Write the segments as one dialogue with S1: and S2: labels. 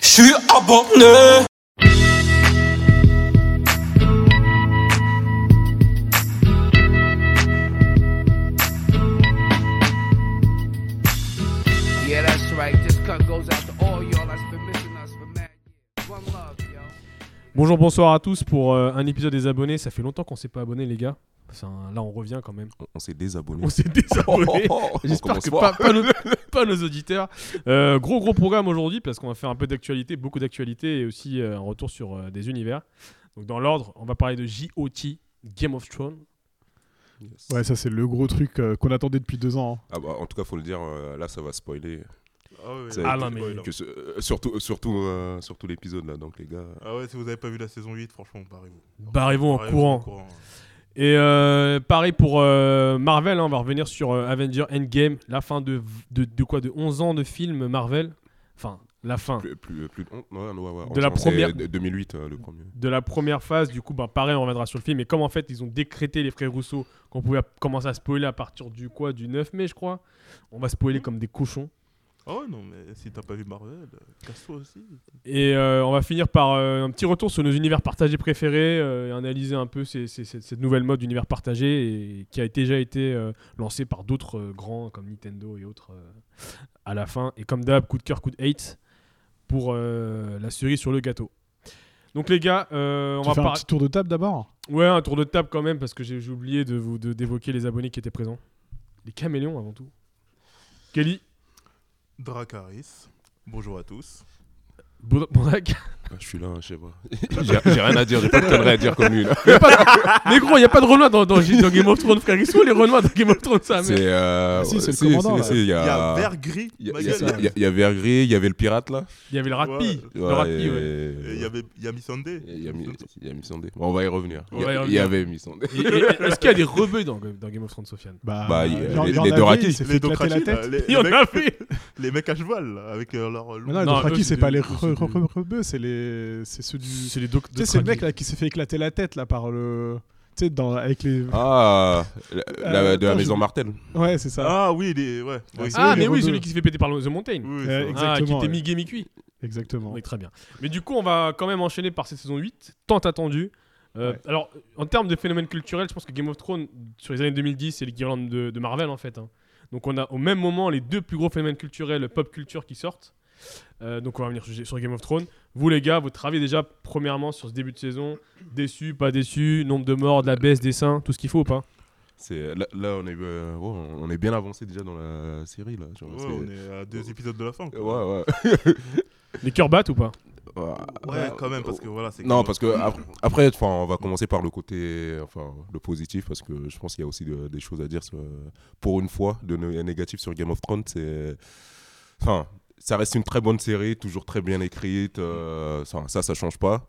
S1: suis abonné.
S2: Yeah, that's right. This cut goes out to all y'all that's been missing us for mad years. One love, yo.
S3: Bonjour, bonsoir à tous pour euh, un épisode des abonnés. Ça fait longtemps qu'on s'est pas abonné, les gars. C'est un- Là, on revient quand même.
S4: On- On s'est désabonné.
S3: On s'est désabonné.
S4: On
S3: J'espère
S4: commence
S3: que pas,
S4: fort.
S3: pas nos, pas nos auditeurs. Euh, gros, gros programme aujourd'hui parce qu'on va faire un peu d'actualité, beaucoup d'actualité et aussi euh, un retour sur euh, des univers. Donc, dans l'ordre, on va parler de JOT, Game of Thrones.
S4: Yes.
S5: Ouais, ça c'est le gros truc euh, qu'on attendait depuis deux ans.
S4: Ah bah, en tout cas, faut le dire, euh, là, ça va spoiler. Ça va
S3: Ah
S4: être-
S3: non, mais.
S4: que ce- euh, surtout surtout, euh, surtout l'épisode, là, donc les gars.
S6: Ah ouais, si vous avez pas vu la saison 8, franchement, barrez-vous.
S3: Barrez-vous en
S6: Barrez-vous
S3: courant.
S6: courant.
S3: Et euh, pareil pour euh, Marvel, hein, on va revenir sur euh, Avenger Endgame, la fin de, de, de quoi De 11 ans de film Marvel. Enfin, la fin.
S4: Plus, plus, plus- on- ouais, ouais, ouais,
S3: De la
S4: on sait,
S3: première-
S4: euh, 2008, euh, le premier.
S3: de la première phase. Du coup, bah, pareil, on reviendra sur le film. Et comme en fait, ils ont décrété les frères Rousseau qu'on pouvait commencer à spoiler à partir du quoi Du 9 mai, je crois. On va spoiler comme des cochons.
S6: Ah ouais, non, mais si t'as pas vu Marvel, euh, casse-toi aussi.
S3: Et euh, on va finir par euh, un petit retour sur nos univers partagés préférés euh, et analyser un peu ces- ces- ces- cette nouvelle mode d'univers partagé et qui a déjà été euh, lancée par d'autres euh, grands comme Nintendo et autres euh, à la fin. Et comme d'hab, coup de cœur, coup de hate pour euh, la cerise sur le gâteau. Donc les gars, euh, on
S5: On
S3: va
S5: va faire un
S3: parler...
S5: petit tour de table d'abord.
S3: Ouais, un tour de table quand même, parce que j'ai j'ai oublié de vous de- d'évoquer les abonnés qui étaient présents. Les caméléons avant tout. Kelly,
S6: Dracaris, bonjour à tous.
S3: Bod- Bondac.
S4: Ah, je suis là, je sais pas. j'ai j'ai rien à dire, j'ai pas de conneries à dire comme lui, là.
S3: Mais gros, il a pas de Renoir dans, dans, dans Game of Thrones, frère. Ils sont où les Renoirs dans Game of Thrones, ça merde
S4: C'est. Euh,
S5: Ah si, c'est le
S4: si,
S5: commandant,
S4: si,
S5: là.
S4: si, Il y
S6: Il y a
S4: a.
S6: Vert Gris,
S4: Ah. Il y, a-
S6: ma
S4: il y
S6: gueule.
S4: a- il y a Vergris, il y avait le pirate là.
S3: Il y avait le Rapi.
S6: Ouais.
S3: Le Rapi,
S4: et-
S3: ouais.
S6: Et il y avait il y a Missandei.
S4: et il y a Mi- il y a Missandei. Bon, on va y revenir.
S3: On
S4: Il y
S3: va y
S4: a- Il y
S3: revenir.
S4: avait Missandei.
S3: Et- et- et- Est-ce qu'il y a des rebeux dans, dans Game of Thrones, Sofiane
S5: Bah,
S4: Bah, il y a
S5: il y en-
S4: les-
S5: il y en
S4: les
S5: avait,
S4: Dorati,
S5: il s'est
S6: Les
S5: fait éclater la
S6: Dothraki, là,
S5: tête.
S6: les,
S3: Il y
S6: les
S3: en
S6: mecs,
S3: a fait
S6: les mecs à cheval, là, avec euh, leur euh,
S5: Mais non, les
S3: Non, eux,
S5: Dothraki,
S3: c'est
S5: c'est pas
S3: des-
S5: les
S3: c'est des-
S5: re- re- re- rebeux, c'est les, c'est ceux du. Tu
S3: C'est les doc-
S5: sais, c'est le
S3: Dothraki.
S5: mec là qui s'est fait éclater la tête là par le. Tu sais, dans avec les.
S4: Ah, la- la-
S5: Euh,
S4: de la
S5: attends,
S4: maison
S5: je-
S4: Martel.
S5: Ouais, c'est ça.
S6: Ah oui, les... ouais.
S5: Ah,
S6: Oui,
S5: c'est
S3: Ah,
S5: eux, les
S3: mais oui,
S5: rebeux.
S3: celui qui s'est fait péter par le The Mountain.
S6: oui,
S5: Euh,
S6: c'est vrai.
S3: Ah, qui
S5: Exactement,
S3: était
S5: ouais.
S3: mi-gay, mi-cuit.
S5: Exactement.
S3: Oui, très bien. Mais du coup, on va quand même enchaîner par cette saison 8, tant attendue. Euh,
S5: Ouais.
S3: Alors, en termes de phénomène culturel, je pense que Game of Thrones, sur les années 2010, c'est l'équivalent de, de Marvel, en fait. hein. Donc, on a au même moment les deux plus gros phénomènes culturels pop culture qui sortent. Euh, donc, on va revenir sur, sur Game of Thrones. Vous, les gars, vous travaillez déjà, premièrement, sur ce début de saison. Déçu, pas déçu, nombre de morts, de la baisse, des seins, tout ce qu'il faut ou pas
S4: C'est là, là, on est euh, ouais, on est bien avancé déjà dans la série là. genre,
S6: Ouais,
S4: c'est-
S6: on est à deux épisodes de la fin.
S4: ouais
S6: quoi.
S4: ouais.
S3: Les cœurs battent ou pas
S4: Ouais.
S6: Ouais, quand même, parce que voilà, c'est.
S4: Non parce que ap- après enfin on va commencer par le côté enfin le positif parce que je pense qu'il y a aussi de- des choses à dire sur- pour une fois de né- négatif sur Game of Thrones c'est enfin ça reste une très bonne série toujours très bien écrite euh, ça, ça ça change pas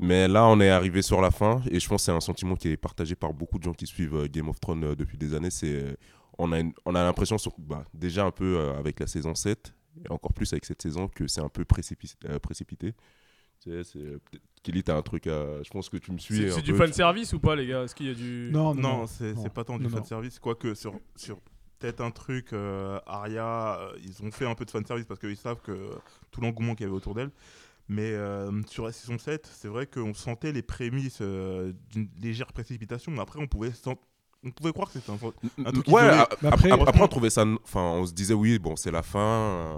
S4: mais là on est arrivé sur la fin et je pense que c'est un sentiment qui est partagé par beaucoup de gens qui suivent euh, Game of Thrones euh, depuis des années c'est on a une- on a l'impression sur- bah, déjà un peu euh, avec la saison 7 et encore plus avec cette saison que c'est un peu précipi- euh, précipité tu sais, c'est euh, peut-être Kelly, t'as un truc à. Je pense que tu me suis.
S3: C'est
S4: un
S3: c'est du
S4: peu.
S3: fan service ou pas, les gars Est-ce qu'il y a du.
S5: Non, non,
S6: Non,
S5: non.
S6: c'est
S5: non.
S6: c'est pas tant du
S5: Non, non.
S6: fanservice, quoique sur, sur peut-être un truc, euh, Aria, euh, ils ont fait un peu de fanservice parce qu'ils savent que euh, tout l'engouement qu'il y avait autour d'elle. Mais euh, sur la saison 7, c'est vrai qu'on sentait les prémices euh, d'une légère précipitation, mais après on pouvait, sen- on pouvait croire que c'était un, un truc
S4: Ouais,
S6: isolé.
S4: a-
S5: Mais
S4: après,
S5: après-
S4: après, on trouvait ça. n- Enfin, on se disait, oui, bon, c'est la fin. euh,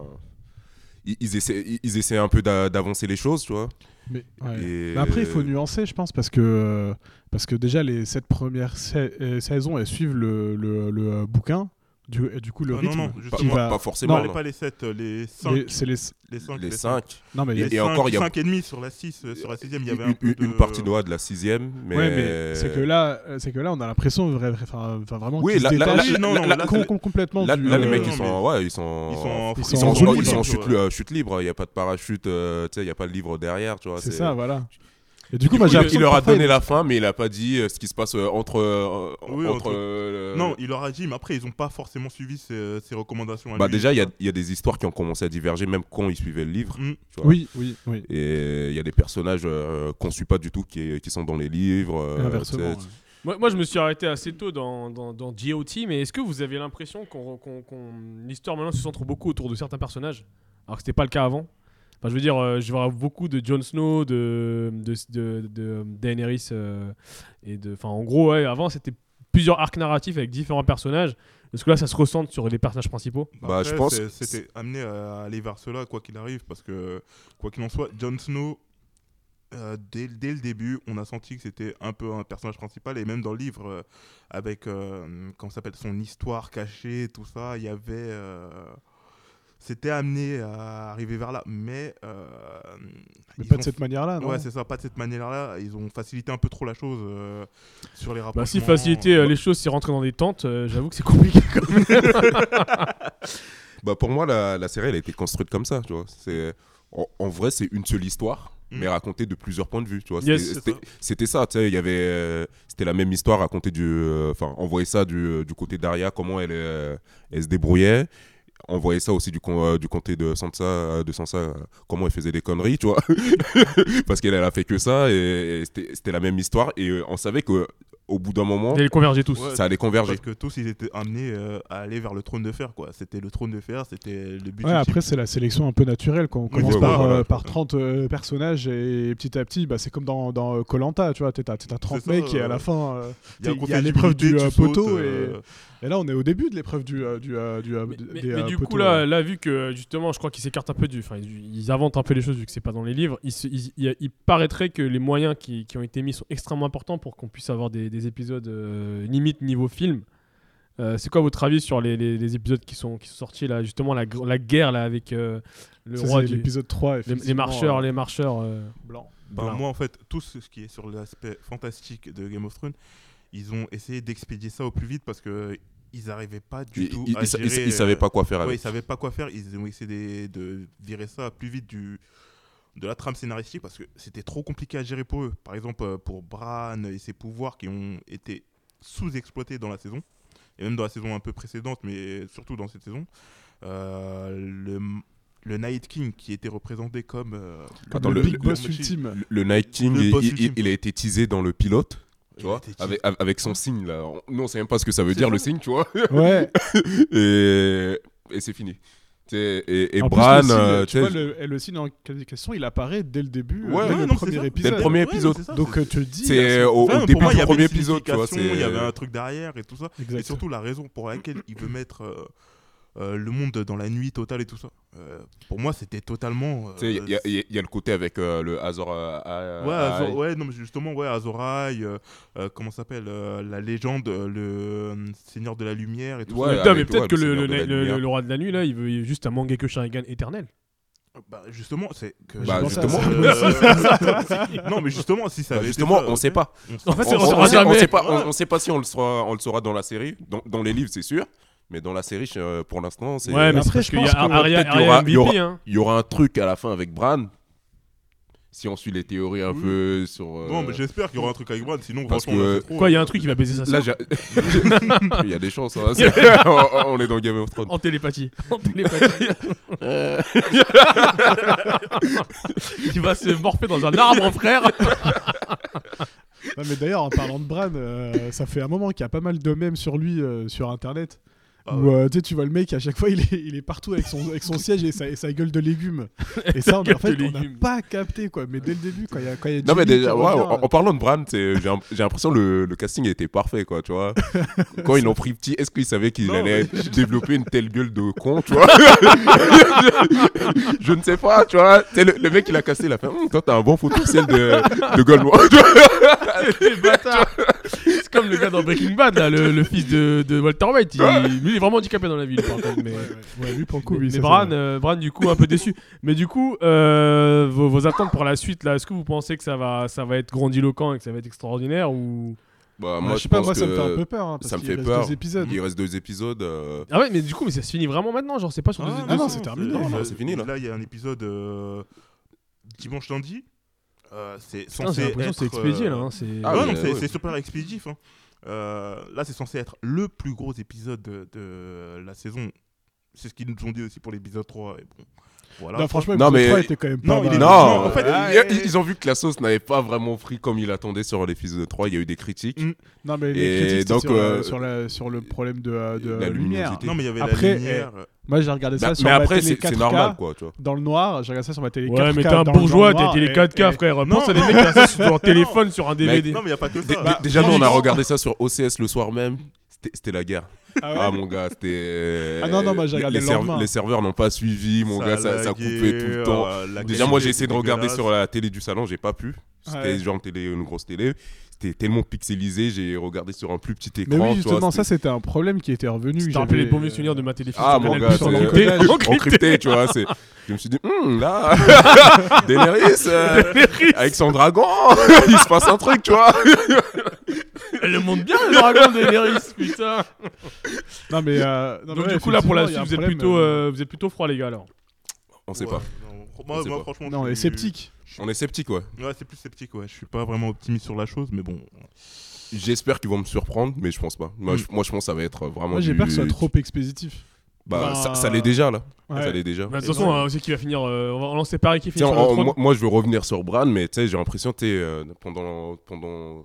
S4: Ils, ils essaient, ils- ils essaient un peu d'a- d'avancer les choses, tu vois.
S5: Mais, ouais.
S4: Et-
S5: Mais après, il faut nuancer, je pense, parce que, euh, parce que déjà, les sept premières sa- euh, saisons, elles suivent le, le, le, euh, bouquin. Du, et du coup, le
S6: Ah, non,
S5: rythme.
S6: non,
S5: qui
S4: Pas,
S6: justement,
S4: pas-
S5: va-
S4: pas
S6: Non,
S4: forcément.
S6: on parlait
S4: non.
S6: pas les 7, les 5.
S5: les- C'est les.
S6: les 5.
S4: Les 5.
S5: Non, mais il y a-
S4: Et encore, il y a-
S6: 5 et demi sur la 6, euh, sur la 6 il y avait un
S4: Une,
S6: peu
S4: une- une
S6: de- euh,
S4: partie de, ouais, de la sixième. Mais.
S5: Ouais, mais c'est que là, euh, c'est que là, on a l'impression vra- vra- enfin, enfin, vraiment
S4: Oui,
S5: qu'ils
S4: là-
S5: se
S4: là-
S5: détachent
S4: là-
S6: non, non,
S5: com-
S6: là, c'est-
S5: com- complètement
S4: Là,
S5: du.
S4: là, les
S6: euh,
S4: mecs,
S6: non,
S4: ils sont. Ouais, ils sont.
S6: Ils sont en,
S5: Ils
S4: ils
S5: sont
S4: sont-
S5: en chute
S4: ils sont en
S5: libre,
S4: chute, euh, chute libre. Il n'y a pas de parachute. euh, tu sais, il n'y a pas de livre derrière, tu vois.
S5: C'est
S4: c'est-
S5: ça, voilà. Et du coup,
S3: coup,
S5: moi,
S3: il-
S5: j'ai
S4: Il
S5: l'impression
S4: leur a
S5: que parfois,
S4: donné la fin, mais il a pas dit euh, ce qui se passe euh, entre. euh,
S6: Oui,
S4: entre
S6: entre-
S4: euh, le-
S6: Non, il leur a dit, mais après, ils n'ont pas forcément suivi ses, ses recommandations. à
S4: Bah
S6: lui.
S4: déjà, il y a, il y a des histoires qui ont commencé à diverger, même quand ils suivaient le livre.
S6: Mm.
S4: tu vois.
S5: Oui, oui, oui.
S4: Et il y a des personnages euh, qu'on suit pas du tout, qui, qui sont dans les livres. euh,
S5: Et inversement.
S4: tu sais.
S5: ouais.
S3: Moi, moi, je me suis arrêté assez tôt dans, dans, dans GOT, mais est-ce que vous avez l'impression qu'on, qu'on- qu'on- l'histoire maintenant se centre beaucoup autour de certains personnages, alors que c'était pas le cas avant Enfin, je veux dire, euh, je vois beaucoup de Jon Snow, de, de, de, de Daenerys. euh, et de, enfin, en gros, ouais, avant, c'était plusieurs arcs narratifs avec différents personnages. Est-ce que là, ça se ressent sur les personnages principaux
S4: Bah,
S6: Après,
S4: je pense-
S6: c'est- C'était amené à aller vers cela, quoi qu'il arrive, parce que, quoi qu'il en soit, Jon Snow, euh, dès, dès le début, on a senti que c'était un peu un personnage principal, et même dans le livre, euh, avec euh, comment ça s'appelle son histoire cachée, tout ça, il y avait. euh, c'était amené à arriver vers là, mais. euh,
S5: Mais
S6: ils
S5: pas de
S6: ont-
S5: cette manière-là, non
S6: Ouais, c'est ça, pas de cette manière-là. Ils ont facilité un peu trop la chose euh, sur les rapports.
S3: bah, si faciliter euh, les choses, c'est rentrer dans des tentes, euh, j'avoue que c'est compliqué.
S4: Bah pour moi, la, la série, elle a été construite comme ça, tu vois. C'est, en, en vrai, c'est une seule histoire,
S6: Mm.
S4: mais racontée de plusieurs points de vue, tu vois.
S3: Yes,
S4: C'était-
S6: c'est
S4: c'était, c'était ça, tu sais, il y avait... euh, c'était la même histoire racontée du... euh, Enfin, on voyait ça du, euh, du côté d'Aria, comment elle, euh, elle se débrouillait. On voyait ça aussi du, con- euh, du côté de Sansa, euh, de Sansa, euh, comment elle faisait des conneries, tu vois. Parce qu'elle, elle a fait que ça, et, et c'était, c'était la même histoire. Et euh, on savait que au bout d'un moment,
S3: Vous allez converger tous.
S6: Ouais.
S4: ça allait converger.
S6: Parce que tous, ils étaient amenés euh, à aller vers le trône de fer, quoi. C'était le trône de fer, c'était le but.
S5: Ouais,
S6: ultime.
S5: après, c'est la sélection un peu naturelle. Quand on
S6: Oui,
S5: commence
S4: ouais,
S5: par,
S6: voilà,
S5: euh,
S6: voilà.
S5: par 30 euh, personnages et petit à petit, bah, c'est comme dans dans Colanta, tu vois. T'es à t'es à 30
S6: ça,
S5: mecs et à la
S6: euh,
S5: fin. euh,
S6: Il y a un
S5: il y a
S6: conflit
S5: l'épreuve
S6: d'idées,
S5: du,
S6: tu
S5: euh,
S6: sautes,
S5: poteau
S6: euh,
S5: Et là, on est au début de l'épreuve du. euh, du, euh, du, euh,
S3: Mais,
S5: des,
S3: mais-
S5: euh,
S3: mais du
S5: poteaux,
S3: coup, là,
S5: ouais.
S3: là, vu que justement, je crois qu'ils s'écartent un peu du. Enfin, ils ils inventent un peu les choses vu que c'est pas dans les livres. Il, se- il- il- il paraîtrait que les moyens qui, qui ont été mis sont extrêmement importants pour qu'on puisse avoir des, des épisodes euh, limite niveau film. Euh, c'est quoi votre avis sur les, les- les épisodes qui sont, qui sont sortis là Justement, la, gr- la guerre là avec euh, le
S5: Ça,
S3: roi
S5: c'est
S3: du-
S5: l'épisode 3.
S3: les, les
S5: effectivement,
S3: marcheurs,
S5: euh,
S3: les marcheurs. euh,
S5: blanc.
S6: ben,
S3: blancs.
S6: moi, en fait, tout ce ce qui est sur l'aspect fantastique de Game of Thrones, ils ont essayé d'expédier ça au plus vite parce que euh, ils n'arrivaient pas du
S4: Ils
S6: tout
S4: ils-
S6: à
S4: ils sa- ils-
S6: gérer,
S4: ils savaient
S6: euh,
S4: pas quoi faire
S6: Ouais, ils
S4: avec.
S6: savaient pas quoi faire. Ils ont essayé de, de virer ça plus vite du de la trame scénaristique parce que c'était trop compliqué à gérer pour eux. Par exemple, euh, pour Bran et ses pouvoirs qui ont été sous-exploités dans la saison et même dans la saison un peu précédente, mais surtout dans cette saison. Euh, le le Night King qui était représenté comme euh,
S5: Comme
S4: Attends,
S5: le,
S4: le-
S5: big
S4: le-
S5: boss
S6: le-
S5: ultime.
S4: Le Night King,
S6: Le
S4: il,
S6: boss
S4: il-
S6: ultime.
S4: il a été teasé dans le pilote, tu vois,
S6: était teasé.
S4: avec, av- avec son signe là. On- Nous, on sait même pas ce que ça veut
S6: C'est
S4: dire
S6: ça.
S4: le signe, tu vois.
S5: Ouais.
S4: Et, et c'est fini. Tu sais, Et, et
S5: En plus,
S4: Bran,
S5: le signe,
S4: euh,
S5: tu
S4: tu
S5: vois,
S4: sais,
S5: le, et le signe en qualification, il apparaît dès le début,
S4: Ouais,
S5: euh, dès
S4: ouais,
S5: le
S6: non, c'est
S5: premier
S6: ça. Dès
S5: épisode.
S4: le premier
S6: Ouais,
S4: épisode.
S6: c'est ça,
S5: Donc,
S6: c'est-
S5: euh, tu te dis.
S4: c'est au, au
S6: Enfin, pour
S4: début
S6: moi, il y
S4: du
S6: avait
S4: premier
S6: une
S4: épisode, tu vois.
S6: signification, Il y
S4: c'est-
S6: avait un truc derrière et tout ça.
S5: Exact.
S6: Et surtout la raison pour laquelle il veut mettre euh, euh, le monde dans la nuit totale et tout ça. Euh, pour moi, c'était totalement. euh,
S4: tu sais, Il y, a- il y a- il y a le côté avec euh, le Azor. euh, euh,
S6: Ouais,
S4: euh,
S6: Azor- ouais, non, mais justement, ouais, Azorai, euh, euh, comment ça s'appelle euh, La légende, euh, le euh, Seigneur de la Lumière et tout
S4: Ouais,
S3: Mais putain,
S4: avec-
S3: mais peut-être
S4: ouais,
S3: que
S4: le
S3: le,
S4: Seigneur de
S3: le-
S4: la
S3: le-
S4: Lumière.
S3: le roi de la nuit là, il veut juste un manga que Sharingan éternel.
S6: ça. Bah, justement, c'est que.
S4: Bah,
S5: Je pense à
S4: justement.
S5: ça.
S6: Euh, non, mais justement, si ça
S4: bah,
S6: avait été
S4: justement,
S6: ça,
S4: on sait pas.
S6: on sait-
S3: En fait,
S4: On
S3: on,
S4: on
S3: saura
S4: sait on
S3: jamais.
S4: sait pas. On on sait pas si on le saura, on le saura dans la série, dans, dans les livres, c'est sûr. Mais dans la série, euh, pour l'instant, c'est.
S3: Ouais, mais c'est
S5: Après,
S3: parce
S5: je
S3: qu'il y
S5: pense
S3: a
S5: que
S3: Arya
S4: peut-être il y aura-
S3: Arya
S4: il y aura-
S3: MVP. hein.
S4: il y aura un truc à la fin avec Bran. Si on suit les théories un
S6: Oui.
S4: peu sur. euh,
S6: Non, mais j'espère qu'il y aura un truc avec Bran, sinon,
S4: Parce
S6: franchement,
S4: que-
S6: là, c'est trop.
S3: Quoi, il y a un truc qui va baiser sa
S4: Là,
S3: sœur
S4: j'ai- il y a des chances. hein, c'est- on, on est dans Game of Thrones.
S3: en télépathie. En télépathie.
S4: Euh,
S3: Il va se morpher dans un arbre, frère.
S5: Non, mais d'ailleurs, en parlant de Bran, euh, ça fait un moment qu'il y a pas mal de mèmes sur lui euh, sur internet.
S6: Ah
S5: où, euh, tu sais, tu vois le mec, à chaque fois, il est, il est partout avec son, avec son siège et sa, et sa gueule de légumes. Et ça, on, en
S3: gueule
S5: fait,
S3: de
S5: on n'a
S3: légumes.
S5: pas capté, quoi. Mais dès le début, quand il y a, quand il y a
S4: Non, mais
S5: Jimmy
S4: déjà,
S5: qui
S4: ouais,
S5: revient,
S4: en, en parlant de Bran, c'est- j'ai un- j'ai l'impression que le, le casting était parfait, quoi, tu vois. Quand ils l'ont pris petit, est-ce qu'ils savaient qu'il
S6: Non,
S4: allait développer une telle gueule de con, tu vois Je ne sais pas, tu vois. Tu sais, Le, le mec, il a cassé, il a fait Hum, Toi, t'as un bon potentiel de, de gueule noire.
S3: Les bâtards. C'est comme le gars dans Breaking Bad, là, le, le fils de, de Walter White. Il, lui, il est vraiment handicapé dans la ville, par contre. Mais,
S5: euh, Ouais, ouais. Ouais, lui, pour le coup, oui,
S3: mais
S5: ça, c'est
S3: Bran,
S5: vrai.
S3: euh, Bran, du coup, un peu déçu. Mais du coup, euh, vos, vos attentes pour la suite, là, est-ce que vous pensez que ça va, ça va être grandiloquent et que ça va être extraordinaire ou...
S4: Bah,
S5: Ouais, je sais pas,
S4: pense
S5: moi, ça me
S4: que
S5: fait un peu peur. hein, parce
S4: ça me
S5: qu'il
S4: fait
S5: reste
S4: peur.
S5: deux épisodes.
S4: Il reste deux épisodes. euh,
S3: Ah ouais, mais du coup, mais ça se finit vraiment maintenant, genre, c'est pas sur deux
S5: Ah
S3: épisodes.
S5: non, c'est terminé,
S6: euh,
S4: non, c'est fini, là.
S6: Là, il y a un épisode euh, dimanche lundi. Euh, c'est
S3: Putain, j'ai
S6: censé
S3: l'impression
S6: être.
S3: que c'est expédié,
S6: euh,
S3: là. hein, c'est-
S4: Ah
S6: ouais,
S4: oui,
S6: non,
S4: euh,
S6: c'est
S4: ouais.
S6: c'est super expéditif. hein. Euh, là, c'est censé être le plus gros épisode de, de la saison. C'est ce qu'ils nous ont dit aussi pour l'épisode 3. Et bon, Voilà.
S5: Non, franchement,
S4: Non,
S5: épisode
S4: mais-
S5: 3 était quand même pas
S6: Non, il est-
S5: mal.
S4: Non,
S6: en fait,
S4: euh,
S6: il y a-
S4: ils- ils ont vu que la sauce n'avait pas vraiment pris comme il attendait sur l'épisode 3. Il y a eu des critiques.
S6: Mm.
S5: Non, mais
S4: Et
S5: les critiques c'était
S4: donc,
S5: sur, euh,
S4: euh,
S5: sur la- sur le problème de, euh, de
S4: la
S5: lumière.
S4: luminosité.
S6: Non, mais il y avait
S5: Après, eh,
S6: la lumière.
S5: Moi, j'ai regardé ça
S4: Bah,
S5: sur
S4: mais
S5: ma
S4: après,
S5: télé
S4: c'est c'est
S5: 4K,
S4: normal, quoi, tu vois.
S5: Dans le noir, j'ai regardé ça sur ma télé 4K.
S3: Ouais, mais t'es un
S5: dans le- dans
S3: bourgeois,
S5: le
S3: t'as
S5: noir,
S3: été les
S5: et-
S3: 4K,
S4: Ah
S5: et-
S3: frère.
S6: Non,
S3: Pense à des
S6: non.
S3: mecs qui ont ça sur leur téléphone, sur un
S5: eh,
S3: DVD.
S6: Non, mais il n'y a pas que
S5: bah,
S4: Dé-
S6: ça.
S4: dé- déjà, nous, on a
S5: franchement-
S4: regardé ça sur OCS le soir même. C'était c'était la guerre.
S5: Ah ouais.
S4: Ah, mon gars, c'était.
S5: Ah non, non, moi,
S4: Les-
S5: j'ai regardé
S4: les,
S5: le
S4: serve-
S5: lendemain.
S4: les serveurs n'ont pas suivi, mon gars, ça, ça coupait tout le temps.
S6: euh,
S4: Déjà, moi, j'ai essayé de regarder sur la télé du salon, j'ai pas pu. C'était
S5: Ouais.
S4: genre une, télé, une grosse télé. C'était tellement pixelisé, j'ai regardé sur un plus petit écran.
S5: Mais oui,
S4: tu vois,
S5: justement, ça,
S4: c'était-
S5: c'était un problème qui était
S3: Tu
S5: revenu.
S3: te
S5: j'avais- euh,
S3: rappelles les premiers souvenirs de ma télévision
S4: Ah,
S3: sur
S4: mon euh,
S3: Canal+,
S4: gars,
S3: en
S4: c'est-
S3: crypté,
S5: Encrypté.
S3: en crypté.
S4: encrypté, tu vois. c'est- Je me suis dit, Hum, là, Daenerys, euh, avec son dragon, il se passe un truc, tu vois.
S3: Elle le montre bien, le dragon d'Eneris, putain.
S5: Non, mais. euh, non, mais
S3: Donc,
S5: ouais,
S3: du coup, là, pour la
S5: effectivement, il y a
S3: suite, vous
S5: un
S3: êtes
S5: problème,
S3: plutôt,
S5: euh,
S3: euh, vous êtes plutôt froid, les gars, alors.
S4: On sait pas.
S6: Moi,
S4: On sait
S6: moi,
S4: pas.
S3: euh,
S6: franchement.
S5: Non,
S6: je
S5: on est
S6: suis-
S5: sceptique.
S4: On est sceptique, ouais.
S6: Ouais, c'est plus sceptique, ouais. Je suis pas vraiment optimiste sur la chose, mais bon.
S4: J'espère qu'ils vont me surprendre, mais je pense pas. Moi,
S6: Mm.
S4: je, moi, je pense que ça va être vraiment.
S5: Moi, j'ai
S4: du-
S5: peur que ce soit trop expéditif.
S4: Bah,
S5: Bah,
S4: ça, ça l'est déjà, là.
S5: Ouais.
S4: Ah, Ça l'est déjà.
S3: Bah, De toute façon,
S5: ouais.
S3: euh, on sait qui va finir. euh, On va on lance les paris qui finit
S4: Tiens,
S3: sur le
S4: en-
S3: trône.
S4: moi, moi, je veux revenir sur Bran, mais tu sais, j'ai l'impression que pendant, pendant.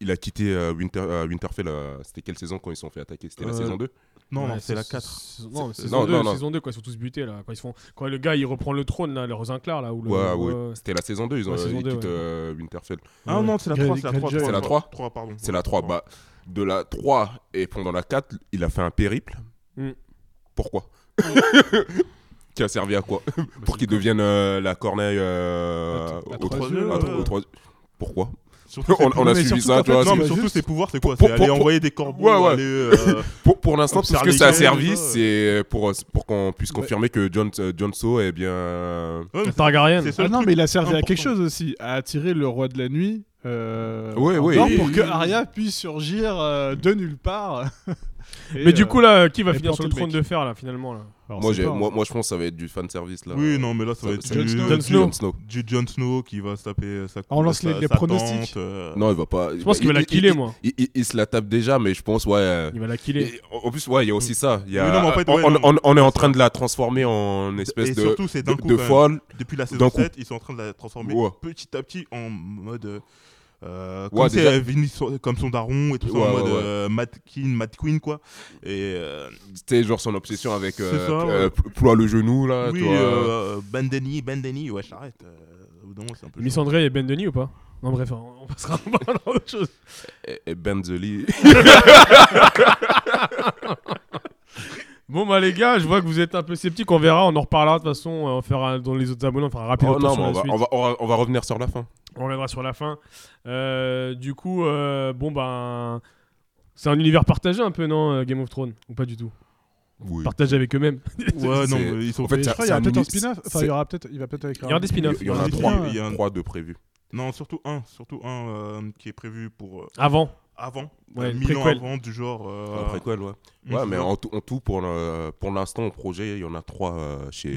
S4: Il a quitté euh, Winter, euh, Winterfell. euh, C'était quelle saison quand ils se sont fait attaquer C'était la
S6: Euh,
S4: saison 2
S6: Non,
S3: Ouais,
S6: non, c'est la 4.
S3: saison- Non,
S4: C'est-
S3: saison
S4: non,
S3: 2,
S4: non, non.
S3: saison 2, quoi, ils sont tous butés là. Quand, ils se font... quand le gars il reprend le trône là, leurs inclars là. Ou le... euh,
S4: Ouais, ouais.
S3: ouais.
S4: C'était la saison 2, ils, ont,
S3: Ouais, saison
S4: ils
S3: deux,
S4: quittent
S3: ouais.
S4: euh, Winterfell.
S6: Ah non, c'est la
S5: Grey-
S6: 3, c'est la 3.
S5: Greyjoy.
S4: C'est la
S6: 3, 3 pardon.
S4: C'est la 3. Bah, de la 3 et pendant la 4, il a fait un périple.
S3: Mm.
S4: Pourquoi Qui a servi à quoi Pour qu'il devienne euh, la corneille euh,
S5: La
S4: au- au-
S5: troisième, euh.
S4: au-
S6: ouais,
S4: au- au-
S6: ouais.
S4: au- au- Pourquoi
S6: Surtout,
S4: bah. on,
S6: c'est-
S4: on a
S5: mais
S4: suivi
S5: surtout
S4: ça,
S5: qu'en
S4: tu
S5: fait,
S4: vois.
S6: Non,
S5: c'est
S6: mais
S5: pas
S6: surtout,
S5: juste-
S6: ses pouvoirs, c'est quoi
S4: Pour-
S6: C'est
S4: pour-
S6: aller
S4: pour-
S6: envoyer des corbeaux,
S4: Ouais, ouais.
S6: aller. euh,
S4: Pour, pour l'instant, tout ce que
S6: Observer
S4: ça a
S6: les gens,
S4: servi,
S6: ouais.
S4: c'est pour, pour qu'on puisse
S5: Ouais.
S4: confirmer que Jon Jon Snow est bien. euh,
S6: ouais, mais c'est-
S3: Targaryen.
S6: c'est ça
S5: Ah
S6: le
S5: non,
S6: truc.
S5: mais il a servi à
S6: important.
S5: quelque chose aussi, à attirer le roi de la nuit. Euh,
S4: Ouais,
S5: en
S4: ouais,
S5: dehors
S4: et-
S5: pour que Arya puisse surgir euh, de nulle part. euh,
S3: Mais du coup là, qui va
S5: et
S3: finir sur le
S5: planter le
S3: trône de fer là finalement là
S4: Moi, j'ai- moi, moi, je pense que ça va être du fanservice. Là. Euh,
S6: Oui, non, mais là, ça va être
S5: hein. Jon
S6: du-
S5: Snow.
S6: du-
S3: Jon Snow.
S4: Jon Snow.
S6: Du Jon Snow qui va se taper euh, sa
S5: Ah, On lance
S6: sa-
S5: les- les
S6: sa
S5: pronostics.
S6: tante, euh,
S4: Non, il va pas.
S3: Je pense qu'il va la killer, moi.
S4: Il, il- il se la tape déjà, mais je pense, ouais. euh,
S3: Il va la
S4: Et-
S3: killer.
S4: et- en plus, ouais, il y a aussi ça. Il y a-
S6: Oui, non, mais en fait,
S4: on,
S6: ouais,
S4: on-
S6: non.
S4: on- on est en train de la transformer en espèce
S6: Et
S4: de,
S6: surtout, c'est
S4: de,
S6: d'un coup.
S4: de
S6: quand même.
S4: folle.
S6: Depuis la
S4: D'un
S6: saison
S4: coup.
S6: 7, ils sont en train de la transformer
S4: Ouais.
S6: petit à petit en mode. euh,
S4: Ouais,
S6: comme, c'est,
S4: déjà-
S6: euh, Vinny so- comme son daron et tout ça,
S4: Ouais,
S6: en mode
S4: ouais, ouais.
S6: euh, Matt King, Matt Queen, quoi. Et. euh,
S4: Tu sais, genre son obsession avec euh,
S6: C'est ça, ouais.
S4: euh, pl- ploie le genou, là.
S6: oui,
S4: tu vois.
S6: euh, Bandeni, Bandeni, ouais, j'arrête. euh, au bout d'un moment, c'est un peu.
S3: Miss
S6: chaud.
S3: André et Ben Denis ou pas Non, bref, on on passera à autre chose.
S4: Et, et Ben Zoli.
S3: Bon bah les gars, je vois que vous êtes un peu sceptiques, on verra, on en reparlera de toute façon, euh, on fera dans les autres abonnés, on fera un rapide
S4: Oh,
S3: retour
S4: non,
S3: sur
S4: mais
S3: la
S4: on va,
S3: suite.
S4: on, va, on va- on va revenir sur la fin.
S3: On reviendra sur la fin. Euh, du coup, euh, bon ben, c'est un univers partagé un peu non euh, Game of Thrones ou pas du tout
S4: Oui.
S3: Partagé avec eux-mêmes.
S6: Ouais, non,
S4: C'est-
S6: mais ils sont.
S4: En fait,
S5: je crois qu'il y
S4: c'est
S5: a
S4: un
S5: peut-être un
S4: mini-
S5: spin-off. Enfin, il y aura peut-être, il va peut-être avec.
S3: Il y aura des spin-offs.
S4: Il y en a
S6: Il y en a
S4: trois.
S6: trois, il y en a-
S4: Trois de prévus.
S6: Non, surtout un, surtout un euh, qui est prévu pour euh,
S3: Avant.
S6: avant,
S3: Ouais,
S6: euh,
S3: le
S6: mille ans
S3: préquel.
S6: avant, du genre. euh,
S4: Un Ah, préquel, ouais.
S6: mm,
S4: Ouais, mais
S6: c'est ça.
S4: en, tout- en tout, pour le- pour l'instant, au projet, il y en a trois euh, chez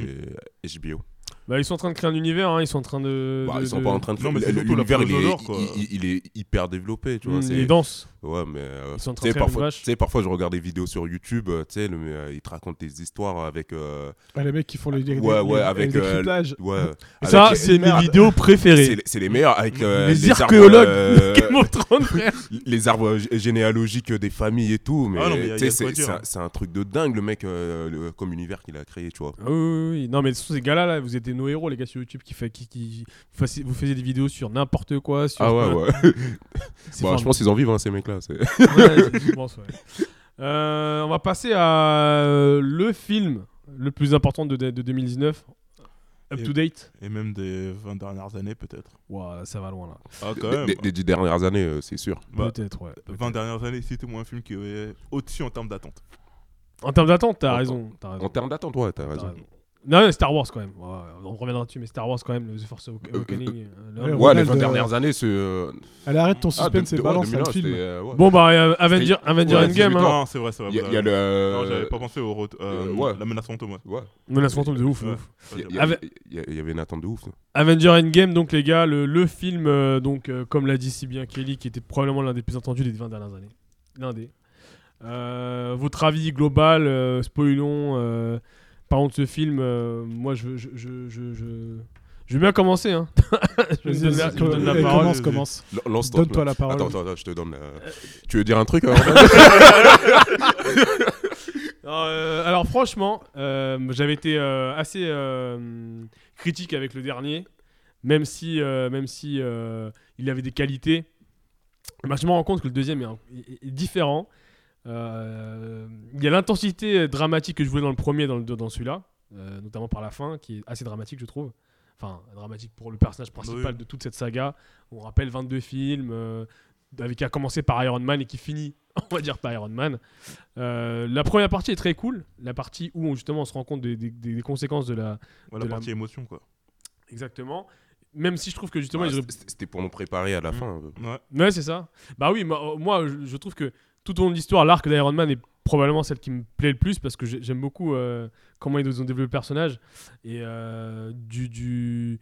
S6: Mm.
S4: HBO.
S3: Bah, ils sont en train de créer un univers, hein, ils sont en train de.
S4: Bah,
S3: de-
S4: ils sont
S3: de-
S4: pas en train de
S6: Euh, Non, mais c'est surtout la
S4: L'univers, il,
S6: prose
S4: est-
S6: d'or, quoi.
S4: il- il- il est hyper développé, tu vois.
S3: Mm,
S4: c'est-
S3: ils dansent.
S4: Ouais, mais. euh,
S3: Ils sont en train
S4: Tu
S3: de
S4: sais,
S3: faire une
S4: parfois, tu
S3: vache.
S4: sais, parfois, je regarde des vidéos sur YouTube, euh, tu sais, le- euh, ils te racontent des histoires avec. euh,
S5: Ah, les mecs qui font les. les-
S4: Ouais, ouais,
S5: les-
S4: avec,
S5: les
S4: euh,
S5: décryptages.
S4: ouais, avec-
S3: Ça, c'est mes
S5: Merde.
S3: vidéos
S4: c'est
S3: préférées.
S4: les- c'est les meilleurs avec euh,
S3: les,
S4: arbres,
S3: archéologues
S4: euh,
S3: de Game of Thrones, frère.
S4: les arbres gé- généalogiques des familles et tout, mais
S6: Ah non, mais y a-
S4: tu sais,
S6: y a de
S4: c'est
S6: quoi dire.
S4: c'est un- c'est un truc de dingue le mec euh, le- comme univers qu'il a créé, tu vois.
S3: Ah oui, oui, oui. Non, mais surtout, ces gars-là, là, vous étiez nos héros, les gars sur YouTube, qui, fait, qui, qui- vous fassiez- vous faisiez des vidéos sur n'importe quoi. Sur, euh,
S4: Ah ouais ouais.
S3: C'est
S4: Bah, je
S3: formidable.
S4: pense qu'ils en vivent hein, ces mecs là. c'est-
S3: Ouais, je pense, ouais. Euh, on va passer à euh, le film le plus important de, de 2019, Up
S6: Et-
S3: to Date.
S6: Et même des 20 dernières années, peut-être.
S3: Ouah, ça va loin là.
S6: Ah, quand
S4: Des-
S6: même.
S4: Des des dix dernières années, euh, c'est sûr.
S6: Bah,
S3: Peut-être, ouais.
S4: Ah,
S6: 20 dernières années, citez-moi un film qui est au-dessus en termes d'attente.
S3: En termes d'attente, t'as
S4: En-
S3: raison. T'as raison.
S4: En termes d'attente, ouais, t'as
S3: T'as
S4: raison.
S3: raison. Non, non, Star Wars quand même. Ouais, on reviendra dessus, mais Star Wars quand même, le The Force Awak-
S4: euh,
S3: Awakening. euh, l'homme.
S5: ouais,
S4: Ouais, les
S5: Ronald,
S4: 20
S5: euh,
S4: dernières années, c'est. euh,
S5: Allez, arrête ton
S4: ah,
S5: suspense
S4: de-
S5: et
S4: de-
S5: balance
S4: ouais,
S5: un
S4: 2001, c'était,
S5: film.
S4: euh, ouais.
S3: Bon, bah, euh, Avenger, Avenger
S4: Ouais,
S3: Endgame.
S4: c'est-
S3: Hein.
S6: Non, c'est vrai, c'est vrai.
S4: Il y a-
S6: vous
S4: il y a
S6: avez-
S4: le.
S6: Non, j'avais
S4: euh,
S6: pas pensé au rot- euh,
S4: euh, ouais.
S6: la menace fantôme. ouais.
S4: Ouais.
S3: Menace fantôme de ouf, hein. de
S6: Ouais.
S3: ouf.
S4: Il y a-
S6: Ouais,
S4: il y
S3: Avec-
S4: a- il y a- il y avait une attente de ouf.
S3: Avenger Endgame, donc les gars, le, le film, euh, donc euh, comme l'a dit si bien Kelly, qui était probablement l'un des plus entendus des 20 dernières années. L'un des. Euh, votre avis global, euh, spoilons, euh, Parlons de ce film. euh, moi, je, je, je, je, je- je vais bien commencer. Hein. je vais te donner la- je vais te donner la
S5: Eh,
S3: parole.
S5: Commence, commence.
S4: L- Lance ton
S5: Donne-toi la parole.
S4: Attends, attends, attends, je te donne. euh, Tu veux dire un truc hein, avant de-
S3: Euh, alors franchement, euh, j'avais été euh, assez euh, critique avec le dernier, même si, euh, même si euh, il avait des qualités. Bah, je me rends compte que le deuxième est, un- est- est différent. Euh, Il y a l'intensité dramatique que je voulais dans le premier, dans, le- dans celui-là, euh, notamment par la fin, qui est assez dramatique, je trouve. Enfin, dramatique pour le personnage principal
S6: Oui.
S3: de toute cette saga. On rappelle 22 films, euh, avec qui a commencé par Iron Man et qui finit, on va dire, par Iron Man. Euh, la première partie est très cool, la partie où on- justement on se rend compte des, des- des conséquences de la.
S6: Voilà,
S3: de la-
S6: partie émotion, quoi.
S3: Exactement. Même si je trouve que justement.
S4: Ouais,
S3: ils auraient-
S4: c'était- C'était pour nous préparer à la
S3: Mm.
S4: fin. euh. un peu.
S6: Ouais.
S3: Ouais, c'est ça. Bah oui, moi, euh, moi, je, je trouve que tout au long de l'histoire, l'arc d'Iron Man est probablement celle qui me plaît le plus parce que j'ai- j'aime beaucoup euh, comment ils ont développé le personnage. Et euh, du, du-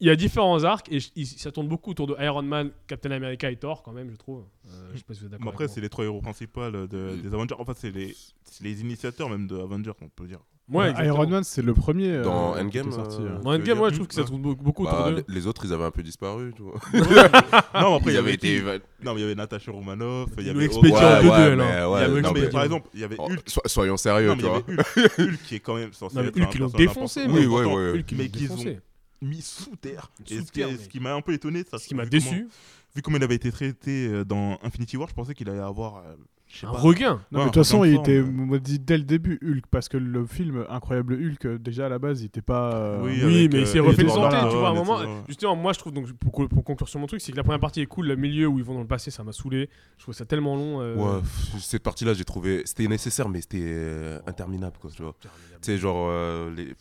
S3: Il y a différents arcs et je- ils- ça tourne beaucoup autour de Iron Man, Captain America et Thor quand même, je trouve. Euh, je sais pas si vous êtes
S6: Mais
S3: d'accord.
S6: après,
S3: avec
S6: c'est les trois héros principaux euh, de-
S4: Mm.
S6: des Avengers. Enfin, c'est les, c'est les initiateurs même de Avengers, on peut dire.
S3: moi. Ouais,
S5: Bah,
S3: exactement.
S5: Iron Man, c'est le premier. euh,
S4: Dans
S5: qui
S4: Endgame,
S5: est sorti,
S4: euh,
S5: euh.
S3: Dans Endgame,
S6: veux
S3: ouais,
S6: dire
S3: je trouve que ça
S6: Mm.
S3: tourne beaucoup beaucoup autour
S4: Bah,
S3: d'eux.
S4: les- les autres, ils avaient un peu disparu. Tu vois.
S6: non, mais après,
S4: ils
S6: il y
S4: avaient
S6: avait
S4: été.
S6: qui Non, mais il y avait Natasha Romanoff. Il y
S3: Ils
S6: avait
S3: l'ont expédié en
S4: Ouais,
S3: deux
S4: ouais,
S3: duels.
S4: mais
S3: hein.
S4: ouais,
S3: Il y a
S4: non,
S3: le
S6: Non,
S4: mais-
S6: mais
S3: expédié en
S6: par
S3: deux.
S6: exemple, il y avait
S4: Oh,
S6: Hulk.
S4: so- soyons
S6: Non,
S4: sérieux,
S6: mais
S4: tu
S6: il y
S4: vois.
S6: avait Hulk. Hulk qui est quand même censé
S3: Non, mais
S6: être un
S3: Hulk, ils l'ont
S6: personnage
S3: défoncé,
S6: important.
S3: mais-
S4: Oui, ouais, ouais.
S3: Hulk, il
S6: euh, mais
S3: est
S6: qu'ils ont-
S3: défoncé.
S6: mis sous terre. Et
S3: Sous
S6: ce qui,
S3: terre,
S6: ce
S3: mec.
S6: qui m'a un peu étonné, ça,
S3: Ce qui m'a
S6: vu comment-
S3: déçu,
S6: vu comment il avait été traité euh, dans Infinity War, je pensais qu'il allait avoir. euh, je sais
S3: un
S6: pas.
S3: regain.
S5: Non,
S6: Ouais,
S5: mais de toute façon,
S6: regain de
S5: il
S6: forme,
S5: était
S6: euh.
S5: maudit dès le début, Hulk, parce que le film Incroyable Hulk, euh, déjà à la base, il était pas. euh,
S6: Oui,
S3: Oui,
S6: avec,
S3: mais
S6: euh,
S3: il s'est refait le
S5: Edward
S3: santé,
S5: Norton,
S3: tu vois, à un
S6: ouais,
S3: moment.
S6: Edward Norton.
S3: Justement, moi, je trouve, donc, pour, co- pour conclure sur mon truc, c'est que la première partie est cool, le milieu où ils vont dans le passé, ça m'a saoulé. Je trouve ça tellement long. euh,
S4: Ouais, pff, cette partie-là, j'ai trouvé. C'était nécessaire, mais c'était euh, interminable, quoi, tu vois.
S3: interminable.
S4: Tu sais, genre. euh, les... pff,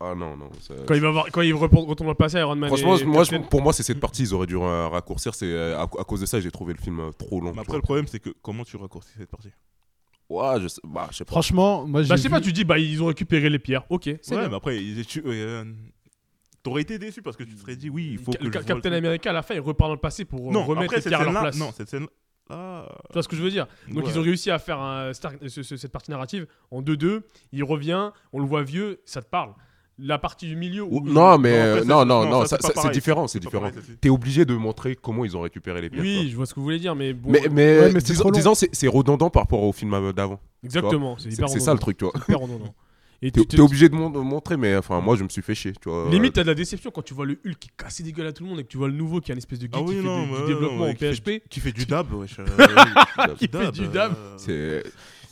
S4: Ah non, non. ça-
S3: Quand ils, va voir- quand ils repren- retournent dans le passé, Iron Man.
S4: Franchement,
S3: et
S4: moi, je-
S3: Captain-
S4: pour moi, c'est cette partie, ils auraient dû euh, raccourcir. C'est euh, à, à cause de ça, j'ai trouvé le film euh, trop long.
S6: Mais
S4: tu
S6: après, le problème, c'est que comment tu raccourcis cette partie
S4: vois. Ouais, je sais, bah, je sais pas.
S5: Franchement, moi j'ai.
S3: Bah, je sais
S5: vu-
S3: pas, tu dis, bah, ils ont récupéré les pierres. Ok, c'est
S6: Ouais, bah,
S3: bien.
S6: mais après, il- tu- euh, t'aurais été déçu parce que tu te serais dit, oui, il faut
S3: Ca-
S6: que. je
S3: Ca-
S6: vois
S3: Captain
S6: le truc.
S3: America, à la fin, il repart dans le passé pour euh,
S6: Non,
S3: remettre
S6: après,
S3: les
S6: cette
S3: pierres à leur
S6: scène-là. ah,
S3: place.
S6: Non, cette scène-là.
S3: Tu vois ce que je veux dire Donc ils ont réussi à faire un Stark- ce- ce- cette partie narrative en 2-2. Il revient, on le voit vieux, ça te parle. La partie du milieu où
S4: Ou- Non, mais
S6: Non, après,
S4: euh,
S6: ça,
S4: non,
S6: c'est-
S4: non,
S6: non,
S4: non,
S6: ça,
S4: ça-
S6: c'est pas
S4: ça- c'est
S6: pareil.
S4: différent, c'est différent. T'es obligé de montrer comment ils ont récupéré les pierres.
S3: Oui, je vois ce que vous voulez dire, mais bon.
S4: quoi.
S6: euh,
S4: Mais, mais,
S5: Ouais, mais c'est
S4: disons,
S5: trop long.
S4: disons, c'est c'est redondant par rapport au film euh, d'avant.
S3: exactement, c'est
S4: C'est
S3: hyper
S4: c'est ça
S3: redondant.
S4: le truc, tu vois.
S3: C'est hyper redondant. Et
S4: T'es
S3: tu-
S4: t'es obligé de mon- de montrer, mais enfin, moi, je me suis fait chier, tu vois.
S3: Limite, t'as de la déception quand tu vois le Hulk qui casse des gueules à tout le monde et que tu vois le nouveau qui a une espèce de geek
S6: Ah oui,
S3: qui
S6: non,
S3: fait du-
S6: mais
S3: du,
S6: ouais,
S3: développement
S6: non, ouais,
S3: en
S6: qui fait-
S3: PHP.
S6: Qui fait du dab, wesh. euh,
S4: Qui
S3: fait du dab.
S6: euh,
S4: C'est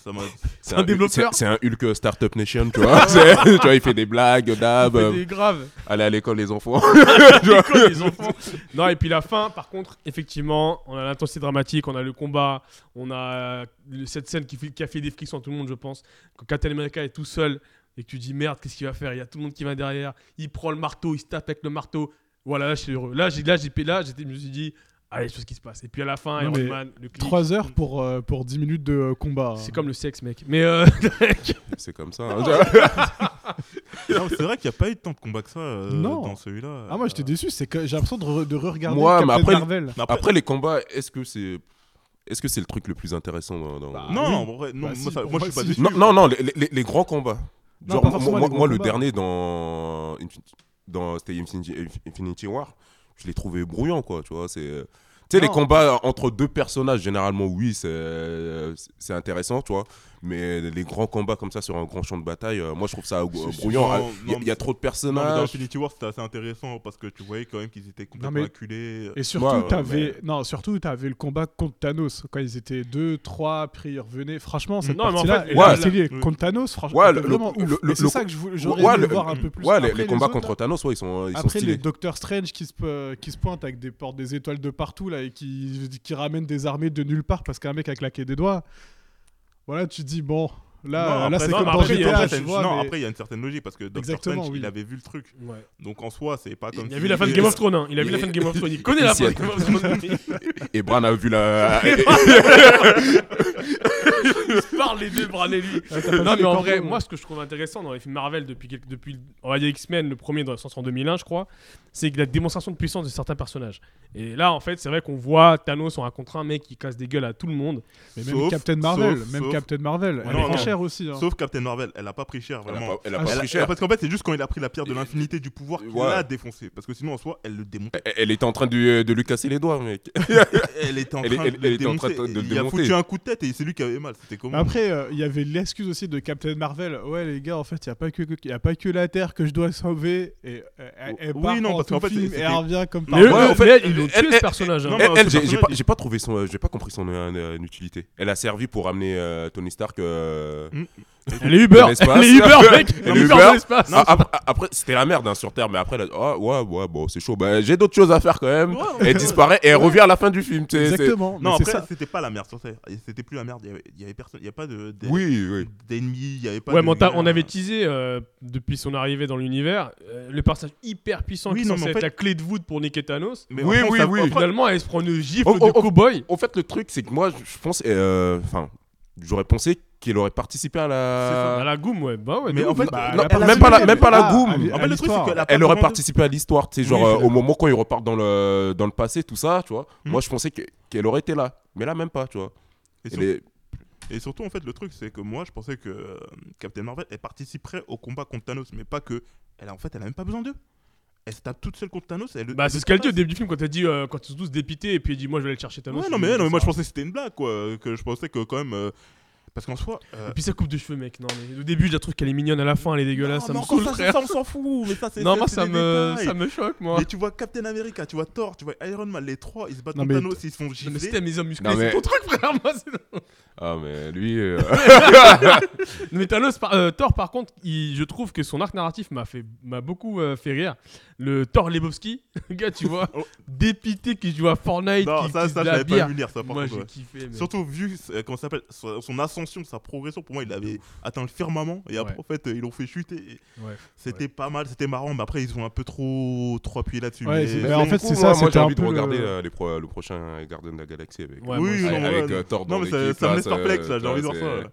S6: Ça m'a.
S4: c'est
S3: un développeur.
S4: C'est c'est un Hulk euh, Startup Nation, tu vois. C'est- tu vois, il fait des blagues, dab,
S3: C'est
S4: euh,
S3: des graves.
S4: allez à l'école, les enfants.
S3: Quoi, les enfants non, et puis la fin, par contre, effectivement, on a l'intensité dramatique, on a le combat, on a euh, le- cette scène qui, fait- qui a fait des frictions à tout le monde, je pense. Quand Captain America est tout seul et que tu dis merde, qu'est-ce qu'il va faire Il y a tout le monde qui va derrière, il prend le marteau, il se tape avec le marteau. Voilà, là, je suis heureux. Là, j'ai, là, j'ai, là j'étais- je me suis dit, allez, je sais ce qui se passe. Et puis à la fin,
S5: Non,
S3: Iron
S5: mais
S3: Man, le clip.
S5: 3 heures pour, euh, pour 10 minutes de euh, combat.
S3: C'est
S5: hein.
S4: Ah.
S3: comme le sexe, mec. Mais euh,
S4: C'est comme ça. hein.
S6: Non, C'est vrai qu'il n'y a pas eu tant de combats que ça euh,
S5: Non.
S6: dans celui-là.
S5: Ah, moi j'étais déçu, c'est que j'ai l'impression de, re- de re-regarder
S4: Moi, mais
S5: Captain
S4: après-
S5: Marvel.
S6: Euh, Mais après,
S4: Après, les combats, est-ce que c'est est-ce que c'est le truc le plus intéressant dans, dans-
S5: Bah,
S6: Non,
S5: oui.
S6: non, en vrai, non,
S5: Bah,
S6: moi,
S5: si,
S6: ça-
S5: en
S6: moi, je
S5: vrai,
S6: suis pas
S5: si.
S6: déçu.
S4: ah non, non, non, les, les- les grands combats.
S5: Non,
S4: Genre,
S5: pas
S4: moi,
S5: forcément
S4: moi-
S5: les
S4: moi,
S5: grands
S4: le
S5: combats.
S4: dernier dans Infinity, dans c'était Infinity, Infinity War, je l'ai trouvé brouillant, quoi. Tu vois, c'est euh, tu sais les
S5: Non.
S4: combats entre deux personnages généralement oui c'est c'est intéressant, tu vois. Mais les grands combats comme ça sur un grand champ de bataille, euh, moi je trouve ça euh,
S6: Si, si,
S4: brouillant. Il
S6: non,
S4: y a-
S6: non,
S4: il y, a trop de
S6: Non, mais dans
S4: personnages.
S6: Infinity War, c'était assez intéressant parce que tu voyais quand même qu'ils étaient complètement
S5: mais-
S6: acculés.
S5: Et surtout,
S4: Ouais, ouais,
S5: t'avais non, surtout t'avais le combat contre Thanos quand ils étaient deux, trois, puis ils revenaient. Franchement, cette
S3: Non, mais en
S5: partie-là,
S3: fait,
S5: elle
S4: ouais,
S5: était stylée.
S6: le-
S5: contre Thanos, franchement,
S4: Ouais,
S5: c'était
S4: le-
S5: vraiment
S4: le-
S5: ouf.
S4: le-
S5: Et c'est
S4: le-
S5: ça que je voulais- j'aurais
S4: ouais,
S5: aimé
S4: le-
S5: voir un peu plus.
S4: ouais, les,
S5: Après,
S4: les combats
S5: autres,
S4: contre Thanos, ouais, ils sont, ils sont
S5: Après, les
S4: stylés.
S5: Doctor Strange qui se, euh, qui se pointent avec des portes, des étoiles de partout là, et qui, qui ramènent des armées de nulle part parce qu'un mec a claqué des doigts. Voilà, tu te dis, bon, là,
S6: Non,
S5: là
S6: après,
S5: c'est
S6: non,
S5: comme
S6: mais
S5: dans
S6: après, il y a-
S5: GTA,
S6: après,
S5: tu
S6: c'est-
S5: vois.
S6: non,
S5: mais-
S6: après, il y a une certaine logique parce que Doctor
S5: Exactement,
S6: Strange,
S5: oui.
S6: il avait vu le truc.
S3: ouais.
S6: Donc en soi, c'est pas comme.
S3: il a
S6: si-
S3: vu la fin de Game of Thrones. hein. Il a vu la fin de Game of Thrones. Il connaît la
S4: Il s'y
S3: fin de Game of Thrones.
S4: euh, Et Bran a vu la.
S3: parle les deux bras les lui. Non, mais en vrai, moi, ce que je trouve intéressant dans les films Marvel depuis, quelques- depuis on va dire X-Men, le premier dans le sens en 2001, je crois, c'est que la démonstration de puissance de certains personnages. Et là, en fait, c'est vrai qu'on voit Thanos en un contre un, mec qui casse des gueules à tout le monde.
S5: Mais même
S6: Sauf-
S5: Captain Marvel,
S6: sauf-
S5: même
S6: sauf-
S5: Captain Marvel, elle
S6: non,
S5: est
S6: non.
S5: pas chère aussi. hein.
S6: Sauf Captain Marvel, elle a pas pris cher
S4: Elle a
S6: vraiment.
S4: pas, elle a
S5: Ah,
S4: pas
S6: Elle a-
S4: pris cher.
S6: Parce qu'en fait, c'est juste quand il a pris la pierre de l'infinité du pouvoir qu'il
S4: Ouais.
S6: a défoncé. Parce que sinon, en soi, elle le démonte.
S4: Elle- Elle était en train de, de lui casser les doigts, mec.
S6: Elle était en
S4: Elle-
S6: train
S4: elle-
S6: de le
S4: elle était en train
S6: démonter.
S4: de- de le
S6: Il a
S4: démonter.
S6: foutu un coup de tête et c'est lui qui avait mal. C'était comment
S5: Après, euh, il y avait l'excuse aussi de Captain Marvel. Ouais, les gars, en fait, il n'y a, pas que- y a pas que la Terre que je dois sauver. Et euh, elle, elle
S6: Oui,
S5: part
S6: non,
S5: en
S6: parce
S5: tout
S6: qu'en fait,
S5: film et
S6: c'était-
S5: elle revient comme par
S3: Mais eux,
S4: Bah, ouais,
S3: eux,
S4: en fait,
S3: mais ils l'ont
S4: elle-
S3: tué ce
S4: elle-
S3: personnage. hein.
S6: non, mais
S4: Elle,
S6: ce
S4: Eh, elle, j'ai- j'ai
S6: personnage-
S4: pas, j'ai pas trouvé son, euh, j'ai pas compris son euh, euh, utilité. Elle a servi pour amener euh, Tony Stark. euh,
S6: Mm.
S3: Elle est Uber,
S4: dans l'espace.
S3: elle est Uber, mec,
S4: Elle est
S3: elle est Uber
S4: Uber.
S3: dans l'espace.
S4: Ah, après, après, c'était la merde hein, sur Terre, mais après, elle a dit, Ah, ouais, ouais, bon, c'est chaud. Bah, j'ai d'autres choses à faire quand même.
S6: Ouais, ouais,
S4: elle
S6: ouais.
S4: disparaît et elle revient à la fin du film. tu sais, c'est-
S5: Exactement.
S6: Non,
S5: mais c'est
S6: après,
S5: ça.
S6: c'était pas la merde sur Terre. Et C'était plus la merde. Il y avait, il y avait personne. Il y a pas de. d'en-
S4: Oui, oui.
S6: D'ennemis. Il y avait pas
S3: Ouais,
S6: de
S3: mais on t'a-
S6: guerre.
S3: on avait teasé euh, depuis son arrivée dans l'univers euh, le personnage hyper puissant
S6: Oui,
S3: qui est
S6: non,
S3: censé
S6: mais en
S3: être
S6: fait- Ah
S3: la clé de voûte pour niquer Thanos.
S6: Mais
S4: Oui,
S6: après, on
S4: oui,
S6: s'a-
S4: oui.
S6: après,
S3: Finalement, elle se prend une gifle
S4: Oh, oh,
S3: de
S4: oh.
S3: cow-boy.
S4: En fait, le truc, c'est que moi, je- je pense, euh, enfin, j'aurais pensé qu'il aurait participé à
S3: À
S4: la.
S3: la goum, ouais. Bah ouais,
S6: Mais
S3: de
S6: en
S3: ouf.
S6: fait,
S5: Bah,
S6: euh,
S5: elle a
S4: non,
S5: pas
S4: même pas la-
S5: sauvé,
S4: même pas la
S5: mais-
S4: goum.
S5: Ah, elle-
S6: En fait,
S5: elle
S6: le truc, c'est
S5: l'histoire.
S6: qu'elle a pas
S4: Elle aurait
S6: besoin de-
S4: participé à l'histoire, tu sais, genre
S6: Oui,
S4: euh,
S6: voilà.
S4: au moment quand ils repartent dans le dans le passé, tout ça, tu vois.
S6: Mm.
S4: Moi, je pensais que- qu'elle aurait été là, mais là même pas, tu vois.
S6: Et
S4: Elle
S6: surtout-
S4: est-
S6: Et surtout, en fait, le truc, c'est que moi, je pensais que euh, Captain Marvel, elle participerait au combat contre Thanos, mais pas que. Elle a, en fait, elle a même pas besoin d'eux. Elle se tape toute seule contre Thanos. Elle,
S3: Bah,
S6: elle
S3: c'est
S6: le
S3: ce qu'elle dit au
S6: tabasse.
S3: début du film quand elle dit euh, quand ils sont tous dépités et puis elle dit moi je vais aller le chercher Thanos.
S6: Ouais, non, mais, non, mais moi, je pensais que c'était une blague, quoi. Que je pensais que, quand même. euh, Parce qu'en soi. euh,
S3: Et puis sa coupe de cheveux, mec. Non, mais au début, j'ai un truc qu'elle est mignonne, à la fin, elle est dégueulasse.
S6: non,
S3: ça
S6: mais
S3: me
S6: encore
S3: saoule,
S6: ça,
S3: frère.
S6: ça, on s'en fout. Mais ça, c'est.
S3: Non,
S6: c'est-
S3: moi,
S6: c'est
S3: ça
S6: des
S3: me,
S6: détails.
S3: ça me choque, moi.
S6: Mais tu vois Captain America, tu vois Thor, tu vois Iron Man, les trois, ils se battent
S5: Non,
S6: contre
S5: mais-
S6: Thanos, ils se font
S3: Non, mais
S6: gifler.
S3: c'était mes hommes musclés,
S4: Non, mais-
S3: c'est ton truc, frère. Moi, c'est-
S4: Ah mais lui, euh,
S3: Non, mais Thanos, par- euh, Thor, par contre, il- je trouve que son arc narratif m'a fait, m'a beaucoup euh, fait rire. Le Thor Lebowski, le gars, tu vois,
S6: Oh.
S3: dépité qui joue à Fortnite,
S6: Non,
S3: qui,
S6: ça,
S3: qui
S6: ça,
S3: de la
S6: j'avais pas
S3: bière.
S6: vu lire ça, par
S3: moi,
S6: contre, ouais.
S3: j'ai kiffé. mec.
S6: Surtout vu euh, comment ça s'appelle son son ascension, sa progression, pour moi il avait atteint le firmament et après
S3: Ouais.
S6: en fait euh, ils l'ont fait chuter. Et
S3: Ouais.
S6: C'était pas mal, c'était marrant, mais après ils ont un peu trop trop appuyé là-dessus.
S5: Ouais,
S6: mais-
S5: c'est-
S4: mais
S5: Mais en
S4: du
S5: fait,
S4: coup,
S5: c'est
S4: moi,
S5: ça,
S4: Moi, j'ai
S5: c'était
S4: envie de
S5: un peu le-
S4: regarder euh, les pro- le prochain Gardien de la Galaxie avec.
S3: Ouais, moi,
S6: oui,
S3: c'est-
S6: non,
S4: avec
S6: ouais.
S4: euh, Thor dans
S6: non, mais ça,
S4: l'équipe,
S6: ça
S4: là,
S6: me laisse
S4: ça-
S6: perplexe, là, j'ai
S4: ouais,
S6: envie de voir
S4: c'est-
S6: ça. ouais.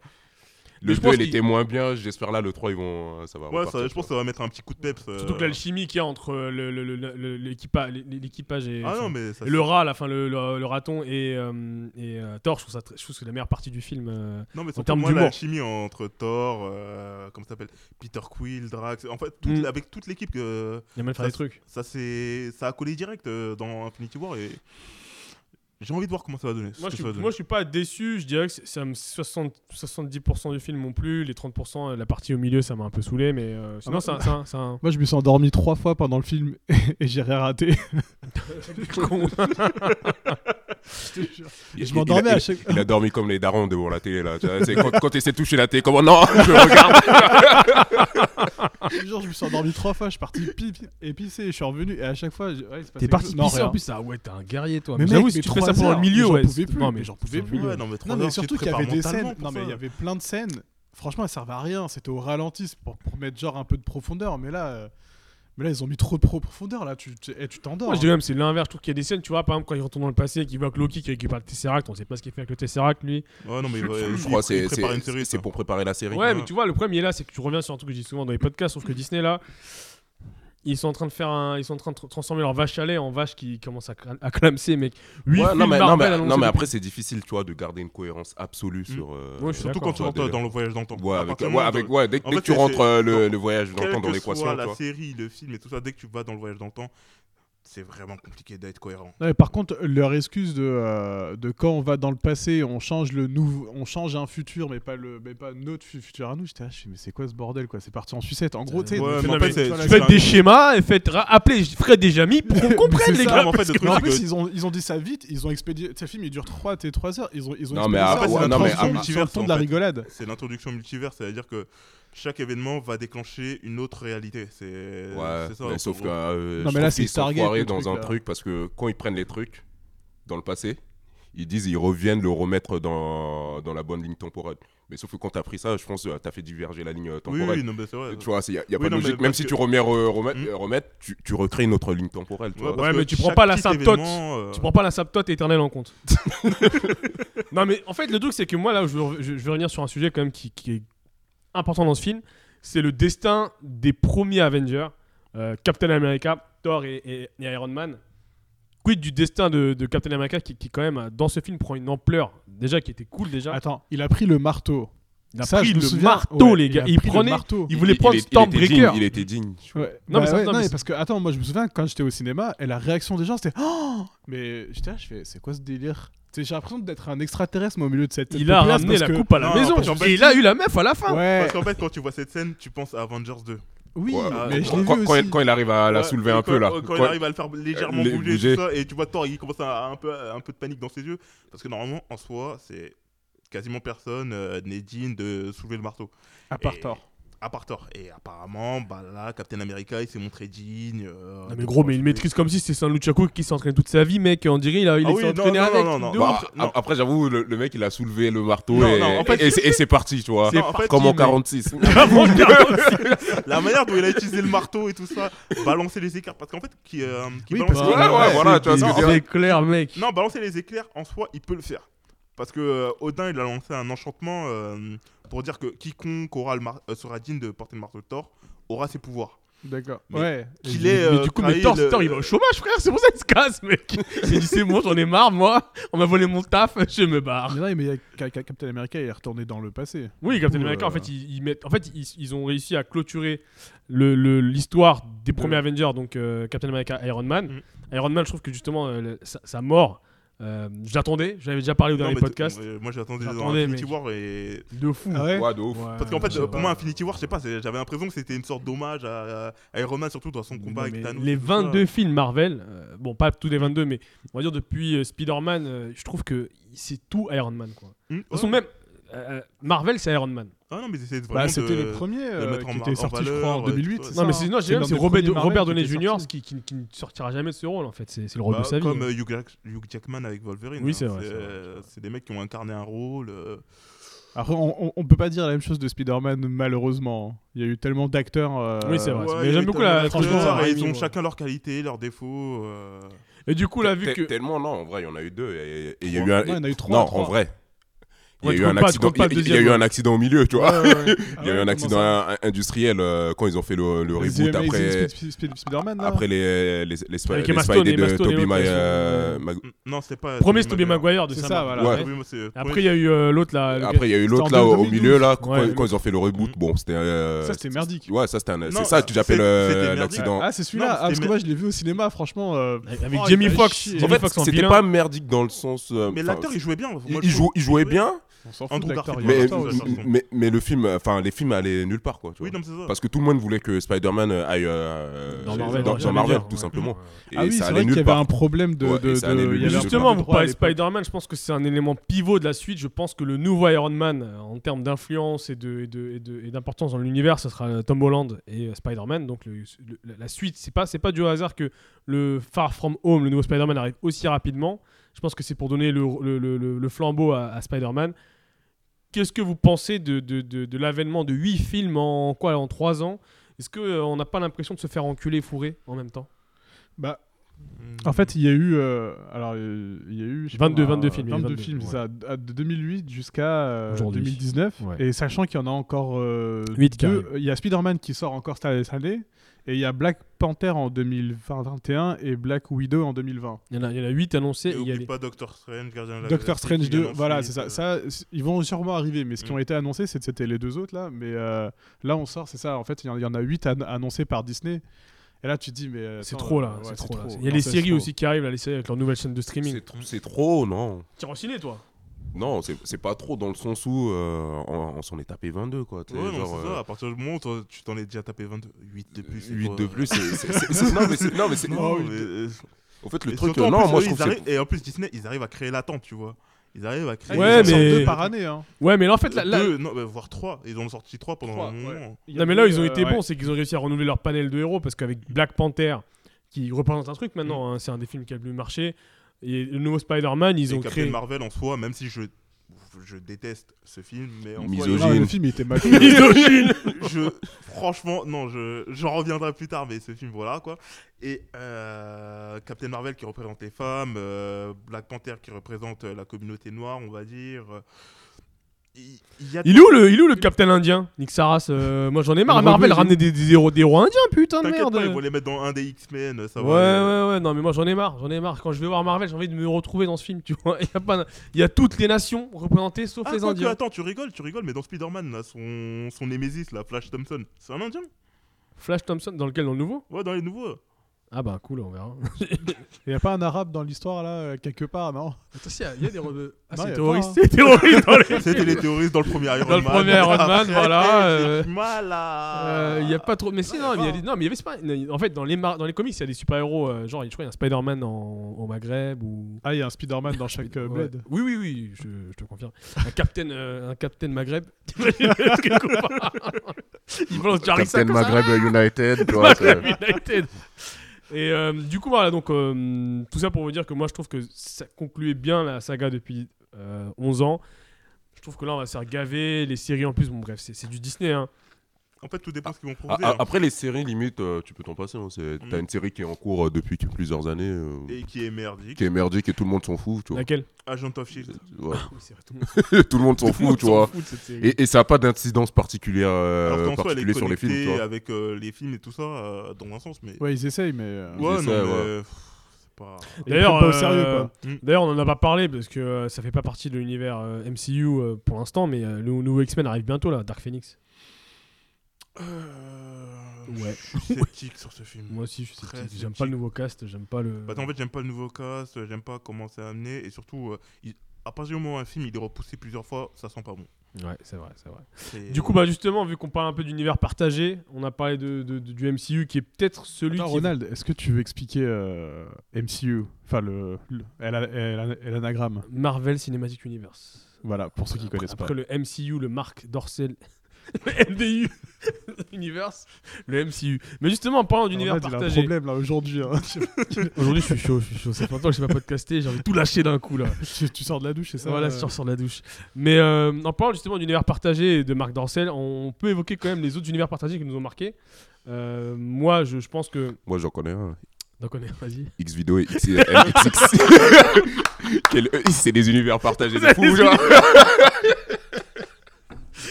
S3: Mais
S4: Le
S3: je
S4: 2
S3: pense
S4: il
S3: qu'il-
S4: était moins bien, j'espère là le 3 ils vont euh, ça va
S6: Ouais, ça-
S4: repartir,
S6: je pense que ça va mettre un petit coup de peps. euh.
S3: Surtout que l'alchimie qu'il y a entre euh, le- le- le- le- l'équipa- l'équipage et
S6: Ah
S3: enfin,
S6: non, mais ça.
S3: Et le rat, à la fin, le, le- le raton et, euh, et, euh, Thor, je trouve, ça très- je trouve que c'est la meilleure partie du film. euh.
S6: Non, mais surtout,
S3: termes
S6: moi,
S3: d'humour.
S6: la chimie entre Thor, euh, comment ça s'appelle Peter Quill, Drax, en fait, toute-
S3: Mm.
S6: avec toute l'équipe, euh,
S3: Il y a même faire
S6: Ça,
S3: des trucs.
S6: ça, c'est- ça a collé direct euh, dans Infinity War et j'ai envie de voir comment ça va donner. ce
S3: Moi
S6: que
S3: je, suis,
S6: ça va donner.
S3: moi, je suis pas déçu. Je dirais que c'est- ça me 60 70% du film m'ont plu. Les 30%, euh, la partie au milieu, ça m'a un peu saoulé. Mais euh, sinon,
S5: bah,
S6: Ah
S3: c'est un- c'est un- c'est un.
S5: Moi, je me suis endormi trois fois pendant le film et j'ai rien raté.
S3: con.
S4: Il-
S5: Et je
S4: il- il
S5: m'endormais
S4: a-
S5: à chaque
S4: Il a dormi comme les darons devant la télé là. tu vois, c'est quand, quand il s'est touché la télé, comment non, je regarde.
S5: Genre, je me suis endormi trois fois, je suis parti pipi et pisser, je suis revenu et à chaque fois. je- ouais, il se passait
S3: T'es parti
S5: quelque- non,
S3: pisser en
S5: rien.
S3: plus. Ah ouais, t'es un guerrier toi.
S5: Mais
S3: Mais,
S5: mec,
S3: j'avoue, si
S5: mais
S3: tu fais ça
S5: trois
S3: pendant
S5: heures,
S3: le milieu,
S5: j'en
S3: ouais.
S5: pouvais
S3: c'est-
S5: plus,
S3: Non,
S5: mais
S3: mais
S5: j'en
S3: j'en
S5: pouvais
S3: pouvais
S5: plus,
S3: plus.
S6: Ouais, non, mais trois
S5: Non, mais
S6: heures, tu
S5: surtout
S6: te
S5: qu'il y avait
S6: prépares
S5: des
S6: mentalement
S5: scènes.
S6: pour
S5: Non, mais
S6: ça.
S5: il y avait plein de scènes. Franchement, elles servent à rien. C'était au ralenti, c'est pour, pour mettre genre un peu de profondeur. Mais là, euh, mais là ils ont mis trop de pro- profondeur. Là, tu tu- eh, tu t'endors.
S3: Moi, je dis même, c'est l'inverse. Je trouve qu'il y a des scènes, tu vois, par exemple, quand ils retournent dans le passé et qu'ils voient que Loki qui récupère le Tesseract, on sait pas ce qu'il fait avec le Tesseract, lui.
S6: Ouais, non, mais il va- il-
S4: Je crois
S6: il
S4: que c'est-
S6: prépare une série.
S4: c'est c'est
S6: ça.
S4: pour préparer la série.
S3: Ouais, mais tu vois, le problème il est là, c'est que tu reviens sur un truc que je dis souvent dans les podcasts, sauf que Disney là, ils sont en train de faire un, ils sont en train de tra- transformer leur vache à lait en vache qui commence à, cra- à clamser, mec. Huit
S4: Ouais,
S3: films
S4: non, mais, non,
S3: Marvel
S4: mais,
S6: hein,
S3: annoncés
S4: non, mais
S3: depuis-
S4: après, c'est difficile, tu vois, de garder une cohérence absolue
S6: Mm.
S4: sur. euh,
S3: Ouais, je suis
S6: Surtout quand
S3: D'accord,
S6: tu
S4: ouais,
S6: rentres
S4: déjà.
S6: dans le voyage d'antan.
S4: ouais,
S6: À
S4: avec,
S6: partir
S4: ouais,
S6: du moment
S4: avec-
S6: où-
S4: ouais, dès, que-
S6: En
S4: dès
S6: fait,
S4: que tu
S6: c'est-
S4: rentres euh, le,
S6: Quelle
S4: le voyage
S6: Quelle
S4: d'antan dans
S6: que
S4: l'équation,
S6: soit
S4: tu
S6: la
S4: vois.
S6: série, le film et tout ça, dès que tu vas dans le voyage d'antan, c'est vraiment compliqué d'être cohérent.
S5: Ouais, par contre, leur excuse de, euh, de quand on va dans le passé, on change le nouveau, on change un futur, mais pas le, mais pas notre fu- futur à nous. J'étais là, je fais, mais c'est quoi ce bordel quoi C'est parti en sucette. En gros, tu sais.
S6: Ouais,
S5: de-
S6: mais en
S5: de-
S6: fait, c'est-
S5: tu vois, la-
S6: tu
S3: Faites des schémas et faites ra- appelez Fred et Jamy pour qu'on comprenne
S5: c'est
S3: les
S5: ça,
S3: gars.
S6: mais en fait,
S3: Ah, parce
S6: le
S3: que-
S5: Mais
S6: truc,
S5: en
S6: c'est
S5: plus,
S6: que-
S5: ils ont, ils ont dit ça vite, ils ont expédié. Ce film, il dure 3, 3 heures, ils ont, ils ont
S4: Non,
S5: expédié
S4: mais
S5: ça
S4: à-
S5: sur
S4: ouais,
S5: la
S4: non, mais
S5: transition
S4: à-
S5: du- sur le ton
S6: en
S5: de la
S6: fait.
S5: rigolade.
S6: C'est l'introduction multivers, c'est-à-dire que chaque événement va déclencher une autre réalité. C'est
S4: Ouais,
S6: c'est ça.
S4: mais
S6: en
S4: sauf que.
S6: gros.
S4: euh,
S5: Non,
S4: je
S5: mais là,
S4: trouve
S5: c'est
S4: qu'ils sont
S5: Stargate,
S4: foirés
S5: le
S4: dans
S5: truc,
S4: un
S5: là.
S4: truc parce que quand ils prennent les trucs dans le passé, ils disent ils reviennent le remettre dans, dans la bonne ligne temporelle. Mais sauf que quand t'as pris ça, je pense que t'as fait diverger la ligne euh,
S6: Oui,
S4: temporelle.
S6: oui, non, mais c'est vrai.
S4: Tu vois, il n'y a, y a
S6: Oui,
S4: pas de
S6: non, mais
S4: logique. Même
S6: parce
S4: si
S6: que-
S4: tu remets, euh, remettre,
S6: Hmm. bah,
S4: euh, remettre, tu, tu recrées une autre ligne temporelle. Tu vois.
S3: Ouais, mais tu prends pas la symptote.
S6: euh,
S3: Tu prends pas la saptote éternelle en compte. non, mais en fait, le truc, c'est que moi, là, je veux, je- je veux revenir sur un sujet quand même qui, qui est important dans ce film. C'est le destin des premiers Avengers, euh, Captain America, Thor et, et- et Iron Man. Quid du destin de, de Captain America qui, qui, quand même, dans ce film, prend une ampleur déjà qui était cool déjà.
S5: Attends, il a pris le marteau.
S3: Il a
S5: Ah, Ça,
S3: pris
S5: je me
S3: le
S5: souviens.
S3: marteau,
S5: Ouais,
S3: les gars.
S5: a
S3: Il,
S5: pris le
S3: prenait.
S5: marteau.
S3: Il voulait prendre
S4: est- était
S3: Stormbreaker.
S4: digne, il était digne. tu vois.
S5: Bah Ouais.
S3: Non, mais
S5: Non, mais,
S3: ça- non, mais c'est-
S5: parce que, attends, moi je me souviens quand j'étais au cinéma, et la réaction des gens c'était Oh Mais j'étais là, je fais C'est quoi ce délire Tu sais, J'ai l'impression d'être un extraterrestre moi, au milieu de cette.
S3: Il a
S5: populace,
S3: ramené
S5: parce
S3: la
S5: que-
S3: coupe à la
S6: Non,
S3: maison.
S6: parce qu'en fait,
S3: Et il a eu la meuf à la fin.
S5: Ouais,
S6: Parce qu'en fait, quand tu vois cette scène, tu penses à Avengers 2.
S5: oui,
S4: Ouais,
S6: Ah,
S5: mais je
S4: quand,
S5: l'ai vu
S4: quand-
S5: aussi.
S4: quand il- quand il arrive à la
S6: Ouais,
S4: soulever
S6: et
S4: un
S6: quand- euh,
S4: peu là.
S6: Quand, il
S4: Quand-
S6: arrive à le faire légèrement
S4: les-
S6: bouger,
S4: bouger.
S6: Tout ça, et tu vois Thor, il commence à un peu, un peu de panique dans ses yeux. Parce que normalement, en soi, c'est quasiment personne euh, n'est digne de soulever le marteau.
S5: À part
S6: Et-
S5: tort.
S6: À part Thor. Et apparemment, bah là, Captain America, il s'est montré digne. euh,
S3: Non mais gros, mais il maîtrise comme si c'était un Luchaku qui s'entraîne toute sa vie, mec. On dirait il a il
S6: Ah
S3: est
S6: oui, non,
S3: entraîné
S6: non,
S3: avec.
S6: non, non,
S3: de
S6: non.
S3: ouf.
S4: Bah,
S6: Non.
S4: a- Après, j'avoue, le, le mec il a soulevé le marteau
S6: Non,
S4: et,
S6: non, en fait-
S4: et c'est- et c'est parti, tu vois.
S6: Non, en fait,
S4: Comme en
S3: mais-
S4: 46.
S3: Avant de dire-
S6: La manière dont il a utilisé le marteau et tout ça, balancer les écarts. Parce qu'en fait, qui, euh, qui
S5: Oui,
S3: bah,
S6: balance
S5: parce
S6: les
S5: que-
S6: écarts-
S4: Ouais, ouais, voilà, tu
S3: Non,
S4: vois, ce que je veux
S3: C'est
S4: dire.
S3: clair, mec.
S6: Non, balancer les éclairs, en soi, il peut le faire. Parce que euh, Odin, il a lancé un enchantement euh, pour dire que quiconque aura le mar- euh, sera digne de porter le marteau de Thor aura ses pouvoirs.
S5: D'accord.
S6: Mais-
S5: Ouais.
S6: Qu'il est,
S3: mais
S6: euh,
S3: du coup, mais
S6: trahi
S3: Thor,
S6: le-
S3: Thor, il va au chômage, frère. C'est pour ça qu'il se casse, mec. Il dit c'est bon, j'en ai marre, moi. On m'a volé mon taf, je me barre.
S5: Mais non, mais il y a Ca- Ca- Captain America, il est retourné dans le passé.
S3: Ah. Oui, Captain
S5: coup,
S3: America, en
S5: euh,
S3: fait, ils, ils mettent, en fait, ils, ils ont réussi à clôturer le- le- l'histoire des premiers Avengers, donc euh, Captain America, Iron Man. Iron Man, je trouve que justement, euh, le- sa, sa mort, euh, je l'attendais. J'avais déjà parlé au
S6: Non,
S3: dernier
S6: mais
S3: podcast.
S6: t- euh, moi, j'attendais dans
S3: J'attendais,
S6: Infinity
S3: mec.
S6: War et.
S3: De fou.
S5: Ah ouais
S4: Ouais, de ouf.
S3: Ouais,
S6: Parce qu'en fait,
S3: je sais
S6: euh, pour
S3: pas.
S6: moi, Infinity War, je sais pas, c'est- j'avais l'impression que c'était une sorte d'hommage à, à Iron Man, surtout dans son
S3: Non,
S6: combat
S3: mais
S6: avec Thanos.
S3: les
S6: et tout ça.
S3: 22 films Marvel, euh, bon, pas tous les 22, mais on va dire depuis euh, Spider-Man, euh, je trouve que c'est tout Iron Man. Quoi. De
S6: Hmm, ouais.
S3: toute façon, même euh, euh, Marvel, c'est Iron Man.
S6: Ah non, mais ils essaient de
S5: Bah,
S6: vraiment
S5: c'était
S6: de-
S5: le premier
S6: le
S5: euh,
S6: mettre en
S5: qui
S6: mar-
S5: était
S6: en
S5: sorti, je
S6: valeur,
S5: crois, en
S6: ouais,
S5: 2008.
S6: tout ça.
S3: Non,
S5: c'est ça,
S3: mais
S5: hein
S3: sinon, j'ai même,
S5: l'un
S3: c'est
S5: des
S3: Robert,
S5: premiers Marvel
S3: Robert
S5: qui
S3: Downey
S5: était
S3: Jr.
S5: sorti.
S3: qui, qui- qui ne sortira jamais de ce rôle, en fait. C'est c'est le rôle
S6: Bah,
S3: de sa vie.
S6: Comme
S3: hein.
S6: euh, Hugh, Jack- Hugh Jackman avec Wolverine.
S3: Oui,
S6: hein.
S3: c'est vrai,
S6: C'est
S3: c'est vrai,
S6: euh, c'est des mecs qui ont incarné un rôle. euh,
S5: Après, on, on- on peut pas dire la même chose de Spider-Man, malheureusement. hein. Il y a eu tellement d'acteurs. euh,
S3: Oui, c'est vrai.
S6: ouais,
S3: mais
S6: il y a
S3: j'aime
S6: eu
S3: beaucoup
S6: tellement
S3: la-
S6: d'acteurs,
S3: franchement, ça m'a
S6: et Ils
S3: mis,
S6: ont
S3: moi.
S6: chacun leurs qualités, leurs défauts. euh,
S3: Et du coup, là, vu
S4: Te-
S3: que.
S4: Tellement non, en vrai, il y en a eu deux. et- Et et il y a
S5: Non,
S4: eu un.
S5: il y en a eu trois,
S4: Non,
S5: trois.
S4: en vrai. Il y a
S3: Ouais, tu
S4: eu un
S3: comptes pas- tu
S4: accident.
S3: comptes
S4: Il y
S3: pas
S4: a-
S3: le
S4: il y a eu
S3: deuxième,
S4: un accident au milieu, tu vois. Il
S5: Ah
S4: y a eu
S5: ouais,
S4: un
S5: comment
S4: accident
S5: ça
S4: in- industriel euh, quand ils ont fait le le
S5: The
S4: reboot
S5: Amazing
S4: après.
S5: Spi- Spi- Spi- Spider-Man, là.
S4: Après les, les, les, Spi-
S3: Avec
S4: les
S3: Emma Stone,
S4: Spidey
S3: Emma
S4: de
S3: Stone et l'autre,
S4: Tobey
S3: elles
S4: Maguire.
S3: sont,
S4: euh,
S3: euh,
S4: Mag-
S6: Non, c'est pas.
S3: Premier Tobey Maguire de
S5: C'est
S3: sa
S5: ça,
S3: mort.
S5: voilà.
S4: Ouais.
S6: Ah oui, moi, c'est le
S3: Après,
S6: premier.
S3: il y a eu euh, l'autre, là. lequel-
S4: Après, il y a eu l'autre
S5: C'était en
S4: là au
S5: 2012.
S4: milieu, là, quand,
S3: Ouais,
S4: quand ils ont fait le reboot. Bon, c'était. euh,
S5: Ça, c'était merdique.
S4: Ouais, ça, c'était un.
S6: Non,
S4: C'est ça que
S6: c'est-
S4: j'appelle euh,
S6: c'était merdique.
S4: l'accident.
S5: Ah, c'est celui-là.
S6: Non,
S5: Ah, parce
S6: c'était-
S5: que moi, je l'ai vu au cinéma, franchement. euh,
S3: Avec
S5: oh,
S3: Jamie
S5: il m'a
S3: Foxx.
S5: chié.
S4: En
S3: Jamie
S4: fait,
S3: Foxx en
S4: c'était
S3: vilain.
S4: pas merdique dans le sens. euh,
S6: Mais
S4: enfin,
S6: l'acteur, il jouait bien. moi,
S4: il,
S6: je
S4: il joue-
S6: trouve-
S4: il jouait bien,
S5: On s'en fout
S6: Andrew
S5: de l'acteur, il
S6: Garfield.
S5: est
S4: mais,
S5: important,
S6: ouais,
S5: aussi.
S6: ça, je trouve.
S4: mais, mais le film, euh, enfin, les films allaient nulle part, quoi. tu
S6: Oui,
S4: vois.
S6: non, mais c'est ça.
S4: Parce que tout le monde voulait que Spider-Man euh, aille euh,
S3: Dans
S4: chez-
S3: Marvel,
S4: dans-
S3: ouais,
S4: dans
S3: j'allais
S4: Marvel,
S3: dire,
S4: tout
S3: ouais.
S4: simplement. Et
S5: Ah oui,
S4: ça
S5: c'est
S4: allait
S5: vrai qu'il y
S4: nulle
S5: avait un
S4: part.
S5: problème de.
S4: Ouais,
S5: de-
S4: et ça allait
S5: de-
S4: nulle
S5: il y
S3: Mais
S5: avait un
S4: part.
S3: justement,
S5: peu
S3: vous
S5: de droit à
S3: parlez de
S5: l'époque.
S3: Spider-Man, je pense que c'est un élément pivot de la suite. Je pense que le nouveau Iron Man, euh, en termes d'influence et d'importance de, et de, et d'importance dans l'univers, ce sera euh, Tom Holland et euh, Spider-Man. Donc le- le- la- la suite, c'est pas, c'est pas du hasard que le Far From Home, le nouveau Spider-Man, arrive aussi rapidement. Je pense que c'est pour donner le, le- le- le- le flambeau à, à Spider-Man. Qu'est-ce que vous pensez de, de- de- de l'avènement de 8 films en quoi En 3 ans Est-ce qu'on n'a pas l'impression de se faire enculer et fourrer en même temps
S5: Bah, En fait, il y a eu. euh, alors, euh, il y a eu. je sais
S3: 22,
S5: pas,
S3: 22
S5: euh,
S3: films, il y a eu
S5: 22,
S3: 22,
S5: films, c'est
S3: ouais.
S5: ça. d- à- De 2008 jusqu'à euh,
S3: Aujourd'hui.
S5: 2019.
S3: Ouais.
S5: Et sachant qu'il y en a encore. euh,
S3: Huit qui
S5: deux,
S3: arrivent.
S5: euh, Il y a Spider-Man qui sort encore cette cette année. Et il y a Black Panther en 2021 et Black Widow en 2020.
S3: Il y en a, il y en a 8 annoncés. et
S6: Et
S3: il y a
S6: oublie
S3: les-
S6: pas Doctor Strange, Gardien de la
S5: Doctor
S6: Galaxie,
S5: Strange
S6: Guardian
S5: 2,
S6: of
S5: voilà,
S6: Light,
S5: c'est ça.
S6: euh,
S5: ça. c- Ils vont sûrement arriver, mais ce qui
S6: Mm.
S5: ont été annoncés, c'est- c'était les deux autres là. Mais euh, là, on sort, c'est ça. En fait, il y, en- il y en a 8 annoncés par Disney. Et là, tu te dis, mais. euh,
S3: C'est
S5: attends,
S3: trop
S5: euh,
S3: là,
S5: ouais,
S3: c'est
S5: c'est
S3: trop là.
S5: trop.
S3: Il y a
S5: Non,
S3: les
S5: c'est
S3: séries
S5: trop.
S3: aussi qui arrivent, là, les séries avec leur nouvelle chaîne de streaming.
S4: C'est tr- C'est trop, non.
S3: Tire au ciné, toi
S4: Non, c'est c'est pas trop dans le sens où euh, on, on s'en est tapé 22, quoi. t'sais,
S6: Ouais, non,
S4: genre,
S6: c'est
S4: euh,
S6: ça. À partir du moment où toi, tu t'en es déjà tapé 22, 8 de plus. c'est
S4: 8
S6: pour,
S4: de
S6: euh,
S4: plus, c'est- c'est- c'est- c'est- non, mais c'est- non, mais c'est.
S6: Non,
S5: oui,
S6: mais, euh,
S4: Au fait, le
S6: et
S4: truc,
S6: surtout, en
S4: euh, non,
S6: plus,
S4: moi
S6: eux,
S4: je trouve
S6: ils
S4: que c'est-
S6: arrivent- Et en plus, Disney, ils arrivent à créer l'attente, tu vois. Ils arrivent à créer.
S5: Ah, Ils
S3: Ouais,
S5: en sortent
S3: mais-
S5: deux par année, hein.
S3: Ouais, mais là, en fait, là,
S6: Là,
S3: là-
S6: deux, non, bah, voire trois. Ils en ont sorti trois pendant
S5: Trois,
S6: un moment.
S5: ouais. Il y a
S3: non, mais
S5: eu,
S3: là, ils ont
S5: euh,
S3: été
S5: ouais.
S3: bons, c'est qu'ils ont réussi à renouveler leur panel de héros, parce qu'avec Black Panther, qui représente un truc maintenant, hein, c'est un des films qui a le plus marché. Et le nouveau Spider-Man, ils
S6: Et
S3: ont
S6: Captain
S3: créé.
S6: Marvel en soi, même si je, je déteste ce film, mais en
S4: Miso-
S6: soi,
S5: Non, le
S4: Misogyne.
S5: film, il était mal
S3: Misogyne
S6: je, franchement, non, je, j'en reviendrai plus tard, mais ce film, voilà quoi. Et euh, Captain Marvel qui représente les femmes, euh, Black Panther qui représente euh, la communauté noire, on va dire. euh, Il, il y a
S3: Il est où le, il est où le Captain Indien Nick Saras, euh, moi j'en ai marre.
S5: Le
S3: Marvel
S5: rebeu,
S3: ramener des, des héros, des héros indiens, putain de
S6: T'inquiète
S3: merde.
S6: pas, ils vont les mettre dans un des X-Men, ça
S3: Ouais,
S6: va.
S3: ouais, ouais, non, mais moi j'en ai marre, j'en ai marre. Quand je vais voir Marvel, j'ai envie de me retrouver dans ce film, tu vois. Il y a, pas, il y a toutes les nations représentées sauf
S6: Ah,
S3: les
S6: quoique,
S3: Indiens.
S6: attends, tu rigoles, tu rigoles, mais dans Spider-Man, là, son, son Némésis, là, Flash Thompson, c'est un Indien
S3: Flash Thompson, dans lequel Dans le nouveau
S6: Ouais, dans les nouveaux.
S3: Ah bah cool, on verra.
S5: Il n'y a pas un arabe dans l'histoire, là, euh, quelque part, non
S3: Attention, il y a des rebeux. Ah,
S5: Non, y
S3: c'est
S5: a
S3: terroriste.
S5: pas,
S3: C'est terroriste dans les-
S6: C'était les terroristes dans le premier Iron Man.
S3: Dans le premier Iron Man,
S6: Après,
S3: voilà,
S6: j'ai
S3: euh,
S6: du mal à-
S3: Euh, Il y a pas trop. Mais si, non,
S6: Ah. y
S3: mais il
S6: a
S3: y a
S6: pas.
S3: des- non, mais il y avait pas. En fait, dans les, mar- dans les comics, il y a des super-héros. euh, genre, je crois qu'il y a un Spider-Man en- au Maghreb ou.
S5: Ah, il y a un Spider-Man dans chaque euh,
S3: Ouais.
S5: bled.
S3: Oui, oui, oui, je, je te confirme. Un capitaine, euh, un capitaine Maghreb. Quelque part. Il balance du harissa
S1: Captain
S3: comme ça.
S1: Maghreb United, tu vois,
S3: Maghreb
S1: c'est-
S3: United. Et euh, du coup, voilà, donc euh, tout ça pour vous dire que moi, je trouve que ça concluait bien la saga depuis euh, 11 ans. Je trouve que là, on va se faire gaver. Les séries en plus, bon, bref, c'est c'est du Disney. Hein.
S6: En fait, tout dépend ce qu'ils vont
S4: Ah,
S6: proposer.
S4: ah,
S6: hein.
S4: Après les séries, limite, euh, tu peux t'en passer. hein, c'est- T'as
S6: Mm.
S4: une série qui est en cours euh, depuis que- plusieurs années, euh,
S6: Et qui est merdique.
S4: qui est merdique et tout le monde s'en fout, tu vois.
S3: Laquelle
S6: Agent of Shield.
S4: Ouais.
S3: Oui, c'est vrai, tout le monde
S4: tout le monde s'en fout, tu
S3: s'en
S4: vois.
S3: fout de cette série.
S4: Et, et ça n'a pas d'incidence particulière, euh,
S6: Alors qu'en soi, elle est
S4: particulier sur les
S6: connectée
S4: films, tu vois.
S6: avec euh, les films et tout ça, euh, dans un sens, mais.
S5: Ouais, ils essayent, mais. euh,
S4: Ouais,
S6: non,
S4: ça,
S6: mais,
S4: ouais.
S6: euh, pff, c'est pas.
S5: ils le prennent pas au sérieux,
S3: euh,
S5: quoi.
S3: D'ailleurs, on en a pas parlé parce que euh, ça fait pas partie de l'univers euh, MCU euh, pour l'instant, mais euh, le nouveau X-Men arrive bientôt là, Dark Phoenix.
S6: Euh,
S3: Ouais.
S6: Je suis sceptique sur ce film.
S3: Moi aussi, je suis
S6: Mm. Très
S3: sceptique. J'aime
S6: sceptique.
S3: pas le nouveau cast, j'aime pas le.
S6: Bah, en fait, j'aime pas le nouveau cast, j'aime pas comment c'est amené, et surtout, euh, il- à partir du moment où un film il est repoussé plusieurs fois, ça sent pas bon.
S3: Ouais, c'est vrai, c'est vrai.
S6: C'est-
S3: Du coup, bah justement, vu qu'on parle un peu d'univers partagé, on a parlé de, de- de- du MCU qui est peut-être celui
S5: Attends,
S3: qui.
S5: Ronald, est-ce que tu veux expliquer euh, MCU Enfin, le, le- elle a- elle a- elle a l'anagramme.
S3: Marvel Cinematic Universe.
S5: Voilà, pour ceux qui
S3: Après-
S5: connaissent pas.
S3: Après le MCU, le Marc Dorcel, le MDU Universe, le MCU. Mais justement, en parlant d'univers
S5: Ronald, il a un
S3: partagé.
S5: problème, là, aujourd'hui. hein.
S3: Aujourd'hui, je suis chaud, je suis chaud. Ça fait longtemps que je sais pas podcasté, j'ai envie de tout lâcher d'un coup là.
S5: tu, tu sors de la douche, c'est ça
S3: voilà,
S5: euh,
S3: si tu ressors de la douche. Mais euh, en parlant justement d'univers partagé et de Marc Dorcel, on peut évoquer quand même les autres univers partagés qui nous ont marqués. Euh, moi, je, je pense que.
S4: Moi, j'en connais un.
S3: Donc on est, vas-y.
S4: X euh, vidéo et XXX. Quel... euh, C'est des univers partagés de fou, genre.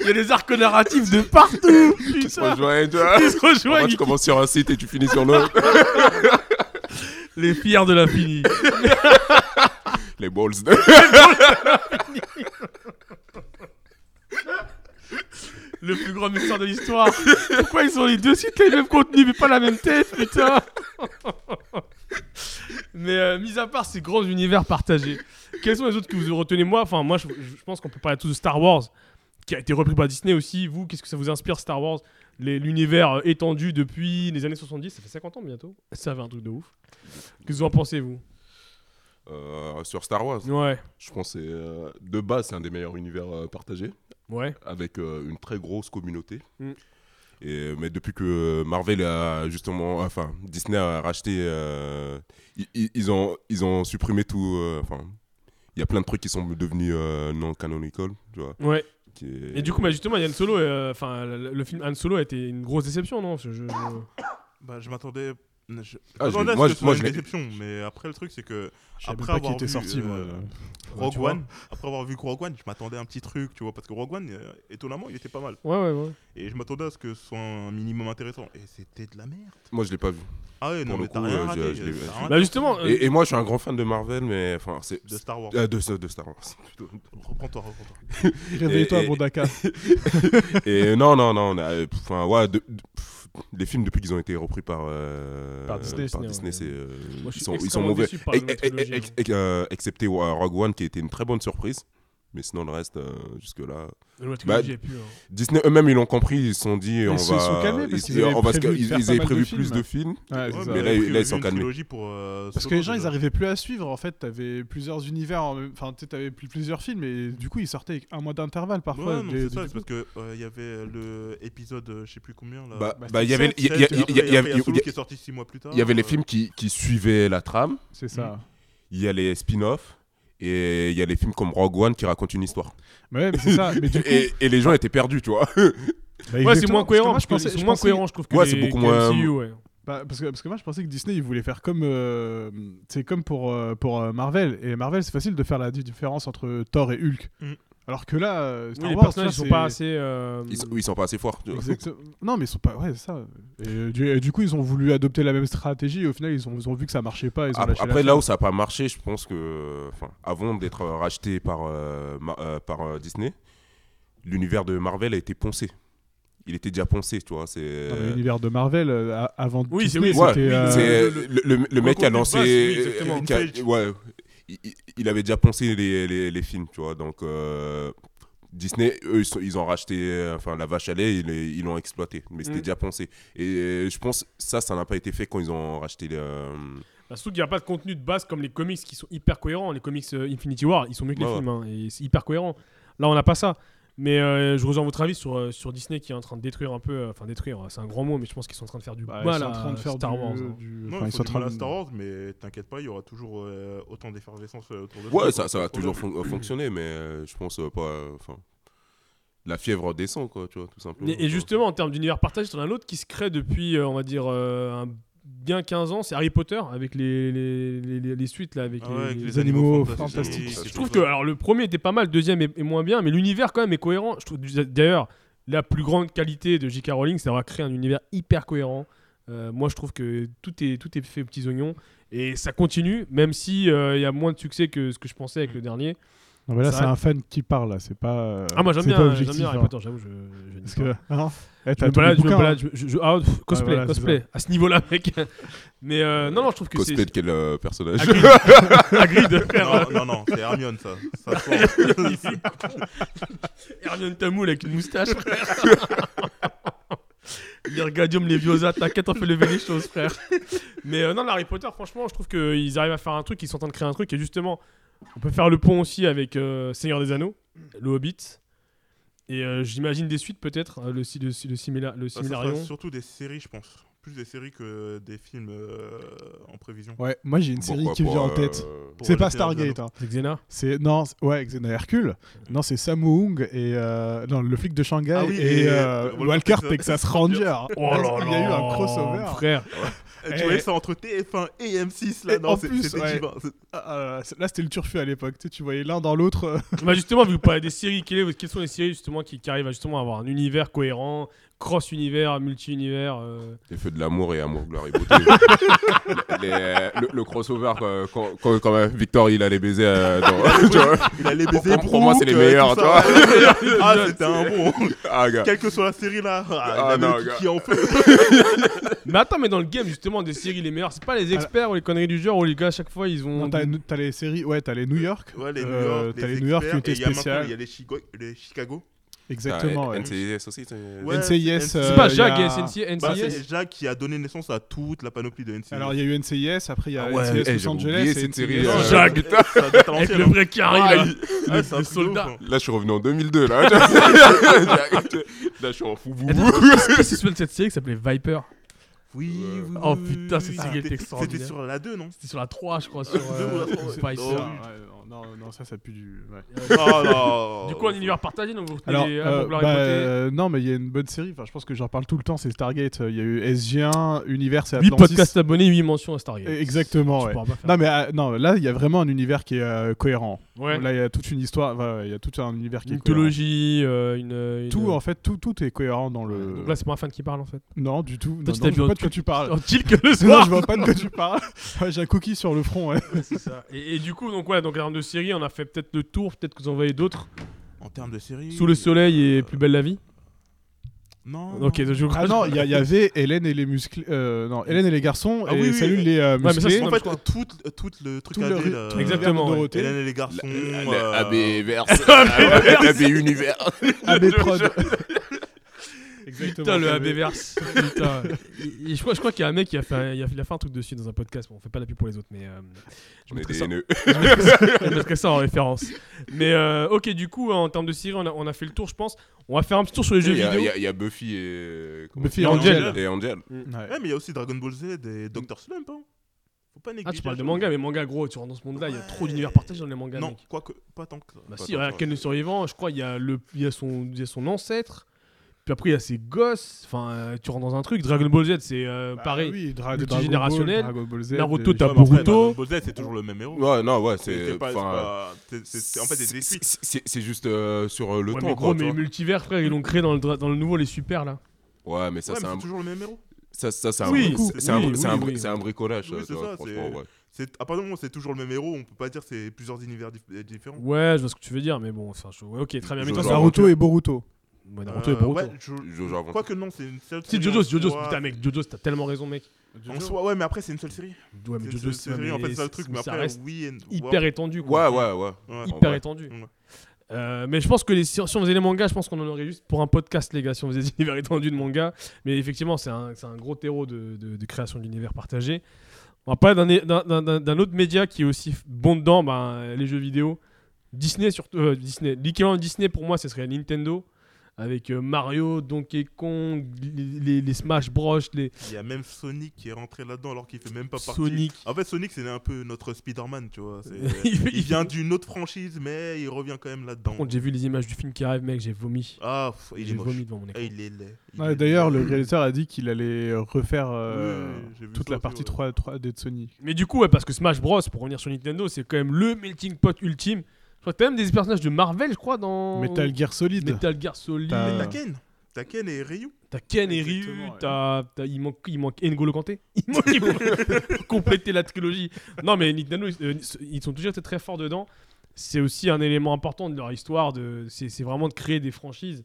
S3: Il y a des arcs narratifs de partout
S4: Qui se
S3: Putain
S4: rejoignent, tu vois.
S3: Ils se
S4: En fait,
S3: rejoignent
S4: tu commences sur un site et tu finis sur l'autre.
S3: Les fiers de l'infini
S4: Les balls.
S3: Le plus grand mystère de l'histoire Pourquoi ils ont les deux sites les mêmes contenus mais pas la même tête, putain Mais euh, mis à part ces grands univers partagés, quels sont les autres que vous retenez Moi, enfin, moi, je, je pense qu'on peut parler tous de Star Wars, qui a été repris par Disney aussi. Vous, qu'est-ce que ça vous inspire, Star Wars Les- L'univers euh, étendu depuis les années 70, ça fait 50 ans bientôt. Ça fait un truc de ouf. Qu'est-ce que vous en pensez, vous
S4: Euh, sur Star Wars,
S3: Ouais,
S4: je pense que c'est, euh, de base, c'est un des meilleurs univers euh, partagés,
S3: ouais.
S4: avec euh, une très grosse communauté.
S3: Mm.
S4: Et, mais depuis que euh, Marvel a justement, enfin Disney a racheté, euh, i- i- ils, ont ils ont supprimé tout. euh, Enfin, il y a plein de trucs qui sont devenus euh, non canonical, tu vois.
S3: Ouais.
S4: qui est-
S3: Et du coup, bah justement, Han Solo, euh, enfin, le, le film Han Solo a été une grosse déception, non je, je- je-
S6: Bah, je m'attendais. Je...
S4: Ah, je-
S6: m'attendais à ce
S4: moi,
S6: que
S4: je-
S6: ce
S4: moi,
S6: soit
S4: je
S6: une
S4: l'ai-
S6: déception, mais après le truc c'est que
S5: Je savais même
S6: Après
S5: pas qui
S6: avoir
S5: était
S6: vu,
S5: sorti, moi.
S6: euh,
S5: là.
S6: Rogue
S3: tu vois.
S6: One, après avoir vu que Rogue One, je m'attendais à un petit truc, tu vois, parce que Rogue One, euh, étonnamment, il était pas mal.
S3: Ouais, ouais, ouais.
S6: Et je m'attendais à ce que ce soit un minimum intéressant. Et c'était de la merde.
S4: moi je l'ai pas vu.
S6: Ah ouais,
S4: Pour
S6: non,
S4: le
S6: mais t'as
S4: coup,
S6: rien
S4: euh,
S6: raté.
S4: je- je l'ai-
S6: t'as rien
S3: Bah
S6: raté
S3: justement, euh,
S4: Et, et moi je suis un grand fan de Marvel, mais enfin c'est
S6: De Star Wars.
S4: Ah, de, ce- de Star Wars. plutôt.
S6: Reprends-toi, reprends-toi.
S5: Réveille-toi,
S4: et-
S5: Bondaka.
S4: Et non, non, non. on a- euh, pff, Enfin, ouais, de- de- pff, les films depuis qu'ils ont été repris par, euh,
S3: Par Disney, ouais.
S4: c'est, euh,
S3: Moi, je
S4: ils,
S3: suis
S4: sont, ils sont
S3: extrêmement
S4: mauvais.
S3: déçu par la
S4: Et-
S3: nouvelle
S4: et- et-
S3: trilogie,
S4: ex- ex- euh, excepté ouais, Rogue One qui était une très bonne surprise. Mais sinon, le reste, euh, jusque-là.
S3: le What
S4: bah,
S3: Trilogy a pu, hein.
S4: Disney eux-mêmes, ils l'ont compris. Ils se sont dit, on
S5: se
S4: va.
S5: sont calmés parce qu'ils
S4: on
S5: avaient
S4: va se-
S5: prévu de
S4: ils-
S5: faire
S4: ils
S5: pas
S4: avaient
S5: mal de
S4: prévu
S5: films.
S4: plus de films.
S5: Ouais, c'est ça.
S6: Ouais,
S4: mais
S6: ils
S4: là,
S6: avaient
S4: ils-
S6: prévu
S4: là, ils sont
S6: une
S4: calmés.
S6: trilogie pour, euh,
S5: Parce
S6: Solo,
S5: que les gens, ils
S6: déjà.
S5: arrivaient plus à suivre. En fait, t'avais plusieurs univers, en même- enfin, tu sais, t'avais plus- plusieurs films, et du coup, ils sortaient avec un mois d'intervalle parfois.
S6: Ouais, non,
S5: des-
S6: c'est
S5: des-
S6: ça,
S5: des-
S6: c'est parce que euh, il y avait le épisode, euh, je sais plus combien là.
S4: Bah,
S5: bah,
S4: bah, il y
S5: c'est
S4: avait, il y,
S6: Sept,
S4: il y-
S6: et après,
S4: il y- il y-
S6: après, il y a Solo
S4: il y-
S6: qui est sorti six mois plus tard.
S4: il y avait les
S6: euh,
S5: Mm.
S4: films qui, qui suivaient la trame.
S5: C'est ça.
S4: il y a les spin-offs et il y a les films comme Rogue One qui racontent une histoire.
S5: Mais, ouais, mais c'est ça. Mais du coup,
S4: Et, et les gens étaient perdus, tu vois.
S5: bah,
S3: Ouais, c'est
S5: exactement,
S3: moins
S5: parce que
S3: cohérent.
S5: moi,
S3: je pense-
S5: pensais-
S3: C'est
S5: je
S3: moins
S5: pensais-
S3: cohérent, je trouve. que
S4: Ouais, c'est
S3: les-
S4: beaucoup
S3: que
S4: moins-
S3: MCU, ouais.
S5: Bah, parce, que, parce que moi je pensais que Disney il voulait faire comme euh, c'est comme pour euh, pour euh, Marvel et Marvel c'est facile de faire la di- différence entre Thor et Hulk
S6: Mm.
S5: alors que là euh, Star
S3: Oui, les
S5: Wars,
S3: personnages ils
S5: tu
S3: sont
S5: vois,
S3: pas
S5: c'est-
S3: assez. euh,
S4: Ils, sont- ils sont pas assez forts. tu vois.
S5: Exactement. non mais ils sont pas ouais c'est ça et, euh, du, et du coup ils ont voulu adopter la même stratégie et au final ils ont, ils ont vu que ça marchait pas ils ont
S4: Après,
S5: lâché
S4: après, là
S5: l'affaire.
S4: où ça n'a pas marché, je pense que, enfin, avant d'être euh, racheté par, euh, Ma- euh, par euh, Disney, l'univers de Marvel a été poncé. Il était déjà poncé, tu vois. C'est
S5: Dans l'univers de Marvel euh, a- avant
S3: Oui, c'est-
S5: Disney,
S3: oui,
S5: c'était,
S4: Ouais,
S5: euh,
S4: c'est-
S6: le-
S4: le, le- le mec
S6: contenu
S4: a
S6: de
S4: lancé.
S6: base, oui, exactement.
S4: qui a-
S6: Une page.
S4: ouais, il, il- il avait déjà poncé les, les- les films, tu vois. Donc euh, Disney, eux, ils, sont- ils ont racheté, euh, enfin la vache à lait, ils les- ils l'ont exploité, mais c'était
S3: Mm.
S4: déjà poncé. Et euh, je pense ça, ça n'a pas été fait quand ils ont racheté. euh,
S3: Bah, surtout qu'il n'y a pas de contenu de base comme les comics qui sont hyper cohérents. Les comics euh, Infinity War, ils sont mieux que les
S4: Ouais,
S3: films. hein, et c'est hyper cohérent. Là, on n'a pas ça. Mais euh, je rejoins votre avis sur, euh, sur Disney qui est en train de détruire un peu. euh, Enfin, détruire, euh, c'est un grand mot, mais je pense qu'ils sont en train de faire du
S5: bah,
S3: mal
S5: ils sont
S3: à
S5: en train de faire
S3: Star
S5: du-
S3: Wars. hein.
S5: du-
S6: euh, Non,
S5: enfin,
S6: ils
S5: ils sont en train
S6: à
S5: de-
S6: Star Wars, mais t'inquiète pas, il y aura toujours euh, autant d'effervescence euh, autour de
S4: Ouais,
S6: quoi.
S4: ça, ça va
S6: Pas de
S4: toujours
S6: problème.
S4: fon- fonctionner, mais euh, je pense euh, pas. euh, Enfin, la fièvre descend, quoi, tu vois, tout simplement.
S3: Et, et justement, en termes d'univers partagé, t'en as l'autre qui se crée depuis, euh, on va dire, euh, un- bien 15 ans. C'est Harry Potter avec les, les, les- les- les suites là. Avec
S6: Ah ouais,
S3: les-
S6: avec
S3: les-
S6: les,
S5: les
S6: animaux,
S5: animaux
S4: fantastiques.
S6: et
S3: Je
S6: tout
S3: trouve
S6: ça.
S3: que alors, le premier était pas mal, le deuxième est, est moins bien, mais l'univers quand même est cohérent. Je trouve d'ailleurs la plus grande qualité de J.K. Rowling, c'est d'avoir créé un univers hyper cohérent. Euh, moi, je trouve que tout est tout est fait aux petits oignons et ça continue, même si euh, il y a moins de succès que ce que je pensais
S6: Mm.
S3: avec le dernier.
S5: Non, mais là
S3: Ça
S5: c'est
S3: va.
S5: un fan qui parle là c'est pas euh,
S3: Ah moi j'aime
S5: c'est
S3: bien,
S5: pas
S3: j'aime
S5: objectif,
S3: bien Harry
S5: hein.
S3: Potter, j'avoue. Je, je,
S5: parce
S3: dis
S5: que
S3: pas.
S5: hein Eh,
S3: je
S5: t'as
S3: me
S5: tous les
S3: balade, je me
S5: bouquins,
S3: balade, je- je- ah, pff, cosplay,
S5: voilà, c'est
S3: cosplay, à ce niveau-là, mec. Mais euh, non, non, je trouve que c'est
S4: Cosplay de quel euh, personnage
S3: Hagrid, Hagrid de faire euh,
S6: Non, non, non, c'est Hermione, ça. ça se voit.
S3: Hermione Tamoul avec une moustache, frère. L'Irgadium Leviosa, t'inquiète, on fait lever les choses, frère. Mais euh, non, Harry Potter, franchement, je trouve qu'ils arrivent à faire un truc, ils sont en train de créer un truc, et justement, on peut faire le pont aussi avec euh, Seigneur des Anneaux, le Hobbit, et euh, j'imagine des suites peut-être, euh, le, si- le, si- le, simila- le
S6: Ça, ça sera
S3: Similarion.
S6: surtout des séries, je pense. Plus des séries que des films euh, en prévision.
S5: ouais moi j'ai une série
S4: Pourquoi
S5: qui me vient en
S4: pas,
S5: tête
S4: euh,
S6: Pour
S5: c'est
S6: le
S5: pas
S6: Seigneur des
S5: Stargate hein.
S3: C'est Xena
S5: C'est non, c'est- ouais, Xena Hercule. Non, c'est Samu Hung et euh, non, le flic de Shanghai
S6: Ah oui,
S5: et,
S6: et,
S5: euh,
S6: euh,
S5: Walker
S6: Walker
S5: Texas Ranger.
S3: Oh là
S5: Il y a eu
S3: là,
S5: un crossover.
S3: Frère,
S6: Anneaux.
S5: Eh.
S6: Tu voyais ça entre TF1 et M6, là.
S5: Et en
S6: non, c'est-
S5: plus,
S6: c'était
S5: ouais.
S6: divin. C'est-
S5: Ah, euh, c'est- là, c'était le turfu à l'époque. Tu, sais, tu voyais l'un dans l'autre. euh,
S3: bah justement, vu que vous parlez des séries, quelles est- quelles sont les séries justement qui, qui arrivent à justement avoir un univers cohérent, cross-univers, multi-univers euh,
S4: Les feux de l'amour et amour, gloire et beauté. Les- euh, le, le crossover, quoi, quand, quand, quand même, Victor il a les baisers euh, dans- tu vois.
S6: Il allait baiser
S4: Pour- Ah, pour moi, c'est les
S6: Brooke, euh,
S4: meilleurs,
S6: tout
S4: tu
S6: ça.
S4: vois.
S6: Ah, c'était un bon.
S4: Ah, gars.
S6: Quelle que soit la série, là.
S4: Ah,
S6: Ah, il y
S4: non,
S6: avait
S4: gars.
S6: qui en feu.
S3: Mais attends, mais dans le game, justement, des séries les meilleures, c'est pas les experts ou les conneries du genre où les gars, à chaque fois, ils ont.
S5: Ah. non, T'as t'as les séries, ouais, t'as les New York.
S6: Ouais, les New
S5: euh,
S6: York.
S5: t'as les
S6: les
S5: New York qui étaient
S6: experts, et il y a maintenant, Il y
S5: spéciales.
S6: a les Chigo- les Chicago.
S5: Exactement.
S4: Ah,
S5: ouais.
S4: NCIS aussi. c'est-
S6: Ouais,
S5: NCIS.
S6: c'est-
S3: C'est pas
S5: euh,
S3: Jacques,
S5: il y a-
S3: SNC,
S6: Bah,
S3: NCIS
S6: c'est Jacques qui a donné naissance à toute la panoplie de Euh, NCIS.
S5: Alors, il y a eu NCIS. Après, il y a
S4: Ah ouais, eh,
S5: NCIS
S4: j'avais
S5: Los Angeles.
S4: oublié
S5: et
S4: cette
S5: NCIS,
S4: série,
S5: euh,
S4: euh,
S3: Jacques.
S6: putain, ça doit être
S5: Bah,
S6: à
S3: Avec
S6: l'ancienne,
S3: le
S6: hein.
S3: vrai qui arrive, là.
S6: Ah, c'est un
S3: le
S6: truc de ouf,
S3: soldat.
S6: hein.
S4: Là, je suis revenu en 2002. Là, là je suis en fou. boubou.
S3: Qu'est-ce qui se fait de cette série qui s'appelait Viper
S6: Oui,
S4: Ouais.
S6: oui, oui,
S3: Oh,
S6: oui,
S3: putain,
S6: oui,
S3: cette
S6: oui.
S3: série, elle était
S6: C'était-
S3: extraordinaire.
S6: C'était sur la 2, non
S3: C'était sur la 3, je crois. Sur, euh,
S6: euh, Viper.
S5: ça,
S3: Viper. Euh,
S5: Ah, ouais, non, non, ça, ça pue du. ouais.
S6: Oh, non.
S3: Du coup, un univers partagé, donc vous retenez
S5: Alors,
S3: les
S5: euh,
S3: Amour, Gloire et
S5: bah,
S3: Beauté.
S5: euh, non, mais il y a une bonne série. Enfin, je pense que j'en parle tout le temps. C'est Stargate. Euh, Il y a eu SG1, Univers et
S3: 8
S5: Atlantis.
S3: podcasts abonnés, 8 mentions à Stargate.
S5: Eh, Exactement.
S3: Tu
S5: ouais.
S3: pourras pas faire.
S5: Non, mais euh, non, là, il y a vraiment un univers qui est euh, cohérent.
S3: Ouais.
S5: Là, il y a toute une histoire. enfin, ouais, Il y a tout un univers qui
S3: Une
S5: est cohérent.
S3: mythologie, euh, une. euh, une-
S5: Tout, en fait, tout, tout est cohérent dans le.
S3: Donc là, c'est pas un fan qui parle en fait.
S5: non, du tout.
S3: Toi,
S5: non,
S3: tu
S5: non,
S3: t'es
S5: je
S3: vu
S5: vois
S3: en
S5: pas de quoi tu parles.
S3: Oh, chill que le
S5: Non,
S3: soir
S5: je vois pas de quoi tu parles. Ouais, J'ai un cookie sur le front. ouais.
S3: C'est ça. Et, et du coup, donc, ouais, donc, en termes de série, on a fait peut-être le tour, peut-être que vous en voyez d'autres.
S6: En termes de série.
S3: Sous le soleil et Plus belle la vie.
S6: Non.
S3: Ok, donc, je vous
S5: Ah non, il y, a- il y avait Hélène et les musclés. euh, non, Hélène et les garçons.
S6: Ah
S5: et
S6: oui, oui,
S5: salut
S6: oui.
S5: les euh,
S3: mais ça,
S5: musclés.
S3: c'est
S6: En
S3: je
S6: fait,
S3: crois.
S6: tout, euh, tout le truc
S5: Tout le
S6: à
S5: ré-
S6: dé,
S5: tout
S6: là,
S5: le
S3: Exactement.
S5: univers de
S6: euh,
S5: Dorothée.
S6: Hélène et les garçons. euh,
S4: AB Verse. Ah AB Univers.
S5: AB Prod.
S3: Putain, le ABverse. Putain. Et- et je crois, je crois qu'il y a un mec qui a fait, un- il a, il a fait un truc dessus dans un podcast. Bon, on fait pas la pub pour les autres, mais euh, je,
S4: On est
S3: mettrai
S4: des
S3: ça,
S4: haineux.
S3: je mettrai ça- je mettrai ça en référence. Mais euh, ok, du coup, en termes de série, on a, on a fait le tour, je pense. On va faire un petit tour sur les
S4: Il
S3: jeux
S4: y, a- il y
S3: vidéo.
S4: a- il y a Buffy et. euh, comment
S5: Buffy
S4: ça
S5: et
S4: s'appelle
S5: Angel.
S4: Et Angel.
S5: Ouais.
S6: Ouais, mais il y a aussi Dragon Ball Z et Dr Slump. hein. Faut pas négliger.
S3: Ah, tu parles de
S6: la chose.
S3: manga, mais manga gros, tu rentres dans ce monde-là, il y a trop
S6: Ouais.
S3: d'univers partagés dans les mangas.
S6: Non,
S3: mec.
S6: quoique, pas tant que ça.
S3: Bah
S6: Pas
S3: si,
S6: tant que
S3: regarde,
S6: ça.
S3: Ken le survivant, hein, je crois, il y, a le- il y, a son- il y a son ancêtre, puis après il y a ses gosses, enfin, euh, tu rentres dans un truc. Dragon Ball Z, c'est euh,
S5: Bah
S3: pareil. le
S5: oui, Dra- Dragon Ball,
S3: multigénérationnel,
S5: Dragon Ball Z,
S3: Naruto,
S5: des-
S3: t'as
S6: Ouais, mais après,
S3: Boruto.
S6: Dragon Ball Z, c'est toujours le même héros.
S4: Ouais, non, ouais,
S6: C'est
S4: c'est.
S6: c'est pas- c'est
S4: enfin,
S6: pas- c'est- c'est- c'est- En fait, c'est des suites.
S4: c'est- c'est- c'est juste euh, sur euh, le
S3: Ouais,
S4: temps.
S3: mais
S4: quoi,
S3: gros,
S4: tu
S3: mais
S4: vois.
S3: multivers, frère, ils l'ont créé dans le, dra- dans le nouveau, les super là.
S4: Ouais, mais ça,
S6: Ouais,
S4: c'est
S6: mais
S4: un,
S6: c'est toujours le même héros.
S4: ça, ça, c'est un,
S3: Oui,
S4: bri- Bah c'est un,
S3: oui,
S4: bri- c'est un,
S3: oui,
S4: bri-
S3: oui.
S4: c'est un bricolage.
S6: Oui,
S4: ça,
S6: c'est
S4: tu vois,
S6: ça,
S4: franchement,
S6: c'est-
S4: ouais.
S6: C'est- À partir du moment où c'est toujours le même héros, on peut pas dire que c'est plusieurs univers dif- différents.
S3: Ouais, je vois ce que tu veux dire, mais bon, enfin, je- ouais, ok, très bien. Mais toi,
S4: Jojo.
S3: ça roule.
S5: Naruto et Boruto.
S3: Ouais, Naruto et
S6: Euh,
S3: Boruto.
S6: ouais, je-
S4: Jojo avant.
S6: Quoique non, c'est une seule
S3: Si,
S6: série.
S3: Jojo,
S6: en
S3: Jojo,
S6: soi.
S3: putain, mec, Jojo, t'as tellement raison, mec.
S6: En soi, ouais, mais après, c'est une seule série.
S3: Ouais,
S6: C'est
S3: mais
S6: une
S3: Jojo,
S6: seule
S3: c'est
S6: série, en fait, c'est le truc. Mais
S3: ça
S6: après,
S3: reste
S6: oui and-
S3: hyper étendu,
S4: Ouais,
S3: quoi.
S4: ouais, ouais.
S6: Ouais.
S4: En
S3: Hyper
S4: vrai.
S3: étendu.
S6: Ouais.
S3: Euh, mais je pense que les, si, si on faisait les mangas, je pense qu'on en aurait juste pour un podcast, les gars, si on faisait des univers étendus de mangas. Mais effectivement, c'est un, c'est un gros terreau de, de- de création d'univers partagé. On va parler d'un é- d'un- d'un- d'un- d'un autre média qui est aussi f- bon dedans, ben, euh, les jeux vidéo. Disney, surtout. euh, Disney. L'équivalent de Disney pour moi, ce serait Nintendo. Avec euh, Mario, Donkey Kong, les, les- les Smash Bros, les
S6: Il y a même Sonic qui est rentré là-dedans alors qu'il fait même pas partie.
S3: Sonic.
S6: En fait, Sonic, c'est un peu notre Spider-Man, tu vois. c'est-
S3: Il fait-
S6: Euh, il vient d'une autre franchise, mais il revient quand même là-dedans.
S3: Par contre, j'ai vu les images du film qui arrive, mec, j'ai vomi.
S6: Ah, pff, il
S3: J'ai
S6: est moche.
S3: vomi devant mon écran.
S6: Ah, il est laid. Il
S5: Ouais,
S6: est
S5: D'ailleurs,
S6: laid.
S5: le réalisateur a dit qu'il allait refaire euh,
S6: Oui, oui, j'ai vu
S5: toute
S6: ça
S5: la
S6: aussi,
S5: partie
S6: ouais.
S5: 3, 3D de Sony.
S3: Mais du coup, ouais, parce que Smash Bros, pour revenir sur Nintendo, c'est quand même le melting pot ultime. Je crois que t'as même des personnages de Marvel, je crois, dans.
S5: Metal Gear Solid.
S3: Oh. Metal Gear Solid.
S5: T'as-
S6: T'as Ken T'as Ken et Ryu
S3: T'as Ken et Ryu.
S5: Exactement, ouais.
S3: t'as- t'as- il, manque, il manque N'Golo Kanté. Il manque il manque- pour compléter la trilogie. Non, mais Nintendo, ils, euh, ils sont toujours été très forts dedans. C'est aussi un élément important de leur histoire. De, c'est, c'est vraiment de créer des franchises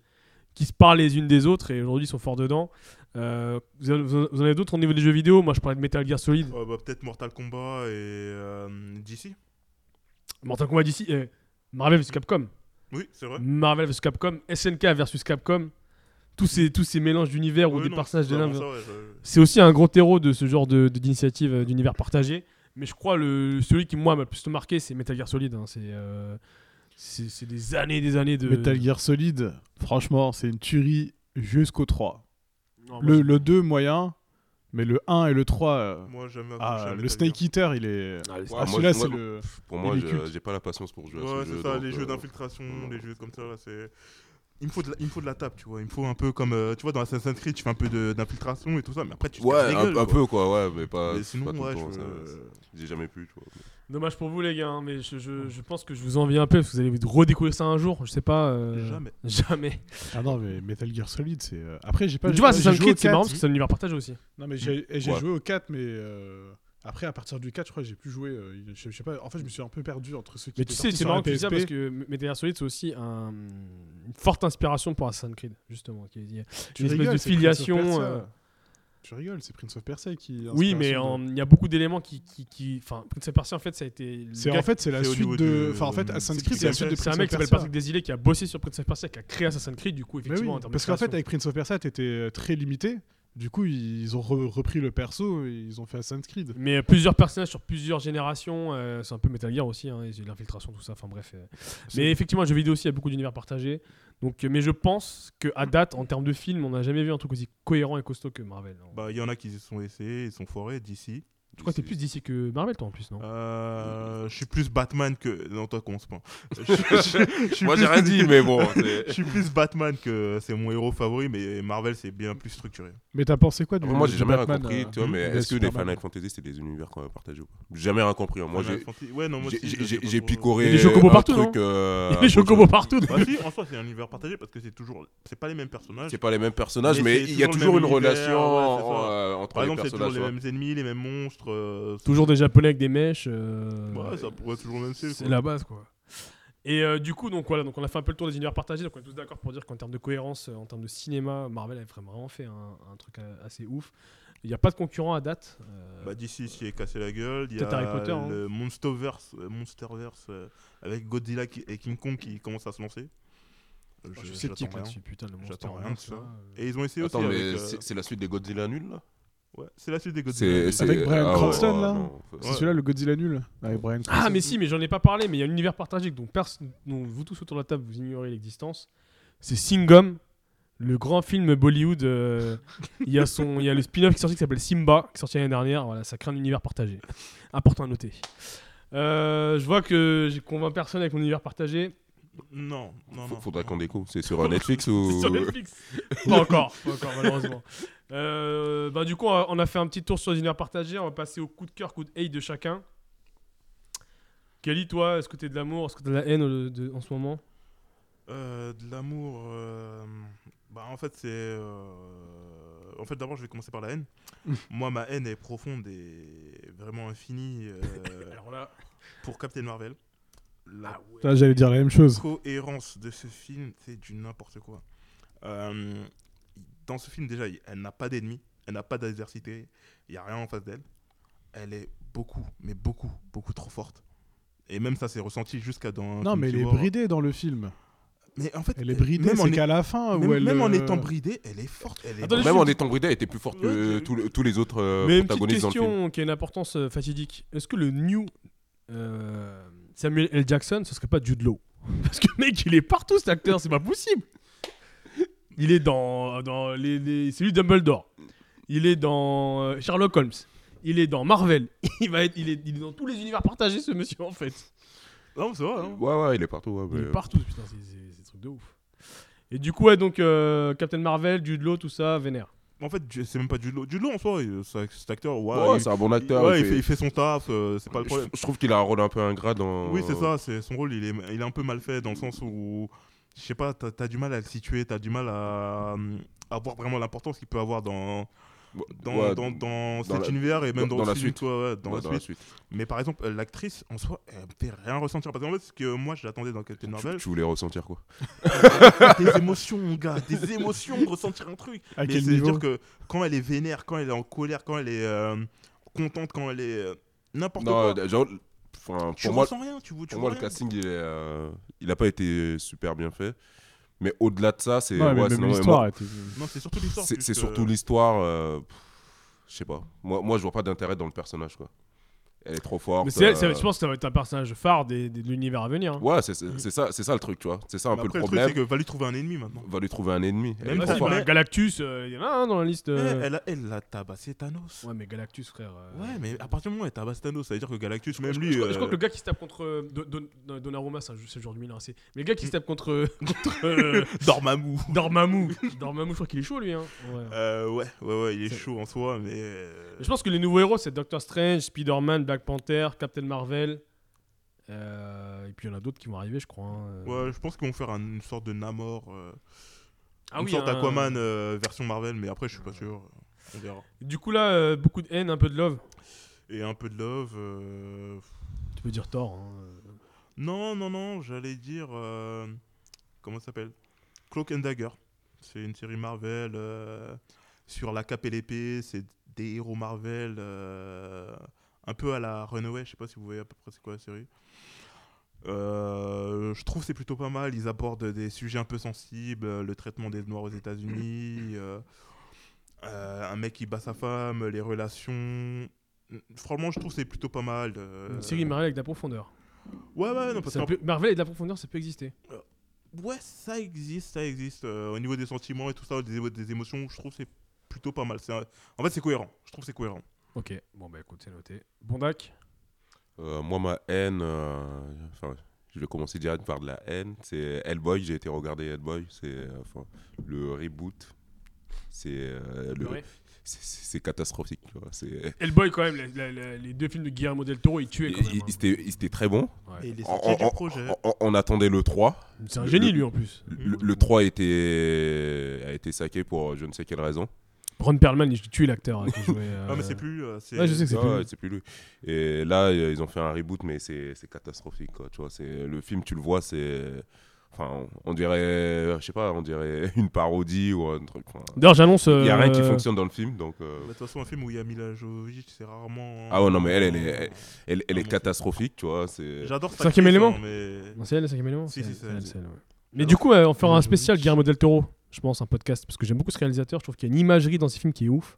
S3: qui se parlent les unes des autres et aujourd'hui ils sont forts dedans. Euh, vous, en- vous en- vous en avez d'autres au niveau des jeux vidéo Moi, je parlais de Metal Gear Solid.
S6: Ouais, bah, Peut-être Mortal Kombat et euh, DC
S3: Mortal Kombat d'ici. Marvel vs Capcom.
S6: Oui, c'est vrai.
S3: Marvel vs Capcom, SNK versus Capcom, tous ces, tous ces mélanges d'univers ou
S6: Ouais,
S3: des
S6: non,
S3: personnages
S6: c'est
S3: de l'un.
S6: vraiment ça, ouais, je-
S3: C'est aussi un gros terreau de ce genre de- de- d'initiative euh, d'univers partagé. Mais je crois le celui qui moi m'a le plus marqué, c'est Metal Gear Solid. hein. C'est euh, c'est c'est des années, des années de.
S5: Metal Gear Solid, franchement, c'est une tuerie jusqu'au 3.
S3: Non, moi,
S5: Le, le 2, moyen, mais le 1 et le 3. euh,
S6: Moi, jamais accroché à
S5: ah, le
S6: Metal
S5: Snake Eater, il
S3: j'ai-
S5: est.
S3: Ah, les-
S4: Ouais,
S5: Ah,
S4: moi,
S5: celui-là,
S4: je-
S5: c'est
S4: moi-
S5: le.
S4: Pour moi,
S5: Il est
S4: je-
S5: culte.
S4: j'ai pas la patience pour jouer
S6: Gear.
S4: à ce
S6: Ouais,
S4: jeu.
S6: c'est ça,
S4: donc,
S6: les
S4: euh,
S6: jeux d'infiltration,
S4: non.
S6: les jeux comme ça, là, c'est. Il me, faut de la, il me faut de la table, tu vois. Il me faut un peu comme. euh, tu vois, dans Assassin's Creed, tu fais un peu de- d'infiltration et tout ça, mais après, tu te casses
S4: Ouais,
S6: les
S4: un,
S6: gueules,
S4: un
S6: quoi.
S4: peu quoi, ouais, mais pas.
S6: Mais sinon,
S4: pas tout le
S6: ouais,
S4: temps,
S6: je-
S4: ça,
S6: euh,
S4: J'ai jamais pu, tu vois.
S3: Dommage pour vous les gars, hein, mais je, je- je pense que je vous envie un peu. Parce que vous allez redécouvrir ça un jour, je sais pas. euh,
S6: Jamais.
S3: Jamais.
S5: Ah non, mais Metal Gear Solid, c'est. euh, Après, j'ai pas.
S3: Mais tu vois,
S5: j'ai
S3: Assassin's
S5: joué au
S3: Creed, c'est
S5: 4.
S3: marrant parce que c'est un univers partagé aussi.
S5: Non, mais j'ai et j'ai
S4: Ouais.
S5: joué au 4, mais. euh, Après, à partir du 4, je crois que j'ai plus joué. euh, Je, je sais pas. En fait, je me suis un peu perdu entre ceux qui.
S3: Mais tu
S5: étaient
S3: sais, c'est
S5: sortis sur
S3: marrant
S5: la
S3: que tu dis ça
S5: PSP.
S3: parce que Metal Gear Solid, c'est aussi un- une forte inspiration pour Assassin's Creed, justement. qui- il y a
S5: Tu
S3: une espèce de
S5: rigoles, c'est Prince of
S3: filiation,
S5: Persia.
S3: euh.
S5: Tu rigoles, c'est Prince of Persia qui. est
S3: Oui, mais
S5: inspiration de-
S3: en- il y a beaucoup d'éléments qui, qui, qui- Enfin, Prince of Persia, en fait, ça a été. le
S5: C'est
S3: gars-
S5: en fait c'est la
S6: c'est au niveau
S5: suite de.
S6: du-
S5: Enfin en fait
S6: euh,
S5: Assassin's
S6: c'est
S5: Creed
S6: du
S5: c'est la
S6: Prince
S5: suite de
S6: of-
S3: c'est
S5: Prince
S3: un
S5: of
S3: mec qui s'appelle
S5: Persia.
S3: Patrick Desilets qui a bossé sur Prince of Persia, qui a créé Assassin's Creed, du coup,
S5: Mais oui,
S3: effectivement, en termes
S5: parce
S3: de
S5: qu'en fait,
S3: création.
S5: avec Prince of Persia, t'étais euh, très limité. Du coup, ils ont re- repris le perso et ils ont fait Assassin's Creed.
S3: Mais euh, plusieurs personnages sur plusieurs générations, euh, c'est un peu Metal Gear aussi, hein, et j'ai l'infiltration, tout ça, enfin bref. euh. Mais effectivement, le jeu vidéo aussi, il y a beaucoup d'univers partagés. Donc, euh, mais je pense qu'à date, en termes de films, on n'a jamais vu un truc aussi cohérent et costaud que Marvel. hein.
S6: Bah, il y en a qui se sont essayés, ils sont foirés d'ici.
S3: je crois que t'es plus d'ici que Marvel, toi, en plus, non
S4: Mm.
S6: Euh, je suis plus Batman que. Non, toi, qu'on se prend. Je suis- je- je suis
S4: Moi, j'ai
S6: plus-
S4: rien dit, mais bon. c'est-
S6: Je suis plus Batman que c'est mon héros favori, mais Marvel, c'est bien plus structuré.
S5: Mais t'as pensé quoi du
S4: Après, moi, j'ai
S5: du
S4: jamais rien
S5: Batman,
S4: compris,
S5: euh,
S4: tu vois, mais
S5: de
S4: est-ce que les
S5: Superman
S4: Final Fantasy, c'est des univers quand même partagés ou pas J'ai jamais rien compris. hein. Moi,
S6: Final
S4: j'ai-
S6: Fantasy- Ouais, non, moi
S4: j'ai-
S6: aussi, je-
S4: j'ai
S6: pas
S4: j'ai
S6: trop-
S4: picoré.
S3: Il y a des chocobos
S4: un
S3: partout,
S4: truc,
S3: non
S4: euh,
S3: Il y a
S4: un
S3: des chocobos
S4: truc-
S3: partout
S6: Bah si, en soi, c'est un univers partagé parce que c'est toujours. C'est pas les mêmes personnages.
S4: C'est pas les mêmes personnages,
S6: Mais
S4: mais
S6: c'est
S4: il y a
S6: toujours
S4: toujours
S6: le
S4: une
S6: même univers,
S4: relation
S6: ouais, c'est ça.
S4: euh, entre
S6: Par
S4: les
S6: exemple, c'est toujours
S4: personnages.
S6: les
S4: tu vois.
S6: mêmes ennemis, les mêmes monstres. euh,
S3: Toujours des japonais avec des mèches. euh,
S6: Ouais, Bah, ça pourrait être toujours le même style.
S3: c'est
S6: quoi.
S3: la base, quoi. Et euh, du coup, donc voilà, donc on a fait un peu le tour des univers partagés. Donc on est tous d'accord pour dire qu'en termes de cohérence, euh, en termes de cinéma, Marvel a vraiment fait un, un truc euh, assez ouf. Il n'y a pas de concurrent à date. euh,
S6: Bah, d'ici, s'y est cassé la gueule. Il y
S3: Peut-être
S6: a
S3: Harry Potter, hein.
S6: le Monsterverse, euh, Monsterverse euh, avec Godzilla qui- et King Kong qui commencent à se lancer. Euh,
S3: je, sceptique
S6: j'attends rien.
S3: là-dessus, putain, le
S6: J'attends
S3: Monsterverse,
S6: rien de ça.
S3: là, euh.
S6: Et ils ont essayé
S4: Attends,
S6: aussi.
S4: mais
S6: avec, euh,
S4: c'est c'est la suite des Godzilla nuls, là
S6: ouais, c'est la suite des Godzilla.
S4: C'est- c'est-
S5: Avec Bryan
S4: ah, ouais,
S5: Cranston,
S4: ouais,
S5: là
S4: non.
S5: C'est
S6: Ouais.
S5: celui-là le Godzilla nul avec Brian
S3: Ah,
S5: Cranston.
S3: mais si, mais j'en ai pas parlé, mais il y a un univers partagé dont, perso- dont vous tous autour de la table, vous ignorez l'existence. C'est Singum le grand film Bollywood. euh, Il y a son, il y a le spin-off qui est sorti qui s'appelle Simba, qui est sorti l'année dernière. Voilà, ça crée un univers partagé. Important à noter. Euh, je vois que j'ai convaincu personne avec mon univers partagé.
S6: Non, non, non.
S4: Faudra qu'on découvre. C'est sur euh, Netflix ou.
S3: C'est sur Netflix. pas encore, pas encore, malheureusement. Euh, bah, du coup, on a- on a fait un petit tour sur les univers partagés. On va passer au coup de cœur, coup de hate de chacun. Kelly, toi, est-ce que t'es de l'amour, est-ce que t'as de la haine euh, de- en ce moment
S6: Euh, de l'amour. euh, Bah, en fait, c'est. euh, En fait, d'abord, je vais commencer par la haine. Moi, ma haine est profonde et vraiment infinie euh,
S3: Alors là,
S6: pour Captain Marvel. La
S4: Ah,
S5: Putain, J'allais dire la même chose.
S6: cohérence de ce film, c'est du n'importe quoi. Euh, dans ce film, déjà, il- elle n'a pas d'ennemis, elle n'a pas d'adversité, il n'y a rien en face d'elle. Elle est beaucoup, mais beaucoup, beaucoup trop forte. Et même ça, c'est ressenti jusqu'à dans.
S5: Non, mais elle
S6: Infinity
S5: est
S6: War.
S5: bridée dans le film.
S6: Mais en fait,
S5: Elle est bridée,
S6: Euh, même en,
S5: c'est
S6: est-
S5: qu'à la fin
S6: même-
S5: où elle.
S6: même en
S5: euh,
S6: étant bridée, elle est forte. Elle est
S3: Attendez,
S4: Même
S3: juste-
S4: en étant bridé, elle était plus forte que
S6: Ouais,
S4: tous les- tous les autres euh,
S3: Mais une petite
S4: protagonistes dans le film.
S3: question qui a une importance euh, fatidique. Est-ce que le new euh, Samuel L. Jackson, ce serait pas Jude Law Parce que mec, il est partout cet acteur, c'est pas possible. Il est dans, dans les, les- c'est lui Dumbledore. Il est dans euh, Sherlock Holmes. Il est dans Marvel. Il va être, il est, il est dans tous les univers partagés ce monsieur en fait.
S6: Non, c'est vrai. hein.
S4: Ouais, ouais, il est partout. ouais,
S3: Il
S4: mais-
S3: est partout, putain, c'est- c'est c'est des trucs de ouf. Et du coup, ouais, donc euh, Captain Marvel, Jude Law, tout ça, vénère.
S6: En fait, du- c'est même pas du lot. Du lot en soi, il- ça- cet acteur, ouais,
S4: Ouais,
S6: il,
S4: c'est un bon acteur.
S6: ouais,
S4: il
S6: il fait- il fait son taf, euh, c'est pas le
S4: Je-
S6: problème.
S4: Je, trouve qu'il a un rôle un peu ingrat dans.
S6: Oui, c'est ça, c'est son rôle, il est, il est un peu mal fait dans le sens où, je sais pas, t'as as du mal à le situer, t'as du mal à, à voir vraiment l'importance qu'il peut avoir dans, dans,
S4: Bah, Ouais,
S6: dans, dans cet
S4: la-
S6: univers et même
S4: dans-
S6: dans,
S4: dans
S6: le
S4: la
S6: film,
S4: suite.
S6: quoi, ouais, dans
S4: ouais,
S6: la suite. Mais par exemple, euh, l'actrice en soi, elle me fait rien ressentir. Parce qu'en fait, ce que moi j'attendais dans Captain
S4: Tu,
S6: Marvel,
S4: tu voulais ressentir quoi
S6: des émotions, gars, des émotions, ressentir un truc.
S5: À
S6: Mais
S5: quel
S6: c'est-à-dire
S5: niveau
S6: que quand elle est vénère, quand elle est en colère, quand elle est euh, contente, quand elle est euh, n'importe
S4: Non,
S6: quoi,
S4: euh, genre, enfin,
S6: tu
S4: pour moi,
S6: ressens rien, tu, vois- tu
S4: pour moi
S6: vois
S4: le
S6: rien.
S4: casting, il, est, euh, il a pas été super bien fait. Mais au-delà de ça, c'est.
S5: Ouais, mais
S4: ouais,
S5: même
S4: sinon, ouais,
S5: l'histoire
S4: moi,
S5: était-
S6: Non, c'est surtout l'histoire.
S4: c'est-
S6: plus
S4: c'est
S6: que-
S4: surtout l'histoire. euh, pff, Je sais pas. Moi, moi, je vois pas d'intérêt dans le personnage, quoi. Elle est trop forte.
S3: Mais c'est-
S4: euh,
S3: c'est- je pense que ça va être un personnage phare des- des- de l'univers à venir. hein.
S4: Ouais, c'est c'est- c'est ça, c'est ça le truc, tu vois. C'est ça un
S6: Mais
S4: peu
S6: après,
S4: le
S6: truc,
S4: problème.
S6: c'est que va lui trouver un ennemi maintenant.
S4: Va lui trouver un ennemi. Elle est
S6: Même
S4: trop
S6: si,
S4: forte.
S6: mais-
S3: Bah, Galactus, euh, il y en a un dans la liste.
S6: Eh,
S3: euh.
S6: Elle, a, elle a tabassé Thanos. Ouais.
S3: Ouais, mais Galactus, frère. euh,
S6: mais à partir du moment où elle tabasse Thanos, ça veut dire que Galactus, même
S3: je,
S6: lui.
S3: je crois- je crois
S6: euh,
S3: que le gars qui se tape contre euh, Don- Don- Don- Donnarumma, c'est un jeu- c'est le genre du Milan AC. Mais le gars qui se tape contre, euh, contre euh,
S6: Dormammu.
S3: Dormammu. Dormammu, je crois qu'il est chaud lui. hein. Ouais.
S6: Euh, ouais, ouais, ouais, il est
S3: C'est-
S6: chaud en soi, mais. euh,
S3: Je pense que les nouveaux héros, c'est Doctor Strange, Spider-Man, Black Panther, Captain Marvel. Euh, et puis il y en a d'autres qui vont arriver, je crois. hein. Euh,
S6: Ouais, je pense qu'ils vont faire un- une sorte de Namor, euh,
S3: Ah
S6: une
S3: oui,
S6: sorte
S3: un-
S6: d'Aquaman euh, version Marvel, mais après je suis pas sûr. On verra.
S3: Du coup, là, euh, beaucoup de haine, un peu de love.
S6: Et un peu de love. euh,
S3: Tu peux dire tort. hein.
S6: Non, non, non, j'allais dire. euh, Comment ça s'appelle Cloak and Dagger. C'est une série Marvel euh, sur la cape et l'épée. C'est des héros Marvel. euh, Un peu à la Runaway, je sais pas si vous voyez à peu près c'est quoi la série. Euh, je trouve que c'est plutôt pas mal. Ils abordent des sujets un peu sensibles, euh, le traitement des Noirs aux États-Unis, euh, euh, un mec qui bat sa femme, les relations. Franchement, je trouve que c'est plutôt pas mal. euh,
S3: Une série Marvel avec de la profondeur.
S6: Ouais, ouais, non, parce
S3: Ça
S6: qu'en
S3: peut- Marvel et de la profondeur, ça peut exister.
S6: Ouais, ça existe, ça existe. Euh, au niveau des sentiments et tout ça, au niveau des émotions, je trouve que c'est plutôt pas mal. C'est un- En fait, c'est cohérent. Je trouve que c'est cohérent.
S3: Ok, bon bah écoute, c'est noté. Bondac
S4: Euh, moi, ma haine, euh, enfin, je vais commencer direct par de la haine. C'est Hellboy, j'ai été regarder Hellboy. C'est euh, enfin, le reboot. C'est euh, le-
S3: Ouais.
S4: c'est- c'est c'est catastrophique. tu vois, c'est-
S3: Hellboy quand même, la- la- la- les deux films de Guillermo del Toro, ils tuaient
S4: Il
S3: quand même.
S4: il- il était il était très bon.
S3: hein. Ouais.
S6: Et les
S4: On,
S6: sorties du
S4: on-
S6: projet.
S4: on- on attendait le 3.
S3: C'est un
S4: le-
S3: génie
S4: le-
S3: lui en plus.
S4: Le, le 3 était, a été saqué pour je ne sais quelle raison.
S3: Ron Perlman, il tuait l'acteur. hein, qui jouait, euh,
S6: Ah, mais c'est plus. euh, c'est-
S3: ouais, je sais que c'est
S4: Ah
S3: plus.
S4: ouais, c'est plus lui. Et là, euh, ils ont fait un reboot, mais c'est c'est catastrophique. Quoi. Tu vois, c'est le film, tu le vois, c'est. Enfin, on on dirait, euh, je sais pas, on dirait une parodie ou un truc. enfin,
S3: D'ailleurs, j'annonce.
S4: Il n'y a rien qui
S3: euh,
S4: fonctionne dans le film, donc. euh,
S6: Bah, De toute façon, un film où il y a Mila Jovovich, c'est rarement. hein.
S4: Ah ouais, non, mais elle, euh, elle est- Elle, elle
S6: Ah,
S4: est
S6: mon
S4: catastrophique, tu vois. C'est.
S6: J'adore ça.
S3: Cinquième élément
S6: mais...
S3: Non, c'est elle, le cinquième élément C'est
S6: Si, si,
S3: elle,
S6: c'est
S3: c'est elle,
S6: elle.
S3: c'est elle, ouais. Mais
S6: Alors,
S3: du coup, euh, on fera un
S5: Guillermo
S3: spécial
S5: del-
S3: Guillermo del Toro, je pense, un podcast, parce que j'aime beaucoup ce réalisateur. Je trouve qu'il y a une imagerie dans ses films qui est ouf.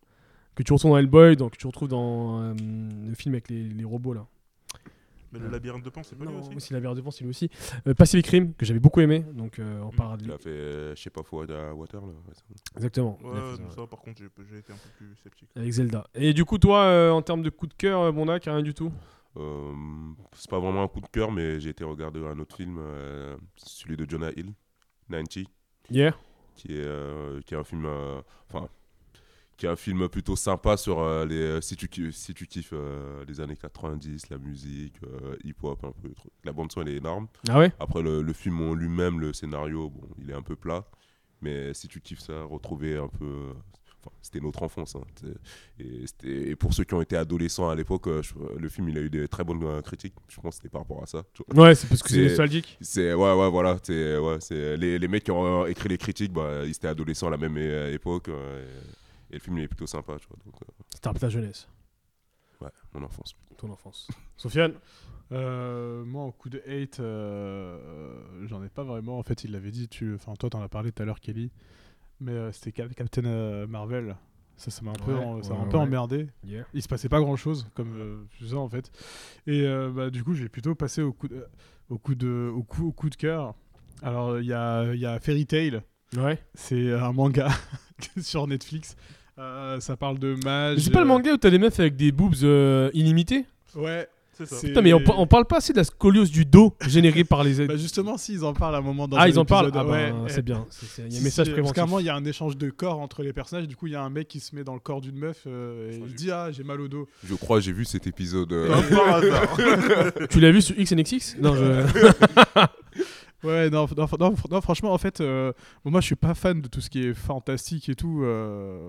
S3: Que tu retrouves dans Hellboy, donc que tu retrouves dans euh, le film avec les, les robots là.
S6: Mais le labyrinthe de Pan, c'est pas lui
S3: Non,
S6: aussi
S3: oui, c'est la bière de Pan, c'est lui aussi. Euh, Pacific Rim, que j'avais beaucoup aimé, donc euh, on
S6: Mm.
S3: parlera de
S4: Il
S3: lui.
S4: a fait, euh, je sais pas, Fouad à Water, là. ouais, c'est-
S3: Exactement. Il a
S6: Ouais,
S3: fait ça,
S6: donc ça, par contre, j'ai- j'ai été un peu plus sceptique.
S3: Avec Zelda. Et du coup, toi, euh, en termes de coup de cœur, euh, Bondac, rien du tout
S4: Euh, c'est pas vraiment un coup de cœur, mais j'ai été regarder un autre film, euh, celui de Jonah Hill, 90.
S3: Hier
S4: qui est, euh, qui est un film euh, enfin qui est un film plutôt sympa sur euh, les euh, si tu ki- si tu kiffes euh, les années 90 la musique hip hop un peu le truc. la bande son elle est énorme
S3: Ah ouais
S4: après le, le film en lui-même le scénario bon il est un peu plat mais si tu kiffes ça retrouver un peu euh, enfin, c'était notre enfance hein, t'sais. et, c'était- et pour ceux qui ont été adolescents à l'époque euh, je- le film il a eu des très bonnes euh, critiques je pense que c'était par rapport à ça tu vois.
S3: Ouais, c'est parce que c'est
S4: C'est-
S3: nostalgique.
S4: C'est ouais ouais voilà c'est ouais c'est les, les mecs qui ont euh, écrit les critiques bah ils étaient adolescents à la même é- époque euh, et, et le film il est plutôt sympa tu vois donc euh,
S3: C'était un peu ta jeunesse,
S4: ouais mon enfance
S3: ton enfance. Sofiane
S5: Euh, moi, en coup de hate, euh, j'en ai pas vraiment. En fait, il l'avait dit. Tu, enfin, toi, t'en as parlé tout à l'heure, Kelly. Mais euh, c'était Cap- Captain euh, Marvel. Ça, ça m'a un peu,
S3: Ouais,
S5: en- ça m'a
S3: ouais,
S5: un peu
S3: ouais.
S5: emmerdé.
S3: Hier.
S5: Il se passait pas grand chose, comme euh, tout ça en fait. Et euh, bah, du coup, j'ai plutôt passé au coup de, au coup de, au coup, au coup de cœur. Alors, il y a, il y a Fairy Tail.
S3: Ouais.
S5: C'est un manga sur Netflix. Euh, ça parle de mage.
S3: Mais c'est pas le
S5: euh,
S3: manga où t'as des meufs avec des boobs euh, illimitées
S5: Ouais.
S6: C'est ça.
S5: c'est-
S3: Putain, mais on, pa- on parle pas assez de la scoliose du dos générée par les.
S5: Bah justement, si ils en parlent à un moment dans
S3: ah,
S5: un
S3: ils en parlent Ah,
S5: épisode,
S3: bah,
S5: ouais, euh,
S3: c'est bien. C'est- c'est- Il y a
S5: si,
S3: un message
S5: si, Parce
S3: préventif.
S5: qu'à un moment, il y a un échange de corps entre les personnages. Du coup, il y a un mec qui se met dans le corps d'une meuf euh, et
S4: Ça,
S5: il
S4: j'ai
S5: dit Ah, j'ai mal au dos.
S4: je crois que j'ai vu cet épisode euh,
S6: Comme par hasard.
S3: Tu l'as vu sur XNXX Non, je.
S5: Ouais, non, f- non, f- non, fr- non, franchement, en fait, euh, bon, moi je suis pas fan de tout ce qui est fantastique et tout, euh,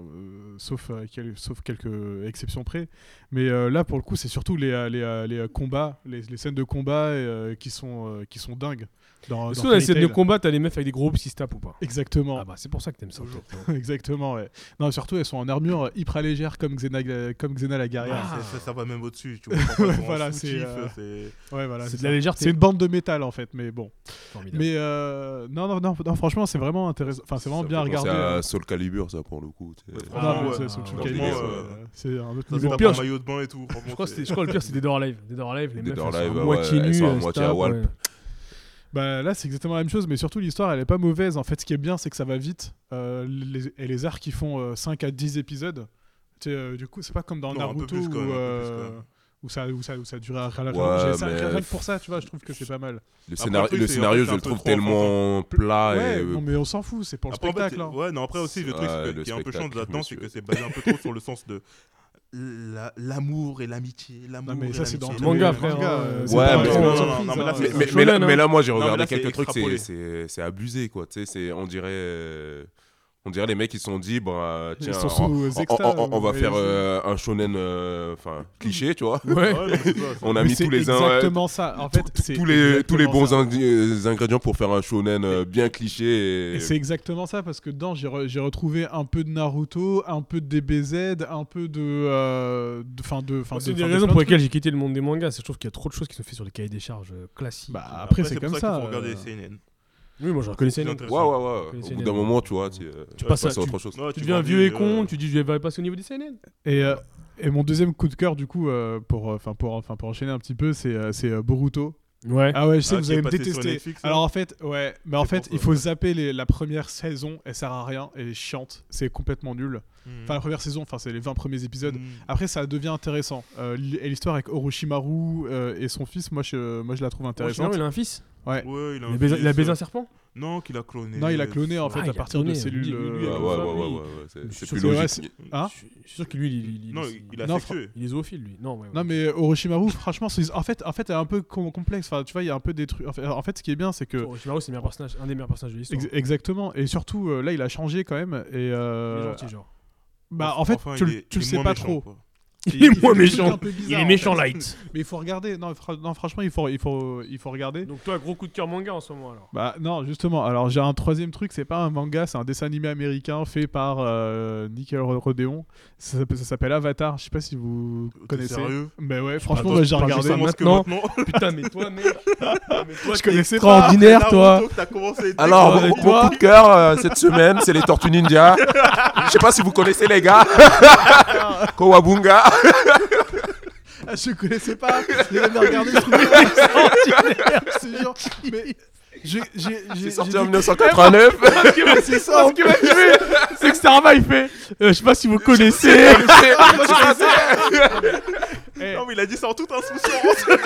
S5: euh, sauf, euh, quel- sauf quelques exceptions près. Mais euh, là, pour le coup, c'est surtout les, euh, les, euh, les, euh, combats, les, les scènes de combat euh, qui, sont, euh, qui sont dingues. Dans,
S3: Est-ce
S5: dans
S3: que dans les
S5: Fairy
S3: scènes de
S5: Tail.
S3: combat, t'as les meufs avec des gros boobs qui se tapent ou pas
S5: Exactement.
S3: Ah, bah, c'est pour ça que t'aimes ça. peut-être.
S5: Exactement, ouais. Non, surtout, elles sont en armure euh, hyper légère comme Xena, euh, comme Xena la guerrière.
S6: Ah, c'est- ça, ça va même au-dessus, tu vois. parfois, ils sont en
S5: Voilà, c'est,
S6: sous-kiff,
S5: euh,
S6: c'est-
S5: Ouais, voilà,
S3: C'est de
S5: ça.
S3: la légèreté.
S5: C'est une bande de métal, en fait, mais bon.
S3: Formidable.
S5: Mais euh, non, non, non, non, franchement, c'est vraiment intéressant. Enfin, Ah, c'est vraiment
S4: ça
S5: bien
S4: fait penser
S5: regardé.
S4: à
S5: hein.
S4: Soul Calibur ça pour le coup tu sais.
S6: Ouais,
S5: Non,
S6: Ah,
S5: mais
S6: ouais.
S5: c'est- c'est le
S3: Ah,
S5: truc
S4: ouais.
S5: Calibur,
S6: Euh,
S5: c'est c'est un autre
S6: Ça se
S5: niveau.
S6: tape
S3: pire,
S6: en
S3: je-
S6: maillot de bain et tout.
S3: Je crois, que c'était- je crois que le pire, c'est des Dora Live. Des Dora Live, les
S4: Des
S3: meufs,
S4: Dora
S3: elles sont
S4: Live,
S3: à
S4: ouais,
S3: moitié
S4: elles
S3: nues,
S4: sont à
S3: elles se
S4: moitié à
S3: tapent,
S4: Walp.
S3: ouais.
S5: Bah, là, c'est exactement la même chose, mais surtout l'histoire, elle est pas mauvaise. En fait, ce qui est bien, c'est que ça va vite. Euh, les- et les arcs, qui font euh, 5 à 10 épisodes. Tu sais, euh, du coup, c'est pas comme dans
S6: Non, un peu
S5: Naruto
S6: plus quand même, un
S5: où,
S6: peu
S5: euh,
S6: plus quand même.
S5: où ça, où, ça, où ça dure à rallonge.
S4: Ouais,
S5: J'ai ça-
S4: mais-
S5: rien que pour ça, tu vois, je trouve que c'est pas mal.
S4: le,
S6: Après,
S4: scénario
S6: le truc,
S4: le
S6: c'est-
S4: scénario
S6: en fait,
S4: je le
S6: c'est un peu
S4: trouve
S6: trop
S4: tellement plat
S5: Ouais,
S4: Ah, et euh,
S5: non, mais on s'en fout, c'est pour le
S6: Après, en fait,
S5: spectacle.
S6: c'est-
S5: hein.
S6: ouais, non, après aussi,
S4: Ouais,
S6: le truc c'est que-
S4: le
S6: qui est un peu chiant
S4: spectacle,
S6: de là-dedans,
S4: monsieur.
S6: c'est que c'est basé un peu trop sur le sens de la- l'amour et l'amitié. L'amour
S5: Non, mais
S6: et
S5: ça, c'est dans
S6: l'amitié,
S5: tous
S3: le manga,
S5: les
S3: frère,
S5: mangas,
S3: hein.
S5: euh,
S3: Ouais,
S5: c'est pas
S4: mais-
S5: une
S4: non, non,
S5: surprise,
S6: non,
S4: mais,
S5: hein.
S6: mais là, c'est
S4: mais-
S6: un
S4: mais là,
S3: shonen,
S4: mais là, moi, j'ai
S6: mais
S4: regardé
S6: là, c'est
S4: quelques trucs, c'est-
S6: extrapolé.
S4: c'est c'est abusé, quoi. Tu sais, c'est- on dirait. euh, on dirait les mecs, ils se sont dit, bah,
S5: Ils
S4: tiens,
S5: sont sous,
S4: on,
S5: euh,
S4: on-
S5: Zexta,
S4: on- on- on va
S5: ouais,
S4: faire
S5: c'est-
S4: euh, un shonen, euh, enfin, cliché, tu vois.
S6: Ouais,
S3: Ouais.
S6: non, mais c'est ça, c'est-
S4: On a
S5: Mais
S4: mis
S5: c'est
S4: tous les, in- euh,
S5: exactement ça. En fait, c'est
S4: tous les, tous les
S5: exactement
S4: bons
S5: ça.
S4: indi- euh, ingrédients pour faire un shonen euh, bien cliché. Et,
S5: Et c'est exactement ça parce que dedans j'ai re- j'ai retrouvé un peu de Naruto, un peu de DBZ, un peu de euh, de fin de fin de-
S3: C'est une
S5: fin
S3: des
S5: de
S3: raisons
S5: plein
S3: pour
S5: de trucs.
S3: lesquelles j'ai quitté le monde des mangas. C'est que je trouve qu'il y a trop de choses qui sont faites sur les cahiers des charges euh, classiques.
S5: Bah, après,
S6: Après,
S5: c'est
S6: pour
S5: comme
S6: ça.
S5: ça.
S6: qu'il faut regarder
S5: euh,
S6: CNN.
S3: Oui, moi je reconnaissais. non.
S6: C'est
S4: ouais, ouais, ouais. Au bout d'un moment, tu vois, tu, euh, tu
S3: passes à-
S4: passes à autre chose.
S6: Ouais,
S3: Tu deviens
S6: vois,
S3: vieux et
S6: euh,
S3: con, tu dis je vais passer au niveau des CNN.
S5: Et, euh, et mon deuxième coup de cœur du coup euh, pour enfin pour enfin pour enchaîner un petit peu c'est euh, c'est euh, Boruto.
S3: Ouais.
S5: Ah ouais, je sais
S6: Ah,
S5: que vous
S6: qui est
S5: allez me
S6: passé sur
S5: détester.
S6: Netflix, là
S5: Alors en fait, ouais, mais en
S6: C'est
S5: fait,
S6: pour
S5: il
S6: ça.
S5: faut zapper les- la première saison, elle sert à rien, elle est chiante, c'est complètement nul.
S6: Mhm.
S5: Enfin la première saison, enfin c'est les 20 premiers épisodes.
S6: Mhm.
S5: Après, ça devient intéressant. Euh, li- et l'histoire avec Orochimaru euh, et son fils, moi je, moi, je la trouve
S3: Intéressant,
S5: intéressante.
S3: il a un fils.
S6: Ouais, il a
S3: Il
S6: un
S3: a baisé-
S6: fils,
S3: il a baisé
S6: euh,
S3: un serpent.
S6: Non, qu'il a cloné.
S5: Non, il a cloné en
S6: Ouais.
S5: fait
S3: Ah, il
S5: à
S3: a
S5: partir de
S3: cloné,
S5: cellules.
S3: lui, lui,
S5: euh,
S3: il
S4: Ouais,
S3: a
S4: ouais,
S3: comme
S4: ouais,
S3: ça,
S4: ouais,
S3: lui.
S4: ouais, ouais, c'est-
S3: Je suis
S4: C'est
S3: sûr
S4: plus
S5: que c'est vrai,
S4: logique.
S5: Hein
S3: Je suis- je suis sûr que lui, il, il- il-
S6: Non,
S3: il-
S6: il a
S5: Non,
S6: sexué.
S3: il est zoophile lui. Non, ouais, ouais.
S5: Non mais Orochimaru, franchement, c'est- en fait, en fait, elle est un peu com- complexe. Enfin, tu vois, il y a un peu des trucs. En fait, en fait, ce qui est bien, c'est que
S3: Orochimaru, c'est le meilleur personnage, un des meilleurs personnages de l'histoire.
S5: Ex- exactement. Et surtout, euh, là, il a changé quand même. Et
S3: Il est
S5: euh,
S3: gentil, genre.
S5: bah, en
S6: Enfin,
S5: fait,
S6: enfin,
S5: tu,
S6: il
S5: le-
S6: est-
S5: tu le
S6: il est
S5: sais
S6: moins
S5: pas
S6: méchant,
S5: trop.
S6: quoi.
S3: Il est
S5: fait
S3: moins
S5: des trucs
S3: méchant.
S5: un peu
S3: Il
S5: bizarres,
S3: est
S5: en
S3: méchant
S5: fait.
S3: light.
S5: Mais il faut regarder. Non, fra- non, franchement, il faut, il faut, il faut regarder.
S3: Donc toi, gros coup de cœur manga en ce moment alors.
S5: Bah non, justement. Alors j'ai un troisième truc, c'est pas un manga, c'est un dessin animé américain fait par euh, Nickel Rodéon. Ça, s'appelle- ça s'appelle Avatar. Je sais pas si vous
S6: T'es
S5: connaissez.
S6: sérieux
S5: Mais ouais, franchement,
S3: attends,
S5: moi,
S3: tu
S5: j'ai
S3: parles de
S5: regardé.
S3: ça,
S6: Commence que
S3: maintenant.
S6: maintenant.
S3: Putain, mais toi, mec.
S5: Je connaissais pas.
S3: Extraordinaire, toi.
S6: Naruto, t'as commencé à
S4: Alors,
S3: Avec
S4: mon
S3: toi.
S4: coup de cœur euh, cette semaine, c'est les Tortues Ninja. Je sais pas si vous connaissez les gars. Kowabunga.
S5: Ah, je connaissais pas. Les gars m'ont regardé, je trouvais ça extraordinaire. Je te jure. Mais j'ai- j'ai- j'ai-
S4: C'est sorti
S5: j'ai
S4: en
S5: dit-
S4: 1989.
S5: C'est ça, en
S3: Ce qui m'a tué, c'est que Starma il fait. euh, je sais pas si vous connaissez.
S5: Eh,
S6: Non, mais il a dit ça en toute insouciance.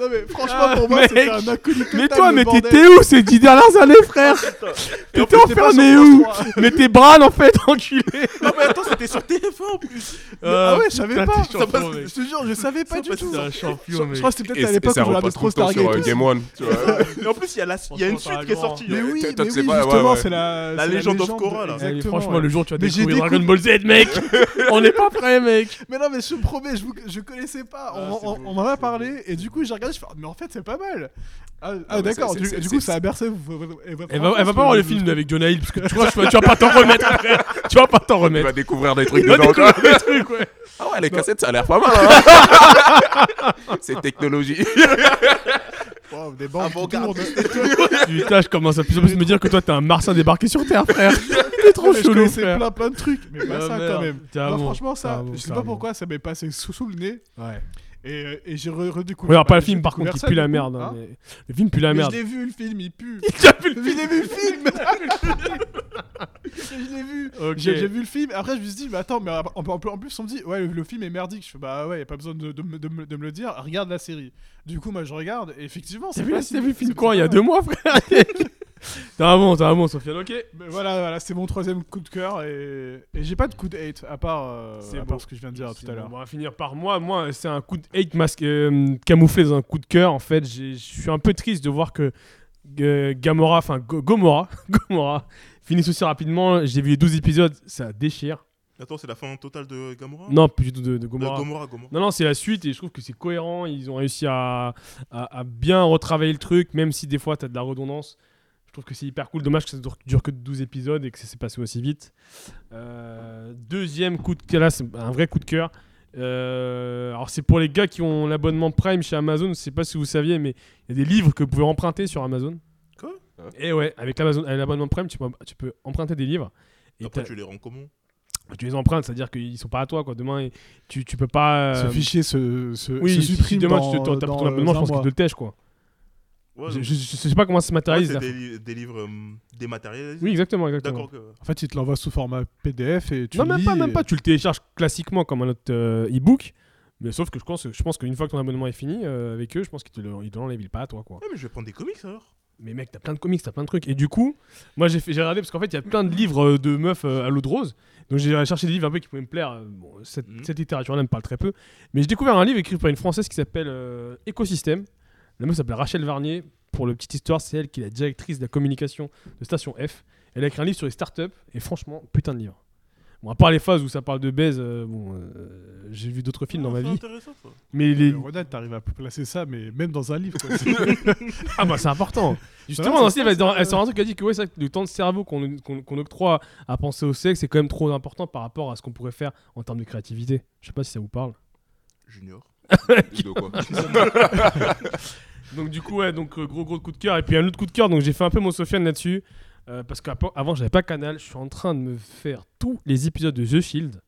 S5: Non, mais franchement,
S3: Ah,
S5: pour moi,
S3: mec.
S5: c'était un inconnu
S3: Mais
S5: total,
S3: toi,
S5: le
S3: mais
S5: bordel.
S3: t'étais où ces dix dernières années, frère
S5: Et en
S3: T'étais
S5: plus, t'es pas
S3: enfermé
S5: sur
S3: où
S5: France 3.
S3: Mais tes bras, en fait, enculé
S6: non, mais attends, c'était sur TF1 en plus.
S5: Ah ouais, je savais
S3: putain,
S5: pas.
S3: t'es champion,
S5: Ça passe-
S3: mec.
S5: Je te jure, je savais pas
S6: Ça
S5: du
S6: passe-
S5: tout.
S6: c'est un
S5: Je
S3: champion,
S5: je crois que c'était peut-être à l'époque où
S4: ça
S5: je regardais
S4: repasse tout
S5: trop
S4: le temps sur euh,
S5: Stargate.
S4: Game One. tu vois.
S6: Et en plus, il y a, la... il y a une suite qui est sortie.
S5: Mais oui,
S4: Toi,
S5: mais
S4: tu
S5: oui,
S4: sais pas, ouais,
S5: justement,
S4: ouais.
S5: c'est la
S6: La
S5: c'est
S6: légende of Korra, là.
S5: Exactement,
S3: Ah, Franchement,
S5: ouais.
S3: le jour, tu vas
S5: Mais j'ai
S3: découvrir
S5: découvert-
S3: Dragon Ball Z, mec On n'est pas prêt, mec
S5: Mais non, mais je te promets, je, vous- je connaissais pas.
S6: Ah,
S5: on,
S6: c'est
S5: on-
S6: beau,
S5: on en a
S6: c'est
S5: parlé et du coup, j'ai regardé. Je fais, mais en fait, c'est pas mal. Ah, ah,
S4: mais
S5: d'accord.
S4: c'est-
S5: Du,
S4: c'est-
S5: du
S4: c'est-
S5: coup,
S4: c'est-
S5: ça a bercé. votre- et votre
S3: Elle va, elle va
S5: enfance,
S3: pas voir le
S5: vous-
S3: film avec Jonah Hill, parce que tu vois, tu vas, tu vas pas t'en remettre après Tu vas pas t'en
S4: Tu
S3: remettre
S4: vas découvrir des trucs
S3: Il va
S4: dedans. quoi.
S3: découvrir des trucs, ouais
S4: Ah ouais, les cassettes, ça a l'air pas mal. Hein. c'est technologie.
S5: Oh, des bandes qui
S6: Avant-garde.
S5: tournent.
S3: Putain, je commence à plus en plus me dire que toi, t'es un martien débarqué sur Terre, frère T'es trop
S5: Mais je
S3: chelou,
S5: connaissais
S3: frère
S5: plein plein de trucs, mais pas
S3: Ah,
S5: ça
S3: merde.
S5: quand même.
S3: Carrément,
S5: Non, franchement, ça,
S3: carrément,
S5: je sais pas
S3: carrément.
S5: pourquoi, ça m'est passé sous, sous le nez
S3: Ouais.
S5: et, euh, et j'ai re- redécouvert.
S3: Regarde pas le
S5: bah,
S3: film,
S5: j'ai
S3: par contre,
S5: découvert
S3: qui
S5: ça,
S3: pue
S5: du
S3: la
S5: coup,
S3: merde.
S5: hein.
S3: hein, mais- Le film pue la
S5: Mais
S3: merde.
S5: Je l'ai vu, le film, il pue.
S3: T'as vu le
S5: J'ai
S3: film
S5: vu le film Je l'ai vu
S3: Ok.
S5: J'ai j'ai vu le film, après je me suis dit, mais attends, mais en, en- en plus on me dit, ouais, le, le film est merdique. Je fais, bah ouais, y a pas besoin de, de me- de me- de me le dire, regarde la série. Du coup, moi je regarde, et effectivement,
S3: T'as
S5: c'est
S3: vu,
S5: pas
S3: la-
S5: si-
S3: t'as vu le film
S5: c'est-
S3: quoi
S5: c'est
S3: Il y a
S5: pas
S3: deux
S5: mal.
S3: mois, frère T'as un bon, t'as un bon, Sofiane, ok
S5: Mais voilà, voilà c'est mon troisième coup de cœur, et, et j'ai pas de coup de hate, à part, euh,
S3: C'est
S5: à
S3: beau.
S5: part ce que je viens de dire
S3: C'est
S5: tout à
S3: bon,
S5: l'heure.
S3: On va finir par moi. Moi, c'est un coup de hate masqué, euh, camouflé dans un coup de cœur. En fait, J'ai- je suis un peu triste de voir que euh, Gamora, enfin Go- Gomorrah, Gomorrah, finisse aussi rapidement. J'ai vu les 12 épisodes, ça déchire.
S6: Attends, c'est la fin totale de
S5: Oh.
S6: Gamora
S3: Non, plus du tout de, de
S6: Euh,
S3: Gomorrah.
S6: Gamora, Gamora.
S3: Non, non, c'est la suite et je trouve que c'est cohérent. Ils ont réussi à, à- à bien retravailler le truc, même si des fois t'as de la redondance. Je trouve que c'est hyper cool. Dommage que ça dure, dure que 12 épisodes et que ça s'est passé aussi vite. Euh, deuxième coup de cœur, là, c'est un vrai coup de cœur. Euh, alors, c'est pour les gars qui ont l'abonnement Prime chez Amazon. Je sais pas si vous saviez, mais il y a des livres que vous pouvez emprunter sur Amazon.
S6: Quoi
S3: Et ouais, avec l'Amazon- avec l'abonnement Prime, tu peux, tu peux emprunter des livres. Et
S6: Après,
S3: t'as- tu...
S6: tu les rends comment
S3: les empruntes, c'est-à-dire qu'ils sont pas à toi. Quoi. Demain, tu, tu peux pas.
S5: Ce
S3: euh,
S5: fichier se, se,
S3: oui,
S5: se
S3: si
S5: supprime
S3: demain
S5: dans,
S3: tu te- t'as
S5: dans,
S3: ton abonnement,
S5: euh,
S3: je pense qu'il
S5: un
S3: te
S5: mois.
S3: le tèche quoi.
S6: Ouais,
S3: je,
S6: donc,
S3: je- je sais pas comment ça se
S6: ouais,
S3: matérialise.
S6: c'est
S3: là.
S6: des, li- des livres euh, dématérialisés.
S3: Oui, exactement, exactement.
S6: D'accord. euh, que-
S5: En fait, il te l'envoie sous format PDF et tu
S3: non,
S5: le
S3: même
S5: lis
S3: pas,
S5: et-
S3: même pas. Tu le télécharges classiquement comme un autre euh, e-book. Mais sauf que je pense, je pense qu'une fois que ton abonnement est fini euh, avec eux, je pense qu'ils te le- ils te l'enlèvent pas à toi quoi.
S6: Ouais, mais je vais prendre des comics alors.
S3: Mais mec, t'as plein de comics, t'as plein de trucs. Et du coup, moi j'ai fait- j'ai regardé parce qu'en fait, il y a plein de livres euh, de meufs euh, à l'eau de rose. Donc j'ai cherché des livres un peu qui pouvaient me plaire. Euh, Bon, cette,
S6: Mhm.
S3: cette littérature-là me parle très peu. Mais j'ai découvert un livre écrit par une française qui s'appelle euh, Écosystème. La meuf s'appelle Rachel Varnier. Pour le petite histoire, c'est elle qui est la directrice de la communication de Station F. Elle a écrit un livre sur les startups et franchement, putain de livre. Bon, à part les phases où ça parle de baise, euh, bon, euh, j'ai vu d'autres films dans
S6: Ah,
S3: ma
S6: c'est
S3: vie.
S6: intéressant ça.
S3: Mais
S5: Mais
S3: les...
S5: Ronald, t'arrives à placer ça, mais même dans un livre. quoi.
S3: Ah bah c'est important. Justement,
S5: Non,
S3: dans ce
S5: c'est
S3: livre,
S5: ça,
S3: elle- dans-
S5: ça,
S3: elle sort un truc qui a dit que ouais, c'est vrai que le temps de cerveau qu'on qu'on- qu'on octroie à penser au sexe, c'est quand même trop important par rapport à ce qu'on pourrait faire en termes de créativité. Je sais pas si ça vous parle.
S6: Junior.
S4: De quoi
S3: Donc du coup, ouais, donc euh, gros gros coup de cœur. Et puis un autre coup de cœur, donc j'ai fait un peu mon Sofiane là-dessus. euh, parce qu'avant, j'avais pas Canal. Je suis en train de me faire tous les épisodes de The Shield.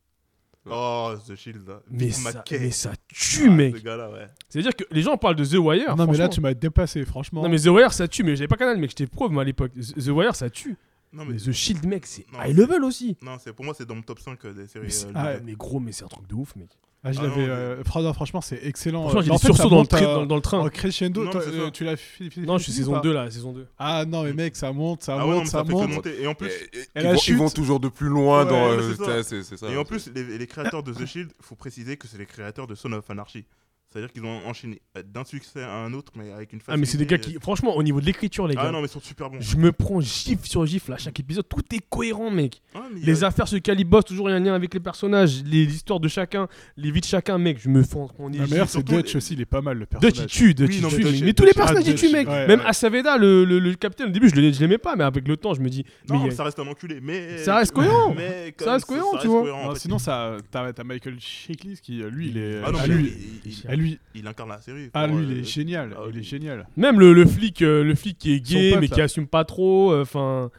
S6: Oh, The Shield. là.
S3: Mais
S6: Vic
S3: ça,
S6: Mackey.
S3: mais ça tue, mec.
S6: Ce gars-là, ouais.
S3: C'est-à-dire que les gens parlent de The Wire.
S5: non, mais là,
S3: franchement.
S5: tu m'as dépassé, franchement.
S3: Non, mais The Wire, ça tue. Mais j'avais pas Canal, mais j'étais pro, moi, à l'époque. The The Wire, ça tue.
S6: Non, mais,
S3: Mais The Shield, mec, c'est
S6: Non,
S3: high
S6: c'est-
S3: level aussi.
S6: non, c'est pour moi, c'est dans le top 5 des séries.
S3: Mais, c'est-
S6: euh,
S5: ah,
S3: ah,
S6: légales.
S3: mais gros, mais c'est un truc de ouf, mec.
S5: Ah, je
S6: Ah,
S5: l'avais.
S6: non,
S5: euh, fra- non, franchement, c'est excellent.
S3: Franchement, j'ai
S5: En
S3: des
S5: fait, ça
S3: sursauts dans, le
S5: monte,
S3: trai-
S5: euh,
S3: dans- dans le train.
S5: en crescendo.
S6: Non,
S5: Toi,
S6: c'est
S5: euh,
S6: ça.
S5: tu l'as fi- fi-
S3: Non,
S5: fi-
S3: je suis
S5: fini,
S3: saison
S5: pas
S3: 2 là, saison 2.
S5: Ah non, mais mec, ça monte, ça
S6: Ah ouais, non,
S5: monte,
S6: mais
S5: ça
S6: ça fait
S5: monte.
S6: que monter. Et en plus,
S4: Et- et-
S5: Et
S4: euh, ils,
S5: la
S4: vont,
S5: chute.
S4: ils vont toujours de plus loin
S6: Ouais,
S4: dans.
S6: mais
S4: euh,
S6: c'est
S4: t'as-
S6: ça.
S4: c'est c'est ça.
S6: Et en plus, les, les créateurs de The Shield, faut préciser que c'est les créateurs de Son of Anarchy. C'est-à-dire qu'ils ont enchaîné euh, d'un succès à un autre, mais avec une
S3: Ah, mais c'est des gars qui,
S6: facilité,
S3: franchement, au niveau de l'écriture, les
S6: euh,
S3: gars,
S6: Ah non, mais ils sont super bons.
S3: je me prends gifle sur gifle à chaque épisode. Tout est cohérent, mec.
S6: Ah, mais il y a-
S3: Les affaires se calibossent, toujours il y a un lien avec les personnages, les histoires de chacun, les vies de chacun, mec. Je me fends. On est
S5: La meilleure, c'est
S6: surtout
S5: Dutch aussi, il est pas mal le
S3: Dutch, il
S5: personnage.
S3: tue, Dutch,
S6: Oui,
S3: il
S6: non, mais
S3: tue,
S6: Dutch,
S3: mais,
S6: il-
S3: mais tous les
S6: Dutch,
S3: personnages,
S5: ah,
S3: ils tuent,
S5: Dutch,
S3: mec.
S5: ouais,
S3: Même
S5: ouais.
S3: Aceveda, le, le- le capitaine, au début, je l'ai- je l'aimais pas, mais avec le temps, je me dis, mais
S6: Non,
S3: il y
S6: mais
S3: a-
S6: ça reste un enculé, mais.
S3: Ça reste cohérent.
S6: Mais
S3: Ça
S6: quand même,
S3: reste cohérent, tu vois. Ah,
S6: cohérent, en
S5: Non,
S6: fait.
S5: Sinon, ça- t'as t'as Michael Shiklis qui, euh, lui, il est.
S6: Ah non,
S5: ah,
S6: mais
S5: lui,
S6: il- il-
S5: ah, lui,
S6: Il incarne la série.
S5: ah,
S6: pour,
S5: lui, il
S6: euh,
S5: est génial.
S6: ah,
S5: Il est
S6: oui.
S5: génial.
S3: même le, le flic, euh, le flic qui est gay,
S5: pote,
S3: mais qui
S5: là. Mm.
S3: assume pas trop. Enfin,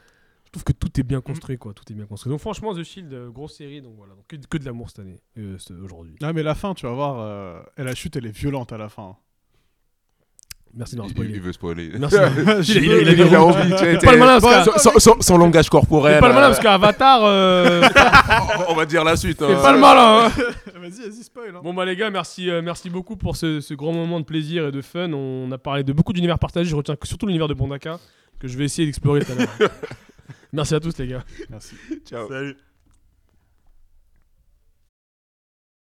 S3: Je trouve que tout est bien construit, quoi. Tout est bien construit. Donc, franchement, The Shield, euh, grosse série. Donc, voilà. Donc, que, que de l'amour cette année, euh, ce- aujourd'hui.
S5: Ah, mais la fin, tu vas voir, euh, et la chute, elle est violente à la fin.
S3: Merci de
S4: Il,
S3: m'avoir
S4: il- il
S3: spoilé.
S4: veut spoiler.
S3: Merci. de m'avoir-
S5: Je-
S3: Il a- il a- il a-
S1: Il a envie, tu sais,
S3: Pas le malin, parce
S4: Sans-
S3: qu'à-
S4: sans, sans- sans langage corporel.
S3: Fais pas le malin,
S4: euh,
S3: parce qu'Avatar. euh,
S4: on va dire la suite.
S3: Fais
S4: hein.
S3: pas le malin, hein.
S5: vas-y, vas-y, spoil. hein.
S3: Bon bah les gars, merci, euh, merci beaucoup pour ce, ce grand moment de plaisir et de fun. On a parlé de beaucoup d'univers partagés. Je retiens que surtout l'univers de Bondaka que je vais essayer d'explorer tout à l'heure. merci à tous les gars.
S5: Merci.
S4: Ciao.
S6: Salut.